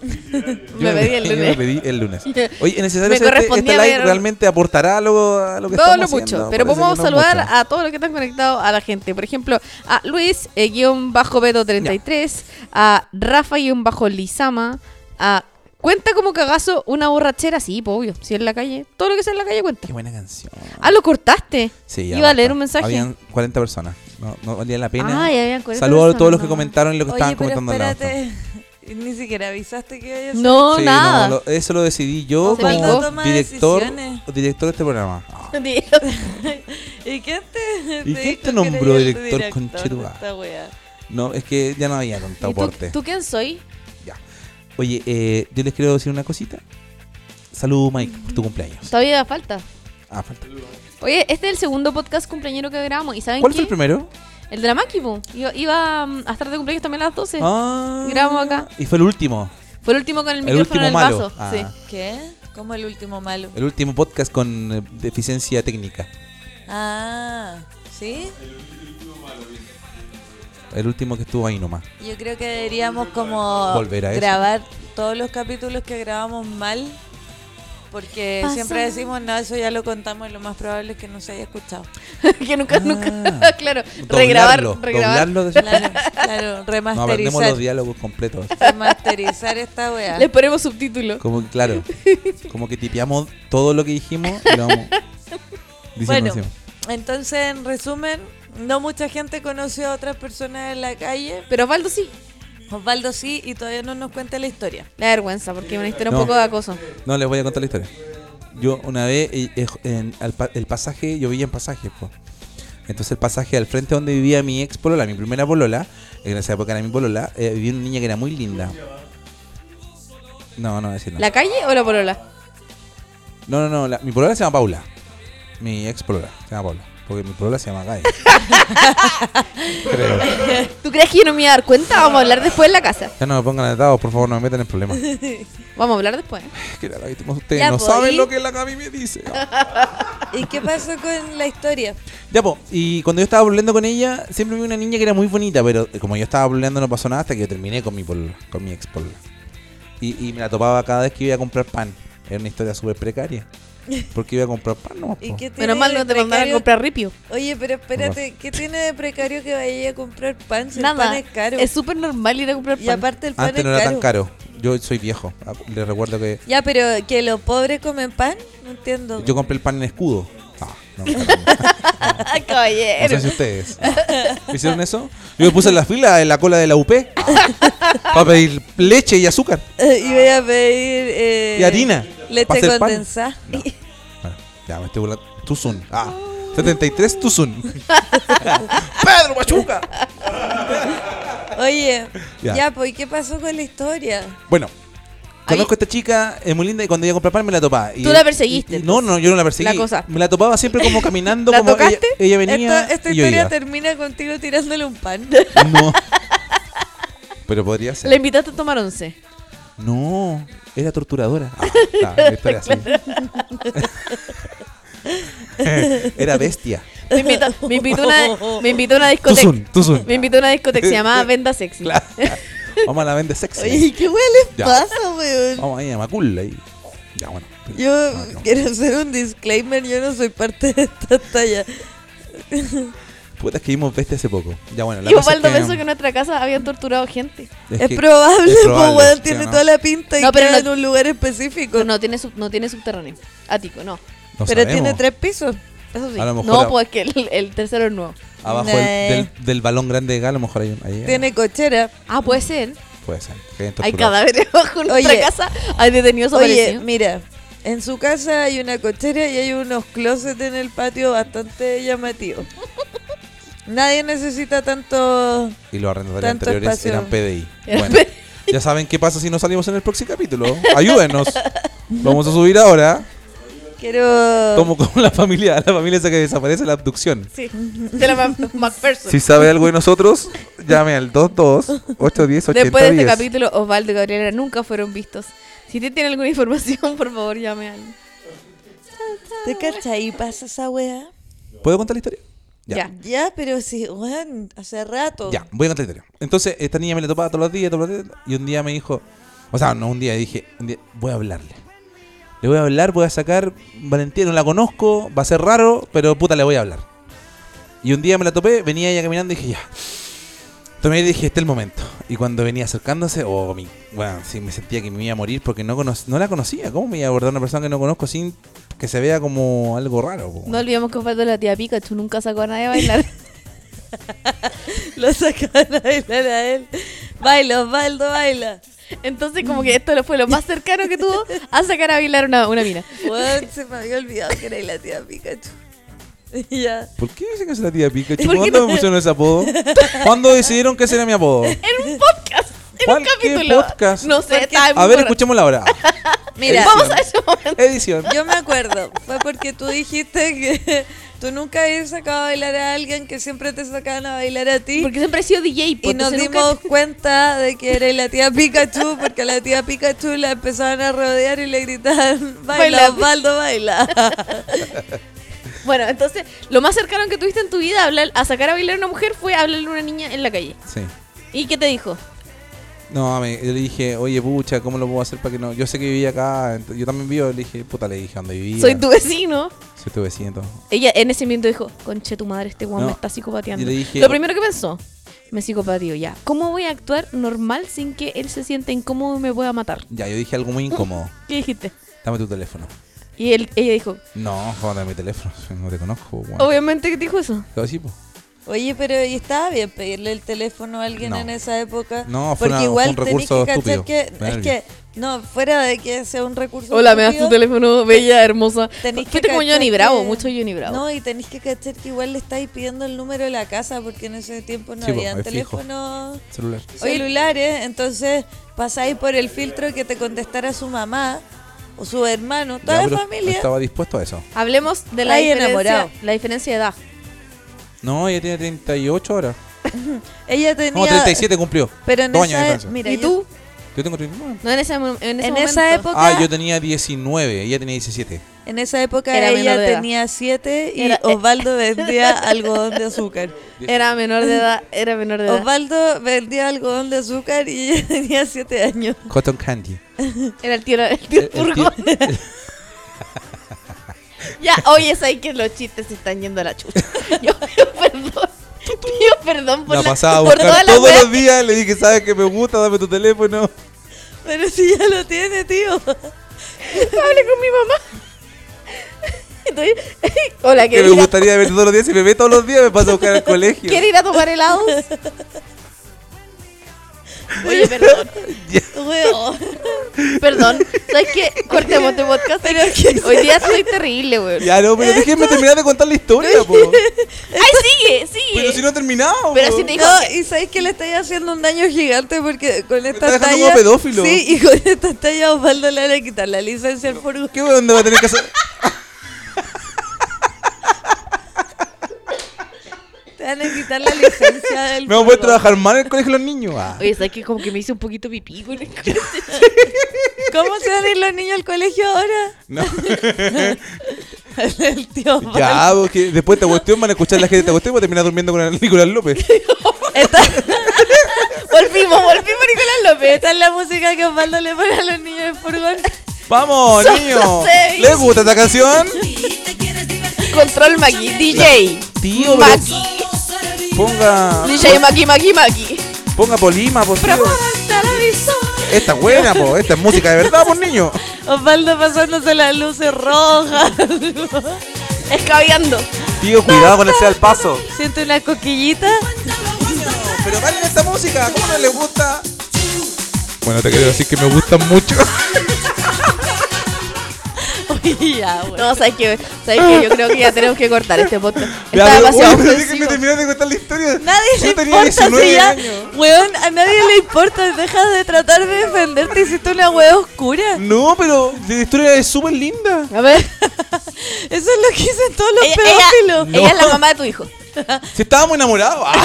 Speaker 2: me pedí el
Speaker 3: yo
Speaker 2: lunes.
Speaker 3: me pedí el lunes. Oye, ¿es necesario
Speaker 2: Me
Speaker 3: hacer este,
Speaker 2: correspondía
Speaker 3: este live
Speaker 2: ver-
Speaker 3: realmente aportará algo a lo que
Speaker 2: Todo lo
Speaker 3: estamos haciendo?
Speaker 2: mucho, pero
Speaker 3: Parece
Speaker 2: vamos a
Speaker 3: que no
Speaker 2: saludar
Speaker 3: mucho.
Speaker 2: a todos los que están conectados a la gente. Por ejemplo, a Luis, eh, guión bajo Beto 33, a Rafa, guión bajo Lizama, a... Cuenta como cagazo una borrachera, sí, po, obvio, si en la calle, todo lo que sea en la calle cuenta.
Speaker 3: Qué buena canción.
Speaker 2: Ah, lo cortaste.
Speaker 3: Sí,
Speaker 2: Iba
Speaker 3: ya
Speaker 2: a
Speaker 3: basta.
Speaker 2: leer un mensaje.
Speaker 3: Habían 40 personas. No, no valía la pena.
Speaker 2: Ay, habían 40
Speaker 3: Saludos a todos
Speaker 2: personas,
Speaker 3: los que
Speaker 2: no.
Speaker 3: comentaron y los que
Speaker 4: Oye,
Speaker 3: estaban
Speaker 4: pero
Speaker 3: comentando al lado.
Speaker 4: espérate. Ni siquiera avisaste que vayas
Speaker 2: No,
Speaker 3: Sí, no,
Speaker 2: nada.
Speaker 3: lo- eso lo decidí yo
Speaker 2: Se picó.
Speaker 3: como
Speaker 4: Toma
Speaker 3: director,
Speaker 4: decisiones.
Speaker 3: director de este programa. Ah,
Speaker 4: ¿Y quién te,
Speaker 3: ¿Y quién
Speaker 4: dijo
Speaker 3: te
Speaker 4: que
Speaker 3: nombró
Speaker 4: eres el
Speaker 3: director,
Speaker 4: de
Speaker 3: conchetumare?
Speaker 4: esta weá?
Speaker 3: No, es que ya no había tanto
Speaker 2: ¿Y tú,
Speaker 3: aporte.
Speaker 2: tú quién soy?
Speaker 3: Oye, eh, yo les quiero decir una cosita. Salud, Mike,
Speaker 2: Mm.
Speaker 3: por tu cumpleaños.
Speaker 2: Todavía da falta.
Speaker 3: Ah, falta.
Speaker 2: Oye, este es el segundo podcast cumpleañero que grabamos. ¿Y saben
Speaker 3: ¿Cuál
Speaker 2: qué?
Speaker 3: fue el primero?
Speaker 2: El de la Maki, po. Iba, iba, mm, a estar de cumpleaños también a las 12.
Speaker 3: Ah,
Speaker 2: Grabamos acá.
Speaker 3: Y fue el último.
Speaker 2: Fue el último con el
Speaker 3: El
Speaker 2: micrófono
Speaker 3: último
Speaker 2: en el
Speaker 3: malo.
Speaker 2: vaso.
Speaker 3: Ah.
Speaker 2: Sí.
Speaker 4: ¿Qué? ¿Cómo el último malo?
Speaker 3: El último podcast con eh, deficiencia técnica.
Speaker 4: Ah, ¿sí?
Speaker 3: El último que estuvo ahí nomás.
Speaker 4: Yo creo que deberíamos como
Speaker 3: Volver a eso.
Speaker 4: grabar todos los capítulos que grabamos mal Porque siempre decimos, no, eso ya lo contamos y lo más probable es que no se haya escuchado.
Speaker 2: que nunca,
Speaker 3: Ah.
Speaker 2: nunca, claro, regrabar,
Speaker 3: Doblarlo,
Speaker 2: regrabar.
Speaker 3: doblarlo de-
Speaker 4: Claro, claro,
Speaker 3: No, aprendemos
Speaker 4: remasterizar.
Speaker 3: los diálogos completos.
Speaker 4: remasterizar esta weá.
Speaker 2: Le ponemos subtítulo.
Speaker 3: Como que, claro, como que tipeamos todo lo que dijimos y lo vamos diciendo
Speaker 4: Bueno,
Speaker 3: así.
Speaker 4: entonces, en resumen, no mucha gente conoció a otras personas en la calle.
Speaker 2: Pero Osvaldo sí.
Speaker 4: Osvaldo sí, y todavía no nos cuenta la historia.
Speaker 2: La vergüenza, porque me necesito
Speaker 3: No.
Speaker 2: un poco de acoso.
Speaker 3: No, les voy a contar la historia. Yo una vez, eh, eh, en, al pa- el pasaje, yo vivía en pasajes, po. Entonces el pasaje al frente donde vivía mi ex polola, mi primera polola, en esa época era mi polola, eh, vivía una niña que era muy linda. No, no, decir no.
Speaker 2: ¿La calle o la polola?
Speaker 3: No, no, no, la- mi polola se llama Paula. Mi ex polola se llama Paula. Porque mi polola se llama Gaia. Creo.
Speaker 2: ¿Tú crees que yo no me iba a dar cuenta? Vamos a hablar después en la casa.
Speaker 3: Ya no me pongan atados, por favor, no me metan en problemas. Es
Speaker 2: Vamos a hablar después.
Speaker 3: que la Gaby, como ustedes
Speaker 4: Ya,
Speaker 3: no
Speaker 4: po,
Speaker 3: saben
Speaker 4: ¿y?
Speaker 3: lo que la Gaby me dice.
Speaker 4: ¿Y qué pasó con la historia?
Speaker 3: Ya, po, y cuando yo estaba volviendo con ella, siempre vi una niña que era muy bonita, pero eh, como yo estaba volviendo no pasó nada hasta que yo terminé con mi polola, con mi ex polola. Y, y me la topaba cada vez que iba a comprar pan. Era una historia súper precaria. Porque iba a comprar pan, no.
Speaker 4: ¿Y qué tiene
Speaker 2: Menos mal
Speaker 4: de
Speaker 2: no te mandaron a
Speaker 4: precario?
Speaker 2: comprar ripio.
Speaker 4: Oye, pero espérate, ¿qué tiene de precario que vaya a comprar pan si el
Speaker 2: Nada.
Speaker 4: pan es caro?
Speaker 2: Es súper normal ir a comprar
Speaker 4: Y
Speaker 2: pan.
Speaker 4: aparte el pan
Speaker 3: Antes
Speaker 4: es
Speaker 3: no era
Speaker 4: caro.
Speaker 3: tan caro. Yo soy viejo. Ah, Les recuerdo que
Speaker 4: Ya, pero que los pobres comen pan, no entiendo.
Speaker 3: yo compré el pan en escudo. Ah, no, no
Speaker 2: Caballero.
Speaker 3: sé si ustedes ah, hicieron eso. Yo me puse en la fila, en la cola de la UP, ah, para pedir leche y azúcar.
Speaker 4: y voy a pedir... eh,
Speaker 3: Y harina, pa'
Speaker 4: Leche
Speaker 3: hacer pan.
Speaker 4: condensada.
Speaker 3: No. Bueno, ya me estoy burlando. Tuzun. Ah, 73 Tuzun. Pedro Machuca.
Speaker 4: Oye,
Speaker 3: Ya.
Speaker 4: ya. pues, ¿y qué pasó con la historia?
Speaker 3: Bueno, conozco a esta chica, es muy linda, y cuando iba a comprar pan me la topaba. Y-
Speaker 2: Tú la perseguiste,
Speaker 3: y- y- no, no, yo no la perseguí.
Speaker 2: La cosa.
Speaker 3: Me la topaba siempre como caminando.
Speaker 2: ¿La
Speaker 3: como ella-
Speaker 2: tocaste?
Speaker 3: Ella, venía.
Speaker 4: esta esta
Speaker 3: y yo
Speaker 4: historia
Speaker 3: iba.
Speaker 4: termina contigo tirándole un pan.
Speaker 3: No. Pero podría ser.
Speaker 2: La invitaste a tomar once.
Speaker 3: No, era torturadora. Ah, la historia así. era bestia.
Speaker 2: Me invitó, me invitó, una, me invitó a una discoteca.
Speaker 3: Tuzun, Tuzun.
Speaker 2: Me invitó a una discoteca que se llamaba Venda Sexy.
Speaker 3: Claro. Vamos a la vende sexy.
Speaker 4: Oye, ¿qué hueá les
Speaker 3: Ya.
Speaker 4: pasa, weón?
Speaker 3: Vamos ahí a Macul. Ahí. Ya, bueno.
Speaker 4: Yo
Speaker 3: Ah, no.
Speaker 4: quiero hacer un disclaimer, yo no soy parte de esta talla.
Speaker 3: Puta, es que vimos bestia hace poco. Ya, bueno. La
Speaker 2: Y
Speaker 3: cosa es
Speaker 2: Osvaldo
Speaker 3: que- um,
Speaker 2: pensó que en nuestra casa habían torturado gente.
Speaker 3: es
Speaker 4: Es
Speaker 3: que-
Speaker 4: probable,
Speaker 3: es
Speaker 4: pues,
Speaker 3: probable,
Speaker 4: weón,
Speaker 3: ¿sí o
Speaker 4: tiene
Speaker 3: no?
Speaker 4: toda la pinta y
Speaker 2: No, pero
Speaker 4: queda
Speaker 2: no-
Speaker 4: en un lugar específico.
Speaker 2: Pero no tiene, sub- no tiene subterráneo. Ático, no.
Speaker 3: No
Speaker 4: pero
Speaker 3: sabemos.
Speaker 4: tiene tres pisos.
Speaker 2: Eso sí.
Speaker 3: A lo mejor
Speaker 2: No,
Speaker 3: a-
Speaker 2: pues es que el, el tercero es nuevo.
Speaker 3: Abajo
Speaker 4: Nah.
Speaker 3: del, del- del balón grande de Galo, a lo mejor hay un. Ahí,
Speaker 4: Tiene cochera.
Speaker 2: Ah, puede ser.
Speaker 3: Puede ser. que hayan
Speaker 2: Hay
Speaker 3: torturado.
Speaker 2: cadáveres bajo en nuestra
Speaker 4: Oye.
Speaker 2: casa. Hay detenidos
Speaker 4: Oye,
Speaker 2: aparecidos.
Speaker 4: mira, en su casa hay una cochera y hay unos closets en el patio bastante llamativos. Nadie necesita tanto...
Speaker 3: Y los arrendatarios
Speaker 4: Tanto
Speaker 3: anteriores
Speaker 4: espacio.
Speaker 3: eran PDI. Bueno, ya saben qué pasa si no salimos en el próximo capítulo. Ayúdenos. Vamos a subir ahora.
Speaker 4: Quiero...
Speaker 3: Tomo como la familia, la familia esa que desaparece la abducción.
Speaker 2: Sí. De la Ma- MacPherson.
Speaker 3: Si sabe algo de nosotros, llame al 22 810
Speaker 2: Después de este capítulo, Osvaldo y Gabriela nunca fueron vistos. Si usted tiene alguna información, por favor, llame a alguien.
Speaker 4: ¿Te cachai? ¿Pasa esa weá?
Speaker 3: ¿Puedo contar la historia?
Speaker 2: Ya.
Speaker 4: Ya, pero sí, weón, hace rato.
Speaker 3: Ya, voy a contar la historia. Entonces, esta niña me la topaba todos los días, todos los días, y un día me dijo, o sea, no un día, dije, un día, voy a hablarle. Le voy a hablar, voy a sacar valentía, no la conozco, va a ser raro, pero puta, le voy a hablar. Y un día me la topé, venía ella caminando y dije, ya. Tomé y dije, este es el momento. Y cuando venía acercándose, oh, mi, bueno, sí, me sentía que me iba a morir porque no, cono- no la conocía. ¿Cómo me iba a abordar una persona que no conozco sin que se vea como algo raro? po?
Speaker 2: No olvidemos que Osvaldo es la tía Pikachu nunca sacó a nadie a bailar.
Speaker 4: Lo sacaron a bailar a él. Baila, Osvaldo, baila.
Speaker 2: Entonces, como que esto lo fue lo más cercano que tuvo a sacar a bailar una, una mina.
Speaker 4: Weón, se me había olvidado que era la tía Pikachu. ya.
Speaker 3: ¿Por qué dicen que es la tía Pikachu?
Speaker 2: ¿Por qué
Speaker 3: ¿Cuándo
Speaker 2: no?
Speaker 3: me pusieron ese apodo? ¿Cuándo decidieron que ese era mi apodo?
Speaker 2: En un podcast. En
Speaker 3: ¿Cuál
Speaker 2: un
Speaker 3: qué
Speaker 2: capítulo.
Speaker 3: podcast?
Speaker 2: No sé, estaba muy
Speaker 3: A ver,
Speaker 2: raro.
Speaker 3: escuchémosla ahora.
Speaker 4: Mira,
Speaker 2: Vamos a ese momento.
Speaker 3: Edición.
Speaker 4: yo me acuerdo. Fue porque tú dijiste que tú nunca habías sacado a bailar a alguien que siempre te sacaban a bailar a ti.
Speaker 2: Porque siempre he sido DJ. po,
Speaker 4: Y nos
Speaker 2: entonces
Speaker 4: dimos cuenta de que era la tía Pikachu, porque a la tía Pikachu la empezaban a rodear y le gritaban,
Speaker 2: Baila.
Speaker 4: baila, Osvaldo, baila.
Speaker 2: nunca- Bueno, entonces, lo más cercano que tuviste en tu vida a, hablar- a sacar a bailar a una mujer fue hablarle a una niña en la calle.
Speaker 3: Sí.
Speaker 2: ¿Y qué te dijo?
Speaker 3: No, me- yo le dije, oye, pucha, ¿cómo lo puedo hacer para que no? Yo sé que vivía acá, ent- yo también vivo. Le dije, puta, le dije dónde vivía.
Speaker 2: Soy tu vecino.
Speaker 3: Soy tu vecino. todo.
Speaker 2: Ella en ese momento dijo,
Speaker 7: Conche tu madre, este guan
Speaker 3: No.
Speaker 7: me está psicopateando.
Speaker 3: Y le dije,
Speaker 2: Lo primero que pensó, me psicopatio ya. ¿Cómo voy a actuar normal sin que él se sienta incómodo y me pueda matar?
Speaker 3: ya, yo dije algo muy incómodo.
Speaker 2: ¿Qué dijiste?
Speaker 3: Dame tu teléfono.
Speaker 2: Y él, ella dijo,
Speaker 3: No, joder, dame mi teléfono, si no te conozco, weón.
Speaker 2: obviamente que te dijo eso.
Speaker 3: Todo así, po.
Speaker 4: Oye, pero ¿y estaba bien pedirle el teléfono a alguien
Speaker 3: No.
Speaker 4: en esa época?
Speaker 3: No, fue una- fue un
Speaker 4: tenés
Speaker 3: recurso estúpido.
Speaker 4: que...
Speaker 3: Me
Speaker 4: Es
Speaker 3: nervio.
Speaker 4: que, no, fuera de que sea un recurso
Speaker 2: Hola, me das tu
Speaker 4: estúpido,
Speaker 2: teléfono, bella, hermosa.
Speaker 4: tenés que
Speaker 2: Fuiste como
Speaker 4: cachar
Speaker 2: Johnny Bravo,
Speaker 4: que-
Speaker 2: mucho Johnny Bravo.
Speaker 4: No, y tenéis que cachar que igual le estáis pidiendo el número de la casa porque en ese tiempo no
Speaker 3: Sí, po,
Speaker 4: habían
Speaker 3: es fijo.
Speaker 4: teléfonos
Speaker 3: Celular.
Speaker 4: celulares, entonces pasáis por el filtro que te contestara su mamá o su hermano, toda
Speaker 3: Ya,
Speaker 4: la
Speaker 3: pero
Speaker 4: familia.
Speaker 3: Estaba dispuesto a eso.
Speaker 2: Hablemos de la
Speaker 4: Ay,
Speaker 2: diferencia,
Speaker 4: enamorado.
Speaker 2: la diferencia de edad.
Speaker 3: No, ella tiene 38 horas.
Speaker 4: Ella tenía
Speaker 3: No, 37 cumplió.
Speaker 4: Pero en
Speaker 3: Dos años de
Speaker 4: esa e-
Speaker 3: diferencia.
Speaker 4: mira,
Speaker 2: ¿Y
Speaker 4: yo-
Speaker 2: tú?
Speaker 3: Yo tengo 39.
Speaker 2: No en ese, mo- en ese
Speaker 4: en
Speaker 2: momento.
Speaker 4: esa época
Speaker 3: Ah, yo tenía 19, ella tenía 17.
Speaker 4: En esa época
Speaker 2: Era menor
Speaker 4: ella
Speaker 2: de edad.
Speaker 4: tenía 7 y
Speaker 2: Era- eh.
Speaker 4: Osvaldo vendía algodón de azúcar.
Speaker 2: Era menor de edad, era menor de
Speaker 4: Oh,
Speaker 2: edad.
Speaker 4: Osvaldo vendía algodón de azúcar y ella tenía 7 años.
Speaker 3: Cotton Candy.
Speaker 2: Era el tío, el tío
Speaker 3: Eh, El- el tío-
Speaker 2: Furgón. Ya, oye, es ahí que los chistes se están yendo a la chucha. Yo pido perdón. Pido perdón por,
Speaker 3: La
Speaker 2: la-
Speaker 3: pasaba a
Speaker 2: por todas
Speaker 3: buscar
Speaker 2: las
Speaker 3: todos
Speaker 2: weas
Speaker 3: los días. Le dije, ¿sabes que me gusta? Dame tu teléfono.
Speaker 4: Pero si ya lo tiene, tío.
Speaker 2: Hablé con mi mamá. Entonces, hola,
Speaker 3: Que
Speaker 2: ¿quieres
Speaker 3: me
Speaker 2: ir, a,
Speaker 3: gustaría verte todos los días. Si me ve todos los días, me pasa a buscar al colegio.
Speaker 2: ¿quiere ir a tomar helados? Oye, perdón,
Speaker 4: Weón.
Speaker 2: perdón. ¿Sabes qué? Cortemos este podcast. Hoy día estoy terrible, weón.
Speaker 3: Ya, no, pero déjenme terminar de contar la historia, po.
Speaker 2: ¡Ay, sigue, sigue!
Speaker 3: Pero si no he terminado,
Speaker 2: Pero
Speaker 3: po.
Speaker 2: si te dijo
Speaker 4: No,
Speaker 2: que-
Speaker 4: y sabéis que le estáis haciendo un daño gigante porque con
Speaker 3: está
Speaker 4: esta
Speaker 3: dejando
Speaker 4: talla.
Speaker 3: como pedófilo.
Speaker 4: Sí, y con esta talla Osvaldo le van a quitar la licencia al furgón.
Speaker 3: ¿Qué dónde va a tener que hacer?
Speaker 4: Te van a quitar la licencia del
Speaker 3: Me voy a poder trabajar mal en el colegio de los niños. Ah.
Speaker 5: Oye, ¿sabes que como que me hice un poquito pipí, güey?
Speaker 4: ¿Cómo se van a ir los niños al colegio ahora?
Speaker 3: No.
Speaker 4: El tío Osvaldo.
Speaker 3: Ya, porque después te cuestión, van a escuchar la gente te cuestión y voy a terminar durmiendo con el Nicolás López.
Speaker 4: Esta... volvimos, volvimos Nicolás López. Esta es la música que Osvaldo le pone a los niños del furgón.
Speaker 3: ¡Vamos, niños!
Speaker 2: seis.
Speaker 3: ¿Les gusta esta canción?
Speaker 2: Control Maki, DJ.
Speaker 3: Tío, pero
Speaker 2: Maki,
Speaker 3: ponga,
Speaker 2: DJ Maki, Maki, Maki.
Speaker 3: ponga Polima, por tío. Esta es buena, po. Esta es música de verdad, por niño.
Speaker 4: Osvaldo pasándose las luces rojas.
Speaker 2: Escabeando.
Speaker 3: Tío, cuidado con ese al paso.
Speaker 4: Siente una coquillita.
Speaker 3: Pero vale esta música, ¿cómo no les gusta? Bueno, te quiero decir que me gustan mucho.
Speaker 4: Oye, ya, güey.
Speaker 2: No, ¿sabes qué? ¿Sabes qué? Yo creo que ya tenemos que cortar este podcast.
Speaker 3: Ya,
Speaker 2: Está
Speaker 3: pero-
Speaker 2: demasiado
Speaker 3: oye, pero déjenme
Speaker 2: ofensivo.
Speaker 3: terminar de contar la historia.
Speaker 4: Nadie
Speaker 3: Yo
Speaker 4: le
Speaker 3: tenía
Speaker 4: importa si
Speaker 3: 19
Speaker 4: ya,
Speaker 3: años.
Speaker 4: weón, a nadie le importa, deja de tratar de defenderte, hiciste una weá oscura.
Speaker 3: No, pero la historia es súper linda.
Speaker 2: A ver,
Speaker 4: Eso es lo que dicen todos los
Speaker 2: ella, ella,
Speaker 4: pedófilos.
Speaker 2: ella es la mamá de tu hijo.
Speaker 3: Si estábamos enamorados. Ah,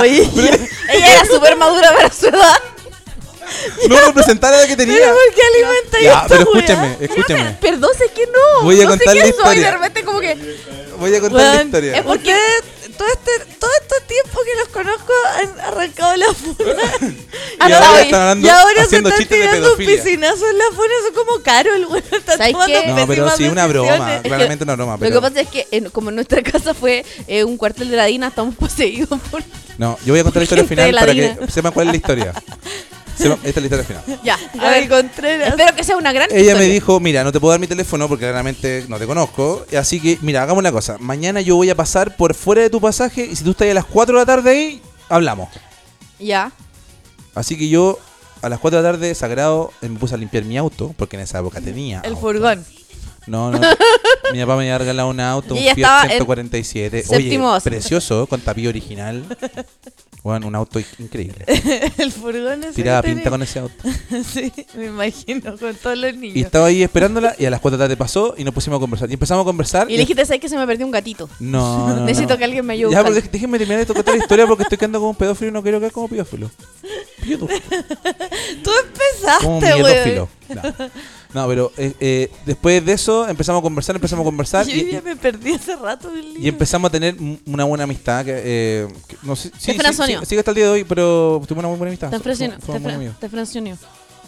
Speaker 4: Oye,
Speaker 2: Ella era súper madura para su edad.
Speaker 3: no representar a la que tenía.
Speaker 4: pero ¿por qué alimenta
Speaker 3: Ya,
Speaker 4: esta
Speaker 3: pero
Speaker 4: weá?
Speaker 3: escúchame, escúchame.
Speaker 2: Perdón, sé que no.
Speaker 3: Voy a
Speaker 2: no
Speaker 3: contar
Speaker 2: sé
Speaker 3: la
Speaker 2: quién soy,
Speaker 3: historia. Ah,
Speaker 2: de repente como que...
Speaker 3: Voy a contar la
Speaker 4: Weón,
Speaker 3: historia.
Speaker 4: es porque todo este, todo este tiempo que los conozco han arrancado la funa.
Speaker 3: Y ahora
Speaker 4: Hasta hoy.
Speaker 3: están hablando-
Speaker 4: Ah, y ahora se
Speaker 3: haciendo
Speaker 4: están
Speaker 3: chistes de
Speaker 4: tirando un
Speaker 3: pedofilia.
Speaker 4: piscinazo en la funa, son como caro el weón. Está
Speaker 2: ¿Sabes
Speaker 4: tomando
Speaker 2: qué?
Speaker 3: No, pero
Speaker 4: pésimas
Speaker 3: sí, una broma.
Speaker 4: decisiones.
Speaker 3: Claramente una broma.
Speaker 2: Lo que
Speaker 3: Pero...
Speaker 2: pasa es que en- como nuestra casa fue eh, un cuartel de la DINA, estamos poseídos por...
Speaker 3: No, yo voy a contar la historia
Speaker 2: Gente de
Speaker 3: final para
Speaker 2: Ladina.
Speaker 3: que sepan cuál es la historia. Sepan- Esta es la historia final.
Speaker 2: Ya, a
Speaker 4: Gaby
Speaker 2: ver,
Speaker 4: Contreras.
Speaker 2: espero que sea una gran
Speaker 3: Ella me
Speaker 2: historia.
Speaker 3: dijo, mira, no te puedo dar mi teléfono porque claramente no te conozco. Así que, mira, hagamos una cosa. Mañana yo voy a pasar por fuera de tu pasaje y si tú estás a las 4 de la tarde ahí, hablamos.
Speaker 2: Ya.
Speaker 3: Así que yo a las 4 de la tarde, sagrado, eh, me puse a limpiar mi auto porque en esa época tenía.
Speaker 4: El
Speaker 3: auto.
Speaker 4: furgón.
Speaker 3: No, no. mi papá me había regalado un auto, un
Speaker 2: Y ella
Speaker 3: Fiat
Speaker 2: estaba en
Speaker 3: 147. Oye,
Speaker 2: séptimo básico.
Speaker 3: precioso, con tapillo original. Bueno, un auto increíble.
Speaker 4: El furgón ese.
Speaker 3: Tiraba
Speaker 4: que
Speaker 3: pinta
Speaker 4: tenía.
Speaker 3: con ese auto.
Speaker 4: Sí, me imagino, con todos los niños.
Speaker 3: Y estaba ahí esperándola y a las 4 de la tarde pasó y nos pusimos a conversar. Y empezamos a conversar.
Speaker 2: Y le dijiste, ¿sabes que se me perdió un gatito?
Speaker 3: Ah, No, no, no.
Speaker 2: Necesito que alguien me ayude.
Speaker 3: Ya, pero
Speaker 2: buscando".
Speaker 3: dej- déjenme terminar de tocar la historia porque estoy quedando como un pedófilo y no quiero quedar como pedófilo. Pedófilo.
Speaker 4: Tú empezaste,
Speaker 3: Como un
Speaker 4: güey.
Speaker 3: mierdófilo. No. No, pero eh, eh, después de eso empezamos a conversar, empezamos a conversar
Speaker 4: Yo
Speaker 3: y,
Speaker 4: ya me perdí hace rato del
Speaker 3: y
Speaker 4: libro.
Speaker 3: empezamos a tener m- una buena amistad. Que, eh, que- no sé, sí,
Speaker 2: Te
Speaker 3: sí,
Speaker 2: frenzoneó.
Speaker 3: sí, sigue hasta el día de hoy, pero tuvimos una muy buena amistad.
Speaker 2: Te
Speaker 3: Fue-
Speaker 2: frencionó.
Speaker 3: fue
Speaker 2: Te,
Speaker 3: un buen
Speaker 2: fre-
Speaker 3: amigo.
Speaker 2: te frencionó.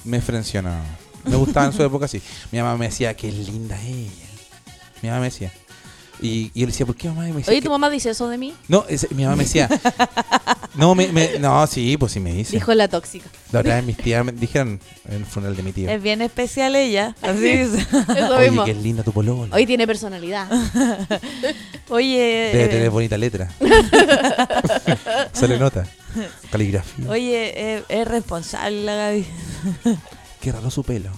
Speaker 3: Me frencionaba. Me gustaba en su época, sí. Mi mamá me decía, qué linda ella. Mi mamá me decía. Y, y él decía, ¿por qué mamá? Y me decía,
Speaker 2: Oye,
Speaker 3: "Que-
Speaker 2: ¿tu mamá dice eso de mí?
Speaker 3: No, ese- mi mamá me decía. no, me, me- no, sí, pues sí me dice.
Speaker 2: Dijo la tóxica.
Speaker 3: la otra vez mis tías me dijeron en el funeral de mi tío.
Speaker 4: Es bien especial ella. Así dice.
Speaker 2: Eso
Speaker 3: Oye,
Speaker 2: mismo.
Speaker 3: qué linda tu polola.
Speaker 2: Hoy tiene personalidad.
Speaker 4: Oye.
Speaker 3: Debe
Speaker 4: eh,
Speaker 3: tener bonita letra. Se le nota. Caligrafía.
Speaker 4: Oye, eh, es responsable la Gaby.
Speaker 3: Qué raro su pelo.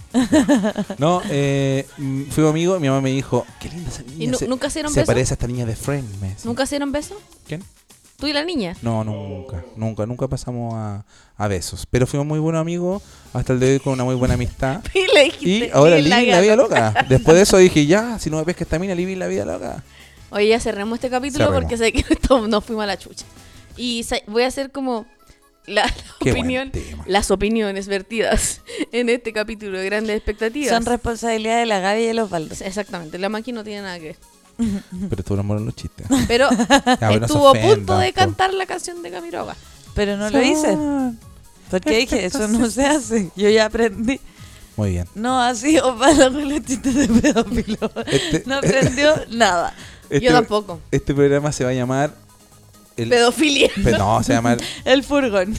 Speaker 3: no, eh, mm, fui amigo y mi mamá me dijo, qué linda esa niña.
Speaker 2: ¿Y nu-
Speaker 3: se,
Speaker 2: nunca hicieron
Speaker 3: Se
Speaker 2: beso?
Speaker 3: parece a esta niña de Friend. me decía.
Speaker 2: ¿Nunca se dieron beso?
Speaker 3: ¿Quién?
Speaker 2: ¿Tú y la niña?
Speaker 3: No, nunca, nunca, nunca pasamos a, a besos. Pero fuimos muy buenos amigos hasta el de hoy con una muy buena amistad.
Speaker 2: Y le
Speaker 3: Y
Speaker 2: dijiste,
Speaker 3: ahora
Speaker 2: "Y la
Speaker 3: Living la
Speaker 2: gata".
Speaker 3: vida loca. Después de eso dije, ya, si no me pesca esta mina, Living la vida loca.
Speaker 2: Oye, ya cerremos este capítulo
Speaker 3: Cerremos.
Speaker 2: porque sé que esto- nos fuimos a la chucha. Y sa- voy a hacer como la, la
Speaker 3: Qué buen
Speaker 2: opinión,
Speaker 3: tema.
Speaker 2: las opiniones vertidas en este capítulo de grandes expectativas.
Speaker 4: Son responsabilidad de la Gaby y de los baldos.
Speaker 2: Exactamente, la máquina no tiene nada que ver.
Speaker 3: Pero tú no moros los chistes.
Speaker 2: Pero
Speaker 3: pero no se
Speaker 2: estuvo a punto
Speaker 3: ofendan,
Speaker 2: de
Speaker 3: po.
Speaker 2: cantar la canción de Camiroga.
Speaker 4: Pero no lo hice. Porque dije, eso no se hace. Yo ya aprendí.
Speaker 3: Muy bien.
Speaker 4: No, así o para con los chistes de pedófilo.
Speaker 3: Este-
Speaker 4: No aprendió nada.
Speaker 2: Yo tampoco.
Speaker 3: Este programa se va a llamar. El,
Speaker 2: Pedofilia.
Speaker 3: Pe- no, se va a llamar
Speaker 4: El furgón.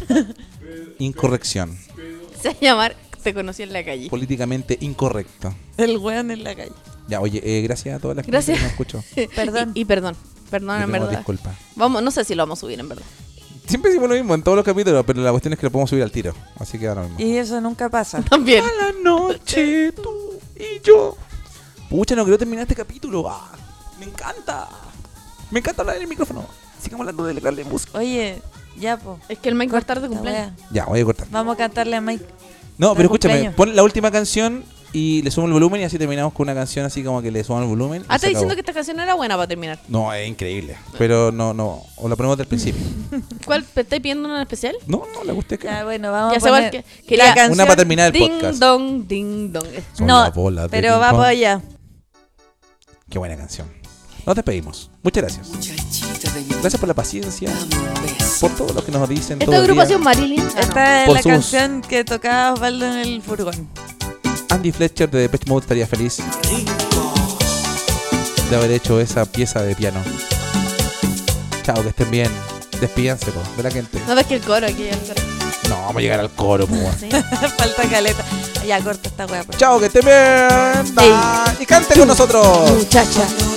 Speaker 3: Incorrección.
Speaker 2: Se va a llamar Te conocí en la calle.
Speaker 3: Políticamente incorrecto.
Speaker 4: El weón en la calle.
Speaker 3: Ya, oye, eh, gracias a todas las
Speaker 2: Gracias.
Speaker 3: personas que nos escuchó.
Speaker 4: Perdón.
Speaker 2: Y, y perdón, perdón
Speaker 3: Le
Speaker 2: en
Speaker 3: pedimos
Speaker 2: verdad.
Speaker 3: Disculpa.
Speaker 2: Vamos, no sé si lo vamos a subir en verdad.
Speaker 3: Siempre hicimos lo mismo en todos los capítulos, pero la cuestión es que lo podemos subir al tiro. Así que ahora mismo.
Speaker 4: Y eso nunca pasa.
Speaker 2: También.
Speaker 3: la noche, tú y yo. Pucha, no creo terminar este capítulo. Ah, me encanta. Me encanta hablar en el micrófono. Sigamos hablando de la de música.
Speaker 4: Oye, ya po.
Speaker 2: Es que el Mike va a estar de
Speaker 4: La
Speaker 2: cumpleaños.
Speaker 4: wea.
Speaker 3: Ya, voy a cortar.
Speaker 4: Vamos a cantarle a Mike.
Speaker 3: No, pero
Speaker 4: Está de
Speaker 3: escúchame,
Speaker 4: cumpleaños.
Speaker 3: pon la última canción y le sumo el volumen y así terminamos con una canción así como que le suman el volumen. y
Speaker 2: Ah, está
Speaker 3: se
Speaker 2: diciendo que
Speaker 3: acabó.
Speaker 2: esta canción no era buena para terminar.
Speaker 3: No, es increíble. Pero no, no. O la ponemos del principio.
Speaker 2: ¿Cuál? ¿Te estáis pidiendo una en especial?
Speaker 3: No, no, la guste que.
Speaker 4: Ya, bueno, vamos
Speaker 2: Ya
Speaker 4: a
Speaker 2: sé cuál
Speaker 4: poner
Speaker 2: que- quería- Una
Speaker 3: Una para terminar el
Speaker 2: ding
Speaker 3: podcast.
Speaker 2: dong, ding dong.
Speaker 3: Son
Speaker 4: No,
Speaker 3: las bolas de
Speaker 4: pero
Speaker 3: ping
Speaker 4: va
Speaker 3: pong.
Speaker 4: para
Speaker 2: Ah,
Speaker 4: allá.
Speaker 3: Qué buena canción. Nos despedimos. Muchas gracias.
Speaker 9: Muchachita de mi
Speaker 3: Gracias por la paciencia,
Speaker 9: dame un beso.
Speaker 3: por todo lo que nos dicen. todo
Speaker 1: Esta
Speaker 3: el día.
Speaker 1: agrupación Marilyn. ah, no.
Speaker 4: Esta es
Speaker 3: Por
Speaker 4: la
Speaker 3: sus-
Speaker 4: canción que tocaba Osvaldo en el furgón.
Speaker 3: Andy Fletcher de Depeche Mode estaría feliz de haber hecho esa pieza de piano. Chao, que estén bien. Despídanse po, de la gente.
Speaker 2: No ves que el coro aquí. El coro.
Speaker 3: No, vamos a llegar al coro, po, weón.
Speaker 4: Falta caleta. Ya, corta esta wea. pues.
Speaker 3: Chao, que estén bien. Bye. Y canten con nosotros.
Speaker 7: Muchacha.